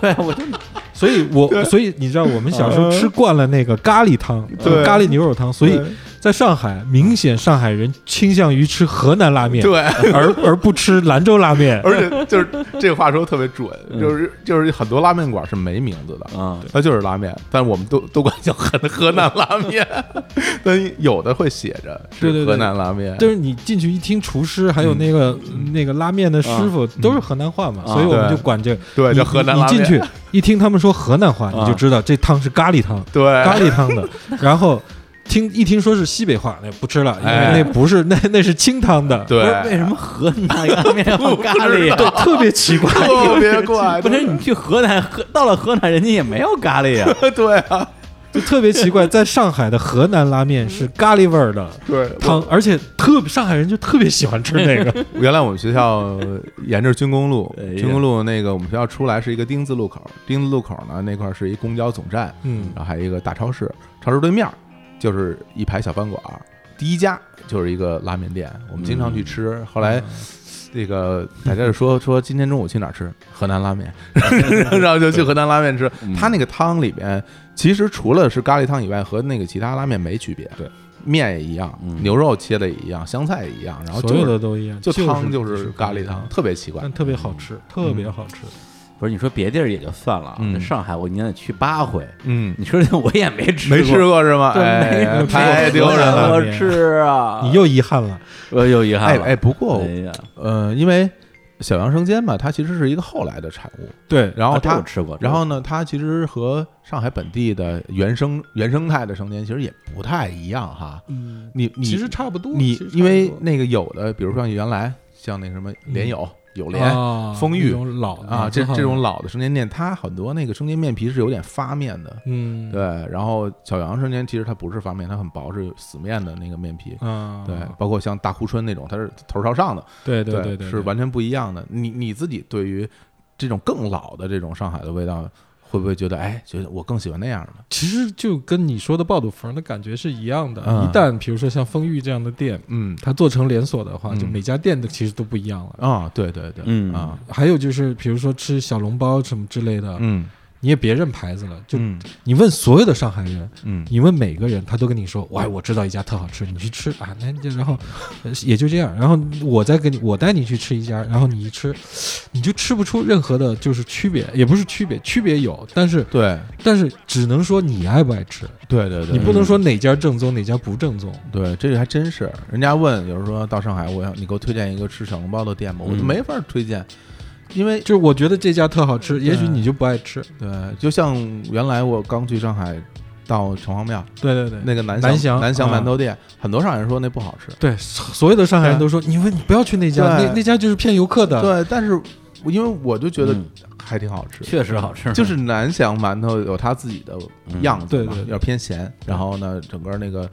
Speaker 1: 对，我就
Speaker 3: 所以我所以你知道我们小时
Speaker 2: 嗯
Speaker 3: 候吃惯了那个咖喱汤，
Speaker 2: 呃对
Speaker 3: 咖喱牛肉汤，所以在上海明显上海人倾向于吃河南拉面，
Speaker 2: 对。
Speaker 3: 而而不吃兰州拉面。
Speaker 2: 而且就是这个话说得特别准，
Speaker 3: 嗯
Speaker 2: 就是就是很多拉面馆是没名字的，
Speaker 1: 啊，
Speaker 2: 它就是拉面，但我们都都管叫河河南拉 面，但有的会写着
Speaker 3: 对对
Speaker 2: 是
Speaker 3: 对
Speaker 2: 河南拉面，嗯
Speaker 3: 就是你进去一听，厨师还有那个、那个拉面的师傅、都是河南话嘛，
Speaker 1: 啊
Speaker 3: 所以我们
Speaker 2: 对
Speaker 3: 就管这
Speaker 2: 对
Speaker 3: 你
Speaker 2: 叫河南
Speaker 3: 你
Speaker 2: 拉
Speaker 3: 进
Speaker 2: 面
Speaker 3: 去一听他们说河南话，你
Speaker 1: 啊
Speaker 3: 就知道这汤是咖喱汤，
Speaker 2: 对
Speaker 3: 咖喱汤的。然后听一听说是西北话，那不吃了，因
Speaker 2: 哎
Speaker 3: 为那不是、那那是清汤的，
Speaker 1: 不
Speaker 2: 对
Speaker 1: 是，为什么河南拉面放咖喱啊？
Speaker 3: 特别奇 怪。
Speaker 2: 特别怪，
Speaker 1: 不是你去河南，河到了河南，人家也没有咖喱啊。
Speaker 2: 对啊，
Speaker 3: 就特别奇怪，在上海的河南拉面是咖喱味儿的
Speaker 2: 嗯对
Speaker 3: 汤，而且特上海人就特别喜欢吃那 个。
Speaker 2: 原来我们学校沿着军工路
Speaker 1: 哎，呀
Speaker 2: 军工路那个我们学校出来是一个丁字路口，丁字路口呢那块儿是一公交总站，
Speaker 3: 嗯
Speaker 2: 然后还有一个大超市，超市对面儿就是一排小饭馆儿，第一家就是一个拉面店，我们经常去吃。
Speaker 1: 嗯
Speaker 2: 后来这个大家就 说说今天中午去哪儿吃？河南拉面，然后就去河南拉面吃。
Speaker 1: 嗯
Speaker 2: 他那个汤里边其实除了是咖喱汤以外，和那个其他拉面没区别。
Speaker 3: 对。
Speaker 2: 面也一样，
Speaker 1: 嗯
Speaker 2: 牛肉切的也一样，香菜也一样，然后
Speaker 3: 所有
Speaker 2: 就是
Speaker 3: 的都一样，
Speaker 2: 就汤
Speaker 3: 就
Speaker 2: 就是咖喱汤，，特别奇怪
Speaker 3: 但。特别好吃，特别好吃。
Speaker 1: 不是你说别地儿也就算了啊，
Speaker 2: 嗯
Speaker 1: 那上海我一年得去八回，
Speaker 2: 嗯，
Speaker 1: 你说这我也没吃
Speaker 2: 没吃
Speaker 1: 过，
Speaker 2: 过是吗？
Speaker 1: 对没
Speaker 2: 哎，
Speaker 1: 人
Speaker 2: 太丢人了。
Speaker 1: 我吃啊！
Speaker 3: 你又遗憾了，
Speaker 1: 我又遗憾
Speaker 2: 哎
Speaker 1: 了。
Speaker 2: 哎，不过
Speaker 1: 哎呀，
Speaker 2: 呃，因为小杨生煎嘛，它其实是一个后来的产物。
Speaker 3: 对，
Speaker 2: 然后
Speaker 1: 啊这
Speaker 2: 它
Speaker 1: 我，吃过，
Speaker 2: 然后呢，它其实和上海本地的原生原生态的生煎其实也不太一样哈。
Speaker 3: 嗯，
Speaker 2: 你你
Speaker 3: 其实差不多，其
Speaker 2: 你
Speaker 3: 实差不多嗯
Speaker 2: 因为那个有的，比如说像原来像那什么莲友、友联
Speaker 3: 啊
Speaker 2: 丰裕
Speaker 3: 那种老的
Speaker 2: 啊，这
Speaker 3: 很好
Speaker 2: 这种老的生煎店，它很多那个生煎面皮是有点发面的。
Speaker 3: 嗯
Speaker 2: 对，然后小杨生煎其实它不是发面，它很薄，是死面的那个面皮。
Speaker 3: 啊
Speaker 2: 对，包括像大呼春那种，它是头朝上的，
Speaker 3: 对对
Speaker 2: 对
Speaker 3: 对对，
Speaker 2: 是完全不一样的。你你自己对于这种更老的这种上海的味道，会不会觉得哎，觉得我更喜欢那样的？
Speaker 3: 其实就跟你说的爆肚缝的感觉是一样的。
Speaker 2: 嗯
Speaker 3: 一旦比如说像丰裕这样的店，
Speaker 2: 嗯
Speaker 3: 它做成连锁的话，
Speaker 2: 嗯
Speaker 3: 就每家店的其实都不一样了。
Speaker 2: 啊、对对对，
Speaker 1: 嗯
Speaker 2: 啊，
Speaker 3: 还有就是，比如说吃小笼包什么之类的，
Speaker 2: 嗯
Speaker 3: 你也别认牌子了，就
Speaker 2: 嗯
Speaker 3: 你问所有的上海人，
Speaker 2: 嗯
Speaker 3: 你问每个人，他都跟你说，哇，我知道一家特好吃，你去吃啊。那就然后呃也就这样，然后我再跟你，我带你去吃一家，然后你一吃，你就吃不出任何的，就是区别，也不是区别，区别有，但是
Speaker 2: 对
Speaker 3: 但是只能说你爱不爱吃，
Speaker 2: 对对对，嗯
Speaker 3: 你不能说哪家正宗哪家不正宗。
Speaker 2: 对，这个还真是。人家问，有人说到上海，我要你给我推荐一个吃小笼包的店吧，我就
Speaker 1: 嗯
Speaker 2: 没法推荐，因为
Speaker 3: 就是我觉得这家特好吃，也许你就不爱吃。
Speaker 2: 对，就像原来我刚去上海，到城隍庙
Speaker 3: 对对对，
Speaker 2: 那个南
Speaker 3: 南
Speaker 2: 翔
Speaker 3: 翔
Speaker 2: 南翔
Speaker 3: 啊
Speaker 2: 馒头店，很多上海人说那不好吃。
Speaker 3: 对所有的上海人都说，你问你不要去那家，
Speaker 2: 对
Speaker 3: 那那家就是骗游客的。
Speaker 2: 对，但是我因为我就觉得
Speaker 1: 嗯
Speaker 2: 还挺好吃，
Speaker 1: 确实好吃，
Speaker 2: 就是 南翔馒头有它自己的样子
Speaker 3: 嗯对
Speaker 2: 嘛，
Speaker 3: 对对
Speaker 2: 有点偏咸，然后呢，整个那个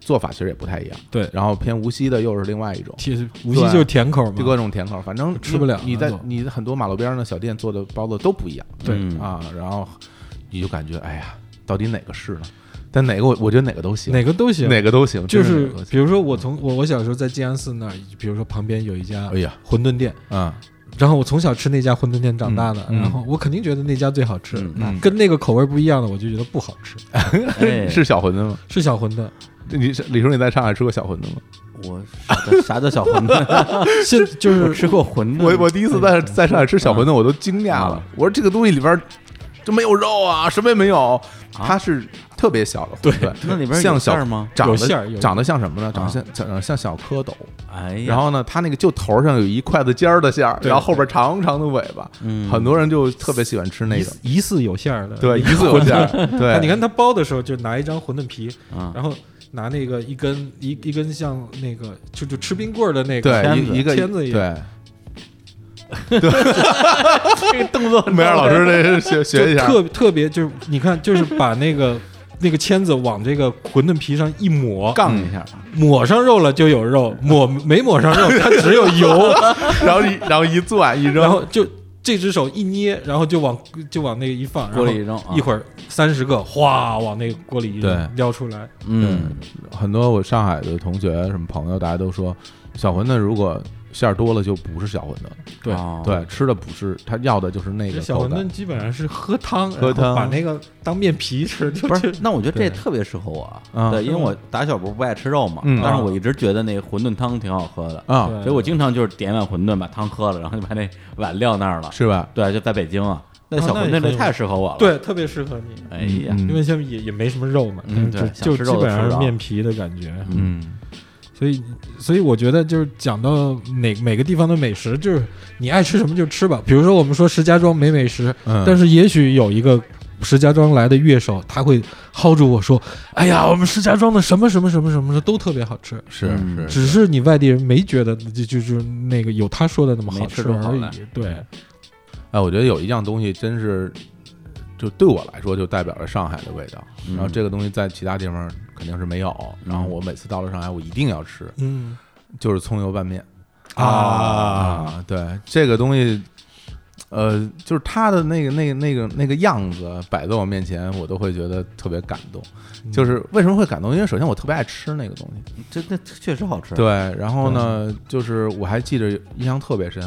Speaker 2: 做法其实也不太一样，
Speaker 3: 对
Speaker 2: 然后偏无锡的又是另外一种。
Speaker 3: 其实无锡就是甜口
Speaker 2: 就
Speaker 3: 嘛。
Speaker 2: 各种甜口，反正
Speaker 3: 吃不了
Speaker 2: 你你在
Speaker 3: 那种
Speaker 2: 你很多马路边上的小店做的包子都不一样，
Speaker 3: 对
Speaker 1: 嗯
Speaker 2: 啊，然后你就感觉哎呀，到底哪个是呢？但哪个我我觉得哪个都行，
Speaker 3: 哪个都行，
Speaker 2: 哪个都行，
Speaker 3: 就
Speaker 2: 真
Speaker 3: 是
Speaker 2: 哪个都行
Speaker 3: 比如说我从我我小时候在静安寺那儿，比如说旁边有一家
Speaker 2: 哎呀，
Speaker 3: 馄饨店，
Speaker 2: 啊，
Speaker 3: 然后我从小吃那家馄饨店长大的，
Speaker 2: 嗯嗯
Speaker 3: 然后我肯定觉得那家最好吃
Speaker 1: 嗯，
Speaker 3: 那跟那个口味不一样的我就觉得不好 吃。
Speaker 1: 哎
Speaker 2: 是小馄饨吗？
Speaker 3: 是小馄饨，
Speaker 2: 你是李叔你在上海吃过小馄饨吗？
Speaker 1: 我啥的啥叫小馄饨，
Speaker 3: 现就
Speaker 1: 我
Speaker 3: 是
Speaker 1: 吃过馄饨，
Speaker 2: 我我第一次
Speaker 3: 哎
Speaker 2: 在在上海吃小
Speaker 3: 嗯
Speaker 2: 馄饨，我都惊讶了。我说这个东西里边儿就没有肉啊，什么也没有，它是特别小的馄饨，
Speaker 1: 那里边有
Speaker 2: 像小
Speaker 1: 馅儿吗啊
Speaker 2: 长
Speaker 3: 有馅儿
Speaker 2: 得
Speaker 3: 有
Speaker 2: 长得像什么呢？长得像长像小蝌蚪，
Speaker 1: 哎呀，
Speaker 2: 然后呢，它那个就头上有一筷子尖儿的馅儿，
Speaker 3: 对
Speaker 2: 然后后边长长的尾巴，
Speaker 1: 嗯
Speaker 2: 很多人就特别喜欢吃那
Speaker 3: 疑
Speaker 2: 个
Speaker 3: 似，疑似有馅儿的，
Speaker 2: 对，一 次有馅儿，对，嗯
Speaker 3: 但你看他包的时候，就拿一张馄饨皮，
Speaker 1: 啊
Speaker 3: 然后拿那个一根一一根像那个就就吃冰棍儿的那个，
Speaker 2: 对
Speaker 1: 签子
Speaker 2: 一一个
Speaker 3: 签子一
Speaker 2: 对
Speaker 3: 样。
Speaker 1: 这个动作
Speaker 2: 梅尔老师这学学一
Speaker 3: 就
Speaker 2: 下，
Speaker 3: 特特别就是你看，就是把那个那个签子往这个馄饨皮上一抹，嗯
Speaker 2: 杠一下，
Speaker 3: 抹上肉了就有肉，抹没抹上肉它只有油，
Speaker 2: 然后一然后一攥一扔，
Speaker 3: 然后就。这只手一捏，然后就往就往那个一放，
Speaker 1: 锅里
Speaker 3: 然后
Speaker 1: 一扔啊
Speaker 3: 一会儿三十个哗往那个锅里一
Speaker 2: 对
Speaker 3: 扔，撩出来。
Speaker 1: 嗯，
Speaker 2: 很多我上海的同学、什么朋友，大家都说，小馄饨如果馅儿多了就不是小馄饨了。
Speaker 3: 对
Speaker 1: 哦
Speaker 2: 对，吃的不是他要的就是那
Speaker 3: 这
Speaker 2: 个
Speaker 3: 小馄
Speaker 2: 口感
Speaker 3: 饨基本上是喝汤，
Speaker 2: 喝汤
Speaker 3: 然后把那个当面皮吃，就
Speaker 1: 不，
Speaker 3: 就是
Speaker 1: 那我觉得
Speaker 2: 对
Speaker 1: 这特别适合我啊，
Speaker 2: 啊
Speaker 1: 对，因为
Speaker 3: 是吗
Speaker 1: 我打小不是不爱吃肉嘛，
Speaker 2: 嗯
Speaker 1: 但是我一直觉得那馄饨汤挺好喝的，
Speaker 2: 啊，
Speaker 3: 对
Speaker 1: 所以我经常就是点一碗馄饨，把汤喝了，然后就把那碗撂那儿了。
Speaker 2: 是吧？
Speaker 1: 对，就在北京啊，那
Speaker 3: 啊
Speaker 1: 小
Speaker 3: 那
Speaker 1: 馄
Speaker 3: 也
Speaker 1: 饨
Speaker 3: 可以
Speaker 1: 这太适合我了。，
Speaker 3: 对，特别适合你，
Speaker 1: 哎呀，
Speaker 2: 嗯
Speaker 3: 因为现在也也没什么肉嘛，
Speaker 1: 嗯
Speaker 3: 但是
Speaker 1: 对
Speaker 3: 就
Speaker 1: 想吃
Speaker 3: 就基
Speaker 1: 肉都
Speaker 3: 本
Speaker 1: 吃
Speaker 3: 上是
Speaker 1: 不着
Speaker 3: 面皮的感觉，
Speaker 2: 嗯，
Speaker 3: 所以所以我觉得就是讲到哪每个地方的美食，就是你爱吃什么就吃吧。比如说我们说石家庄没美食，
Speaker 2: 嗯
Speaker 3: 但是也许有一个。石家庄来的乐手，他会薅住我说：“哎呀，我们石家庄的什么什么什么什么的都特别好吃，
Speaker 2: 是
Speaker 1: 嗯
Speaker 2: 是，
Speaker 3: 只是你外地人没觉得，就就就那个有他说的那么好
Speaker 1: 没吃出好
Speaker 3: 而
Speaker 1: 来
Speaker 3: 已。”对，
Speaker 2: 哎，我觉得有一样东西真是，就对我来说就代表了上海的味道。然后这个东西在其他地方肯定是没有。然后我每次到了上海，我一定要吃，
Speaker 3: 嗯
Speaker 2: 就是葱油拌面
Speaker 3: 啊，
Speaker 2: 啊。对，这个东西。呃，就是它的那个、那个、那个、那个样子摆在我面前，我都会觉得特别感动。就是为什么会感动？因为首先我特别爱吃那个东西，
Speaker 1: 这这确实好吃。嗯
Speaker 2: 对。然后呢，就是我还记得印象特别深，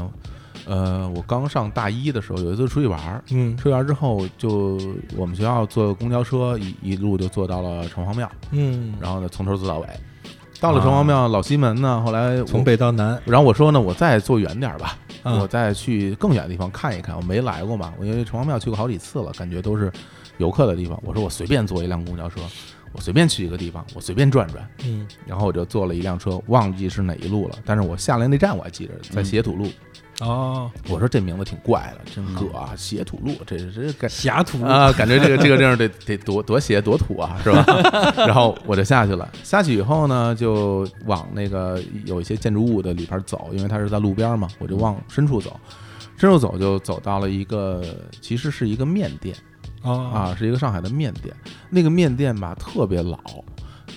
Speaker 2: 呃，我刚上大一的时候，有一次出去玩儿，
Speaker 3: 嗯
Speaker 2: 出去玩儿之后就我们学校坐公交车一一路就坐到了城隍庙，
Speaker 3: 嗯，
Speaker 2: 然后呢从头坐到尾。到了城隍庙，老西门呢，后来我
Speaker 3: 从北到南，
Speaker 2: 然后我说呢，我再坐远点儿吧，
Speaker 3: 嗯
Speaker 2: 我再去更远的地方看一看。我没来过嘛，我因为城隍庙去过好几次了，感觉都是游客的地方。我说我随便坐一辆公交车，我随便去一个地方，我随便转转。
Speaker 3: 嗯
Speaker 2: 然后我就坐了一辆车，忘记是哪一路了，但是我下来那站我还记着，在斜土路。
Speaker 3: 嗯哦，嗯
Speaker 2: 我说这名字挺怪的，真葛啊，斜土路，这这感
Speaker 3: 狭途
Speaker 2: 啊，感觉这个这个地儿得 得多多斜多土 啊，是吧？然后我就下去了，下去以后呢，就往那个有一些建筑物的里边走，因为它是在路边嘛，我就往深处走，深处走就走到了一个其实是一个面店
Speaker 3: 啊
Speaker 2: 啊，是一个上海的面店，那个面店吧特别老。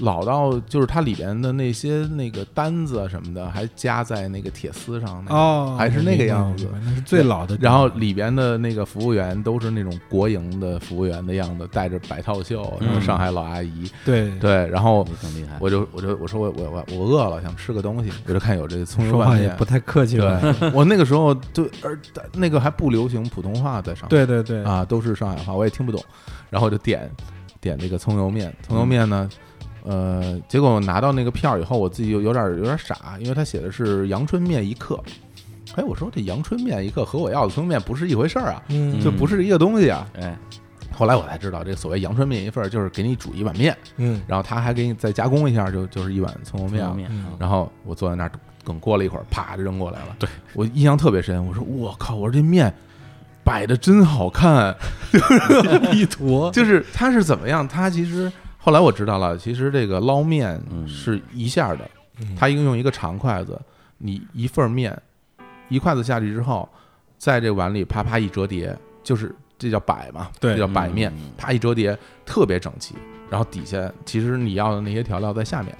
Speaker 2: 老到就是它里边的那些那个单子啊什么的，还夹在那个铁丝上，那个
Speaker 3: 哦，
Speaker 2: 还是那个样子
Speaker 3: 明白，明白那是最老的。
Speaker 2: 然后里边的那个服务员都是那种国营的服务员的样子，戴着白套袖，然后上海老阿姨。
Speaker 3: 对，
Speaker 2: 对，然后
Speaker 1: 更厉害。
Speaker 2: 我就我就我说我我我我饿了，想吃个东西，我就看有这个葱油
Speaker 3: 说话
Speaker 2: 拌
Speaker 3: 也
Speaker 2: 面
Speaker 3: 不。太客气了。
Speaker 2: 对， 我那个时候就而那个还不流行普通话在上海。
Speaker 3: 对对对，
Speaker 2: 啊，都是上海话，我也听不懂。然后就点点那个葱油
Speaker 3: 嗯
Speaker 2: 面，葱油面呢，呃，结果我拿到那个票以后，我自己有有点有点傻，因为他写的是阳春面一克。哎，我说这阳春面一克和我要的葱油面不是一回事儿啊，
Speaker 3: 嗯
Speaker 2: 就不是一个东西啊。
Speaker 1: 哎，
Speaker 2: 后来我才知道，这所谓阳春面一份儿，就是给你煮一碗面，
Speaker 3: 嗯
Speaker 2: 然后他还给你再加工一下，就就是一碗葱油面了。啊
Speaker 1: 面
Speaker 3: 嗯
Speaker 2: 然后我坐在那儿，等过了一会儿，啪就扔过来了。对我印象特别深，我说我靠，我说这面摆的真好看，
Speaker 3: 一坨
Speaker 2: 就是它是怎么样？它其实后来我知道了，其实这个捞面是一下的，
Speaker 3: 嗯
Speaker 2: 它应用一个长筷子，你一份面，一筷子下去之后，在这碗里啪啪一折叠，就是这叫摆嘛，
Speaker 3: 对嗯
Speaker 2: 这叫摆面，啪一折叠，特别整齐。然后底下其实你要的那些调料在下面，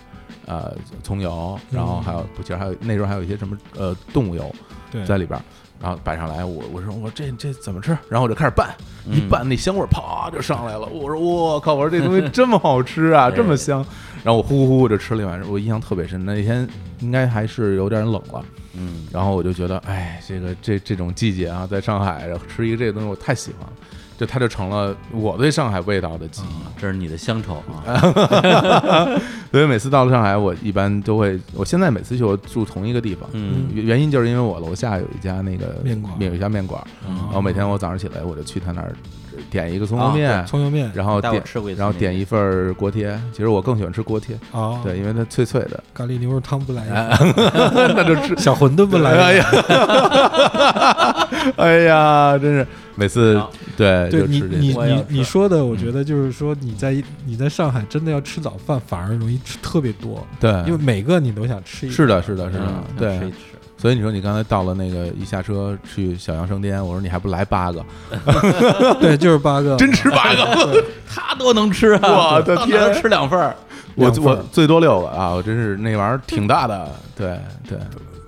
Speaker 2: 呃，葱油，然后还有不，其实还有那时候还有一些什么呃动物油，
Speaker 3: 对
Speaker 2: 在里边儿，然后摆上来，我我说我这这怎么吃？然后我就开始拌，一
Speaker 1: 嗯
Speaker 2: 拌那香味儿啪就上来了。我说我靠，我说这东西这么好吃 啊，这么香。然后我呼呼呼就吃了一碗，我印象特别深。那天应该还是有点冷了，
Speaker 1: 嗯，
Speaker 2: 然后我就觉得，哎，这个这这种季节啊，在上海然后吃一个这个东西，我太喜欢了。就它就成了我对上海味道的记忆，
Speaker 1: 嗯这是你的乡愁啊，
Speaker 2: 所以每次到了上海，我一般都会，我现在每次去我住同一个地方，
Speaker 1: 嗯
Speaker 2: 原原因就是因为我楼下有一家那个
Speaker 3: 面馆
Speaker 2: 有一家面馆，
Speaker 1: 嗯
Speaker 2: 然后每天我早上起来我就去他那儿呃点一个葱油
Speaker 1: 啊
Speaker 2: 面，
Speaker 3: 葱油面，
Speaker 2: 然后
Speaker 1: 带我
Speaker 2: 点
Speaker 1: 吃过一次
Speaker 2: 然后
Speaker 1: 那
Speaker 2: 点
Speaker 1: 个
Speaker 2: 一份儿锅贴。其实我更喜欢吃锅贴，
Speaker 3: 哦，，
Speaker 2: 对，，因为它脆脆的
Speaker 3: 咖喱牛肉汤不来呀，
Speaker 2: 那就吃。
Speaker 3: 小馄饨不来
Speaker 2: 哎
Speaker 3: 呀。
Speaker 2: 呀， 哎呀，真是每次
Speaker 1: 好
Speaker 2: 对
Speaker 3: 对
Speaker 2: 就
Speaker 3: 你
Speaker 2: 吃这
Speaker 3: 你
Speaker 2: 些
Speaker 1: 我也
Speaker 3: 你
Speaker 1: 是
Speaker 3: 你说的，我觉得就是说你在你在上海真的要吃早饭，反而容易吃特别多，因为
Speaker 2: 对，
Speaker 3: 每个你都想吃一个。
Speaker 2: 是的，是的，是的
Speaker 1: 嗯，
Speaker 2: 对
Speaker 1: 吃一。吃，
Speaker 2: 所以你说你刚才到了那个一下车去小杨生颠，我说你还不来八个，
Speaker 3: 对，就是八个，
Speaker 2: 真吃八个，
Speaker 1: 他多能吃啊！
Speaker 2: 我的
Speaker 1: 他
Speaker 2: 天
Speaker 1: 能吃两份儿，
Speaker 2: 我
Speaker 3: 两份
Speaker 2: 我最多六个啊！我真是那玩意儿挺大的，对对，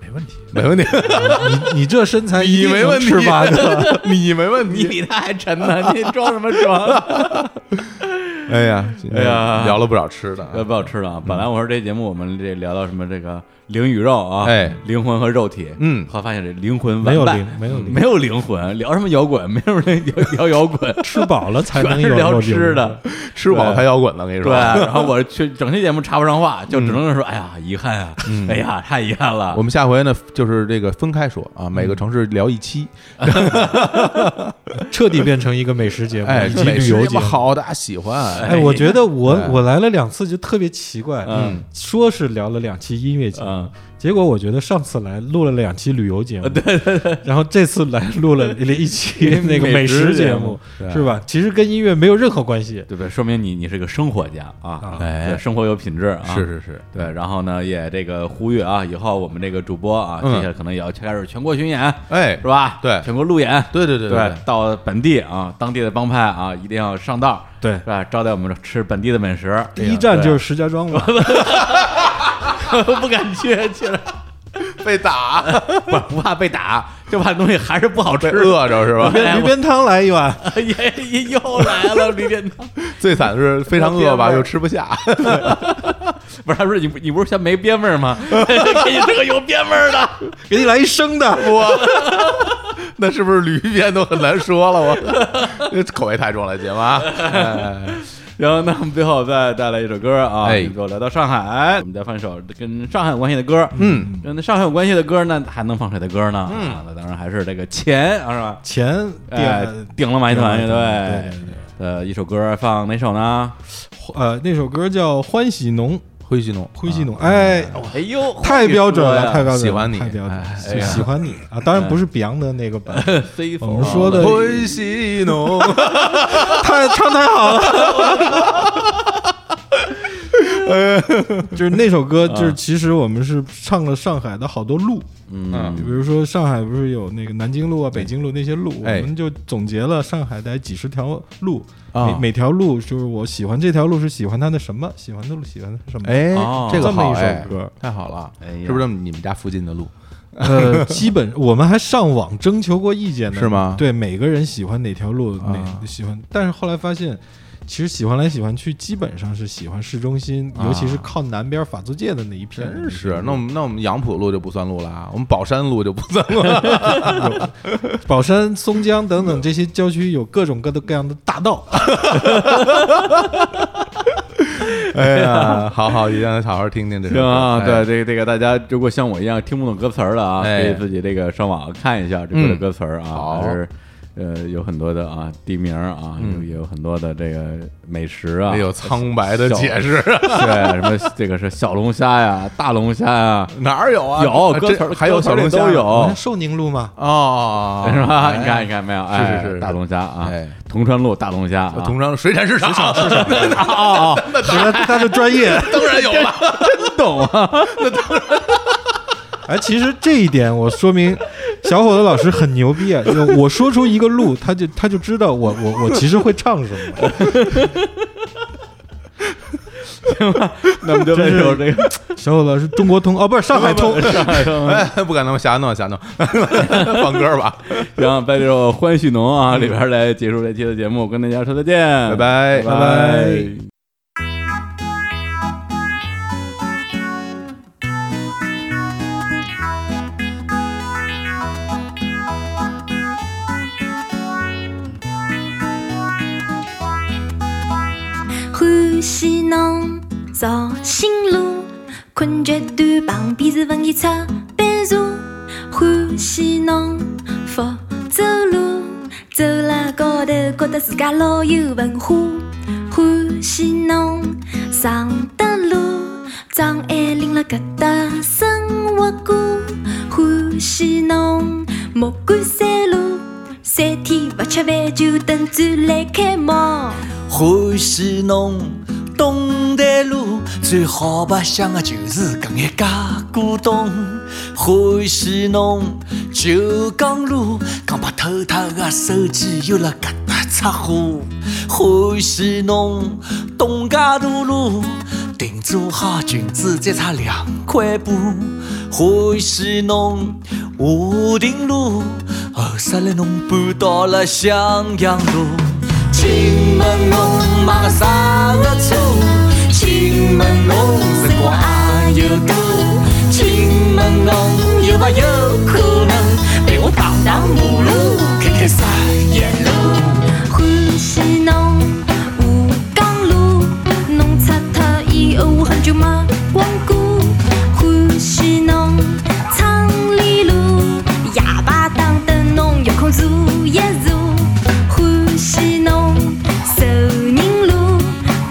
Speaker 3: 没问题。
Speaker 2: 没问题，
Speaker 3: 你 你这身材，
Speaker 2: 你没问题，
Speaker 3: 吃八个。
Speaker 2: 个，你没问
Speaker 1: 你
Speaker 2: 题。
Speaker 1: 比他还 沉呢，你装什么装？
Speaker 2: 哎呀，
Speaker 1: 哎呀
Speaker 2: 聊了不少吃的啊，
Speaker 1: 呃，不好吃了啊！本来我说这节目我们这聊到什么这个灵与肉啊，
Speaker 2: 哎
Speaker 1: 灵魂和肉体，
Speaker 2: 嗯
Speaker 1: 后来发现这灵魂
Speaker 3: 没有
Speaker 1: 完败
Speaker 3: 灵没有灵
Speaker 1: 没有灵魂，聊什么摇滚， 没有人聊聊摇滚，
Speaker 3: 吃饱了才
Speaker 1: 全
Speaker 3: 能
Speaker 1: 是
Speaker 3: 有
Speaker 1: 聊
Speaker 3: 肉
Speaker 1: 吃的。
Speaker 2: 吃饱
Speaker 1: 对
Speaker 2: 才摇滚呢，跟你
Speaker 1: 对，
Speaker 2: 说。
Speaker 1: 然后我去整期节目插不上话，就只能说，哎呀，遗憾啊，哎呀，太遗憾了
Speaker 2: 我。们下回呢，就是这个分开说啊，每个城市聊一期，
Speaker 3: 牛肉， 彻底变成一个美食节目
Speaker 2: 哎，
Speaker 3: 以及
Speaker 2: 美
Speaker 3: 旅
Speaker 2: 食
Speaker 3: 游
Speaker 2: 这
Speaker 3: 节
Speaker 2: 么
Speaker 3: 目。
Speaker 2: 好，大家喜欢，
Speaker 3: 哎，我觉得我
Speaker 2: 哎
Speaker 3: 我来了两次就特别奇怪，
Speaker 1: 嗯，
Speaker 3: 说是聊了两期音乐节目，
Speaker 1: 嗯，
Speaker 3: 结果我觉得上次来录了两期旅游节啊目，对对对，然后这次来录 了一期那个美食节目，
Speaker 2: 对
Speaker 3: 是吧？其实跟音乐没有任何关系，
Speaker 1: 对不对？说明你你是个生活家啊，
Speaker 2: 哎
Speaker 1: 对生活有品质啊。
Speaker 2: 是是是，
Speaker 1: 对，然后呢，也这个呼吁啊，以后我们这个主播啊，接
Speaker 2: 嗯
Speaker 1: 下来可能也要开始全国巡演，
Speaker 2: 哎
Speaker 1: 是，吧？
Speaker 2: 对
Speaker 1: 全国路演，
Speaker 2: 对对对
Speaker 1: 对
Speaker 2: 对对
Speaker 1: 到本地啊，当地的帮派啊，一定要上道，
Speaker 3: 对
Speaker 1: 是吧？招待我们吃本地的美食，啊
Speaker 3: 第一站就是
Speaker 1: 是
Speaker 3: 石家庄嘛，
Speaker 1: 不敢去，去了
Speaker 2: 被打，
Speaker 1: 不不怕被打，就怕东西还是不好
Speaker 2: 被
Speaker 1: 吃。
Speaker 2: 饿着是吧？
Speaker 1: 哎
Speaker 3: 驴
Speaker 1: 我
Speaker 3: 鞭汤来一碗，
Speaker 1: 也也 又来了，李殿堂。
Speaker 2: 最惨的是非常饿吧，又吃不下，
Speaker 1: 不是他说你不你不是嫌没边味儿 吗？给你哎弄个有边味儿的，给你来一生的。
Speaker 2: 那是不是驴鞭都很难说了？我 口味太重了，姐们啊。哎
Speaker 1: 然后呢，我们最后再带来一首歌啊，
Speaker 2: 哎
Speaker 1: 我们就来到上海，我们再放一首跟上海有关系的歌。嗯，跟上海有关系的歌呢，还能放谁的歌呢？嗯，那当然还是这个钱啊，是吧？
Speaker 3: 钱
Speaker 1: 哎
Speaker 3: 店，
Speaker 1: 顶了马戏团
Speaker 3: 对
Speaker 1: 乐队
Speaker 3: 对对
Speaker 1: 呃一首歌，放哪首呢？
Speaker 3: 呃，那首歌叫《欢喜农》，
Speaker 2: 灰犀牛，
Speaker 3: 灰犀农，哎，
Speaker 1: 哎呦，
Speaker 3: 太标准了，太标准了，
Speaker 2: 喜欢你
Speaker 3: 太标准了
Speaker 2: 哎，
Speaker 3: 就喜欢你啊！当然不是比昂的那个版， 本，
Speaker 1: C
Speaker 3: 我们
Speaker 2: 啊
Speaker 3: 说的
Speaker 2: 灰犀牛，
Speaker 3: 太唱太好了。 就是那首歌，
Speaker 2: 啊
Speaker 3: 就是其实我们是唱了上海的好多路，
Speaker 2: 嗯
Speaker 1: 啊
Speaker 3: 比如说上海不是有那个南京路啊、北京路那些路，
Speaker 2: 哎
Speaker 3: 我们就总结了上海的几十条路，
Speaker 2: 啊
Speaker 3: 每每条路就是我喜欢这条路是喜欢它的什么，喜欢的路喜欢它什么，
Speaker 2: 哎
Speaker 1: 哦，
Speaker 2: 这个
Speaker 3: 这么
Speaker 2: 好
Speaker 3: 一首
Speaker 2: 哎
Speaker 3: 歌
Speaker 2: 太好了
Speaker 1: 哎呀，
Speaker 2: 是不是你们家附近的路？
Speaker 3: 呃，基本我们还上网征求过意见呢，
Speaker 2: 是吗
Speaker 3: 对，每个人喜欢哪条路，哪、
Speaker 2: 啊
Speaker 3: 喜欢，但是后来发现，其实喜欢来喜欢去，基本上是喜欢市中心，尤其是靠南边法租界的那一片。
Speaker 2: 啊真 是， 那我们那 我们杨浦路就不算路了啊，我们宝山路就不算路了。
Speaker 3: 宝山、松江等等这些郊区有各种各的各样的大道，
Speaker 2: 哎呀，好好，一定要好好听听这首
Speaker 1: 行
Speaker 2: 歌
Speaker 1: 啊，
Speaker 2: 哎
Speaker 1: 对这个这个，大家如果像我一样听不懂歌词儿的啊，可
Speaker 2: 哎
Speaker 1: 以自己这个上网看一下这个
Speaker 2: 嗯
Speaker 1: 歌词儿啊，
Speaker 2: 好
Speaker 1: 还是呃有很多的啊地名儿啊，有也有很多的这个美食啊，
Speaker 2: 嗯哎呦，苍白的
Speaker 1: 小
Speaker 2: 解释，
Speaker 1: 对什么这个是小龙虾呀、大龙虾呀，
Speaker 2: 哪儿有啊？
Speaker 1: 有
Speaker 2: 啊
Speaker 1: 歌
Speaker 2: 这
Speaker 1: 词儿
Speaker 2: 还有
Speaker 1: 歌词
Speaker 2: 小
Speaker 1: 儿里
Speaker 2: 龙虾
Speaker 1: 都
Speaker 2: 呢
Speaker 1: 有
Speaker 3: 你看寿宁路嘛，
Speaker 2: 哦，
Speaker 1: 是吧？
Speaker 2: 哎
Speaker 1: 你看你看没有？哎
Speaker 2: 是是是
Speaker 1: 大龙虾啊
Speaker 2: 哎，
Speaker 1: 铜川路大龙虾啊，
Speaker 2: 同城水产市场，
Speaker 1: 哦哦，
Speaker 3: 他他的专业。
Speaker 2: 当然有了。
Speaker 1: 真懂啊！
Speaker 3: 哎，其实这一点我说明小伙子老师很牛逼啊！就我说出一个路，他就他就知道我我我其实会唱什么。
Speaker 1: 那我们就来一首这个
Speaker 3: 小伙子是中国通哦，不是 上海 通，
Speaker 2: 哎，不敢弄，瞎弄，瞎弄， 放歌吧，
Speaker 1: 行，在这首《欢喜农》啊里边来结束这期的节目，跟大家说再见，
Speaker 2: 拜拜，
Speaker 1: 拜拜。
Speaker 9: 欢喜侬绍兴路，困觉段旁边是文艺出版社。欢喜侬福州路，走了高头觉得自家老有文化。欢喜侬常德路，张爱玲辣搿搭生活过。欢喜侬木瓜山路，三天勿吃饭就等展览开幕。
Speaker 10: 欢喜侬东台路最好白相的就是搿眼家古董。欢喜侬九江路，讲把偷他的手机又辣搿搭插花。欢喜侬东家大路，定做好裙子再差两块布。欢喜侬华亭路，后十来侬搬到了襄阳路。请问侬买个啥个车？请问侬辰光也有多？请问侬有没有可能陪我荡荡马路，看看啥夜路？
Speaker 9: 欢喜侬吴江路，侬拆脱以后我很久没光顾。欢喜侬昌黎路，夜排档等侬有空坐一坐。欢喜侬寿宁路，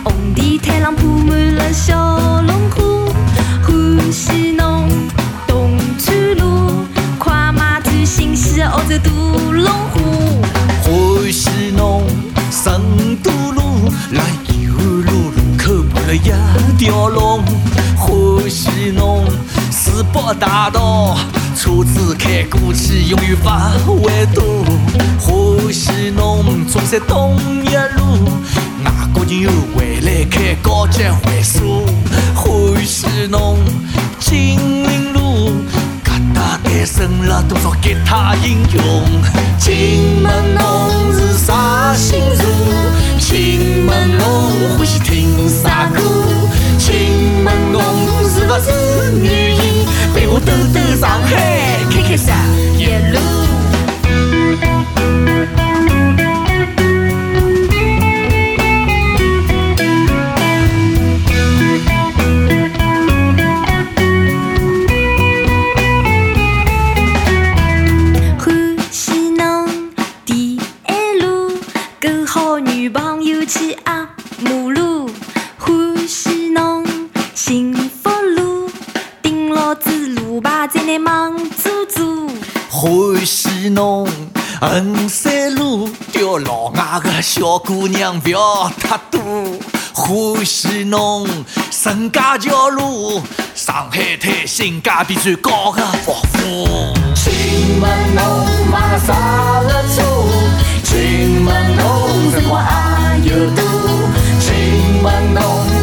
Speaker 9: 红地毯浪铺满了小龙虾。欢喜侬东川路，快买最新鲜的澳洲大龙虾。
Speaker 10: 欢喜侬成都路，辣延安路路口盘了一条龙。欢喜侬四北大道，车子开过去永远勿会堵。欢喜侬中山东一路，外国人又回来开高级会所。欢喜侬金陵路。搿搭诞生了多少吉他英雄？请问侬是啥星座？请问侬欢喜听啥歌？请问我是不是女人，陪我兜兜上海，开开啥一路。
Speaker 9: 欢喜侬第一路，跟好女朋友去压马路。欢喜侬幸福路，盯牢子路牌在那忙做做。
Speaker 7: 欢喜侬衡山路钓老外个小姑娘不要太多，欢喜侬陈家桥路上海滩性价比最高个服务。请问侬买啥个车？请问侬
Speaker 10: 生活还有多？请问侬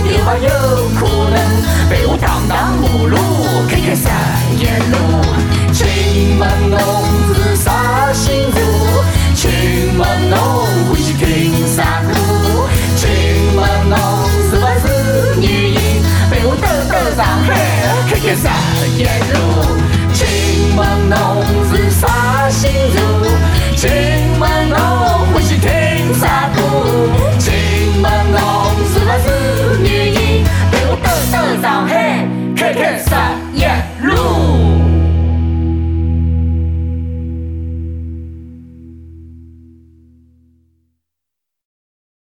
Speaker 10: 有没有可能陪我荡荡马路，开开三一路？请问侬是啥星座？请问侬欢喜听啥歌？请问侬是不是女人？陪我兜兜上海，开开三一路。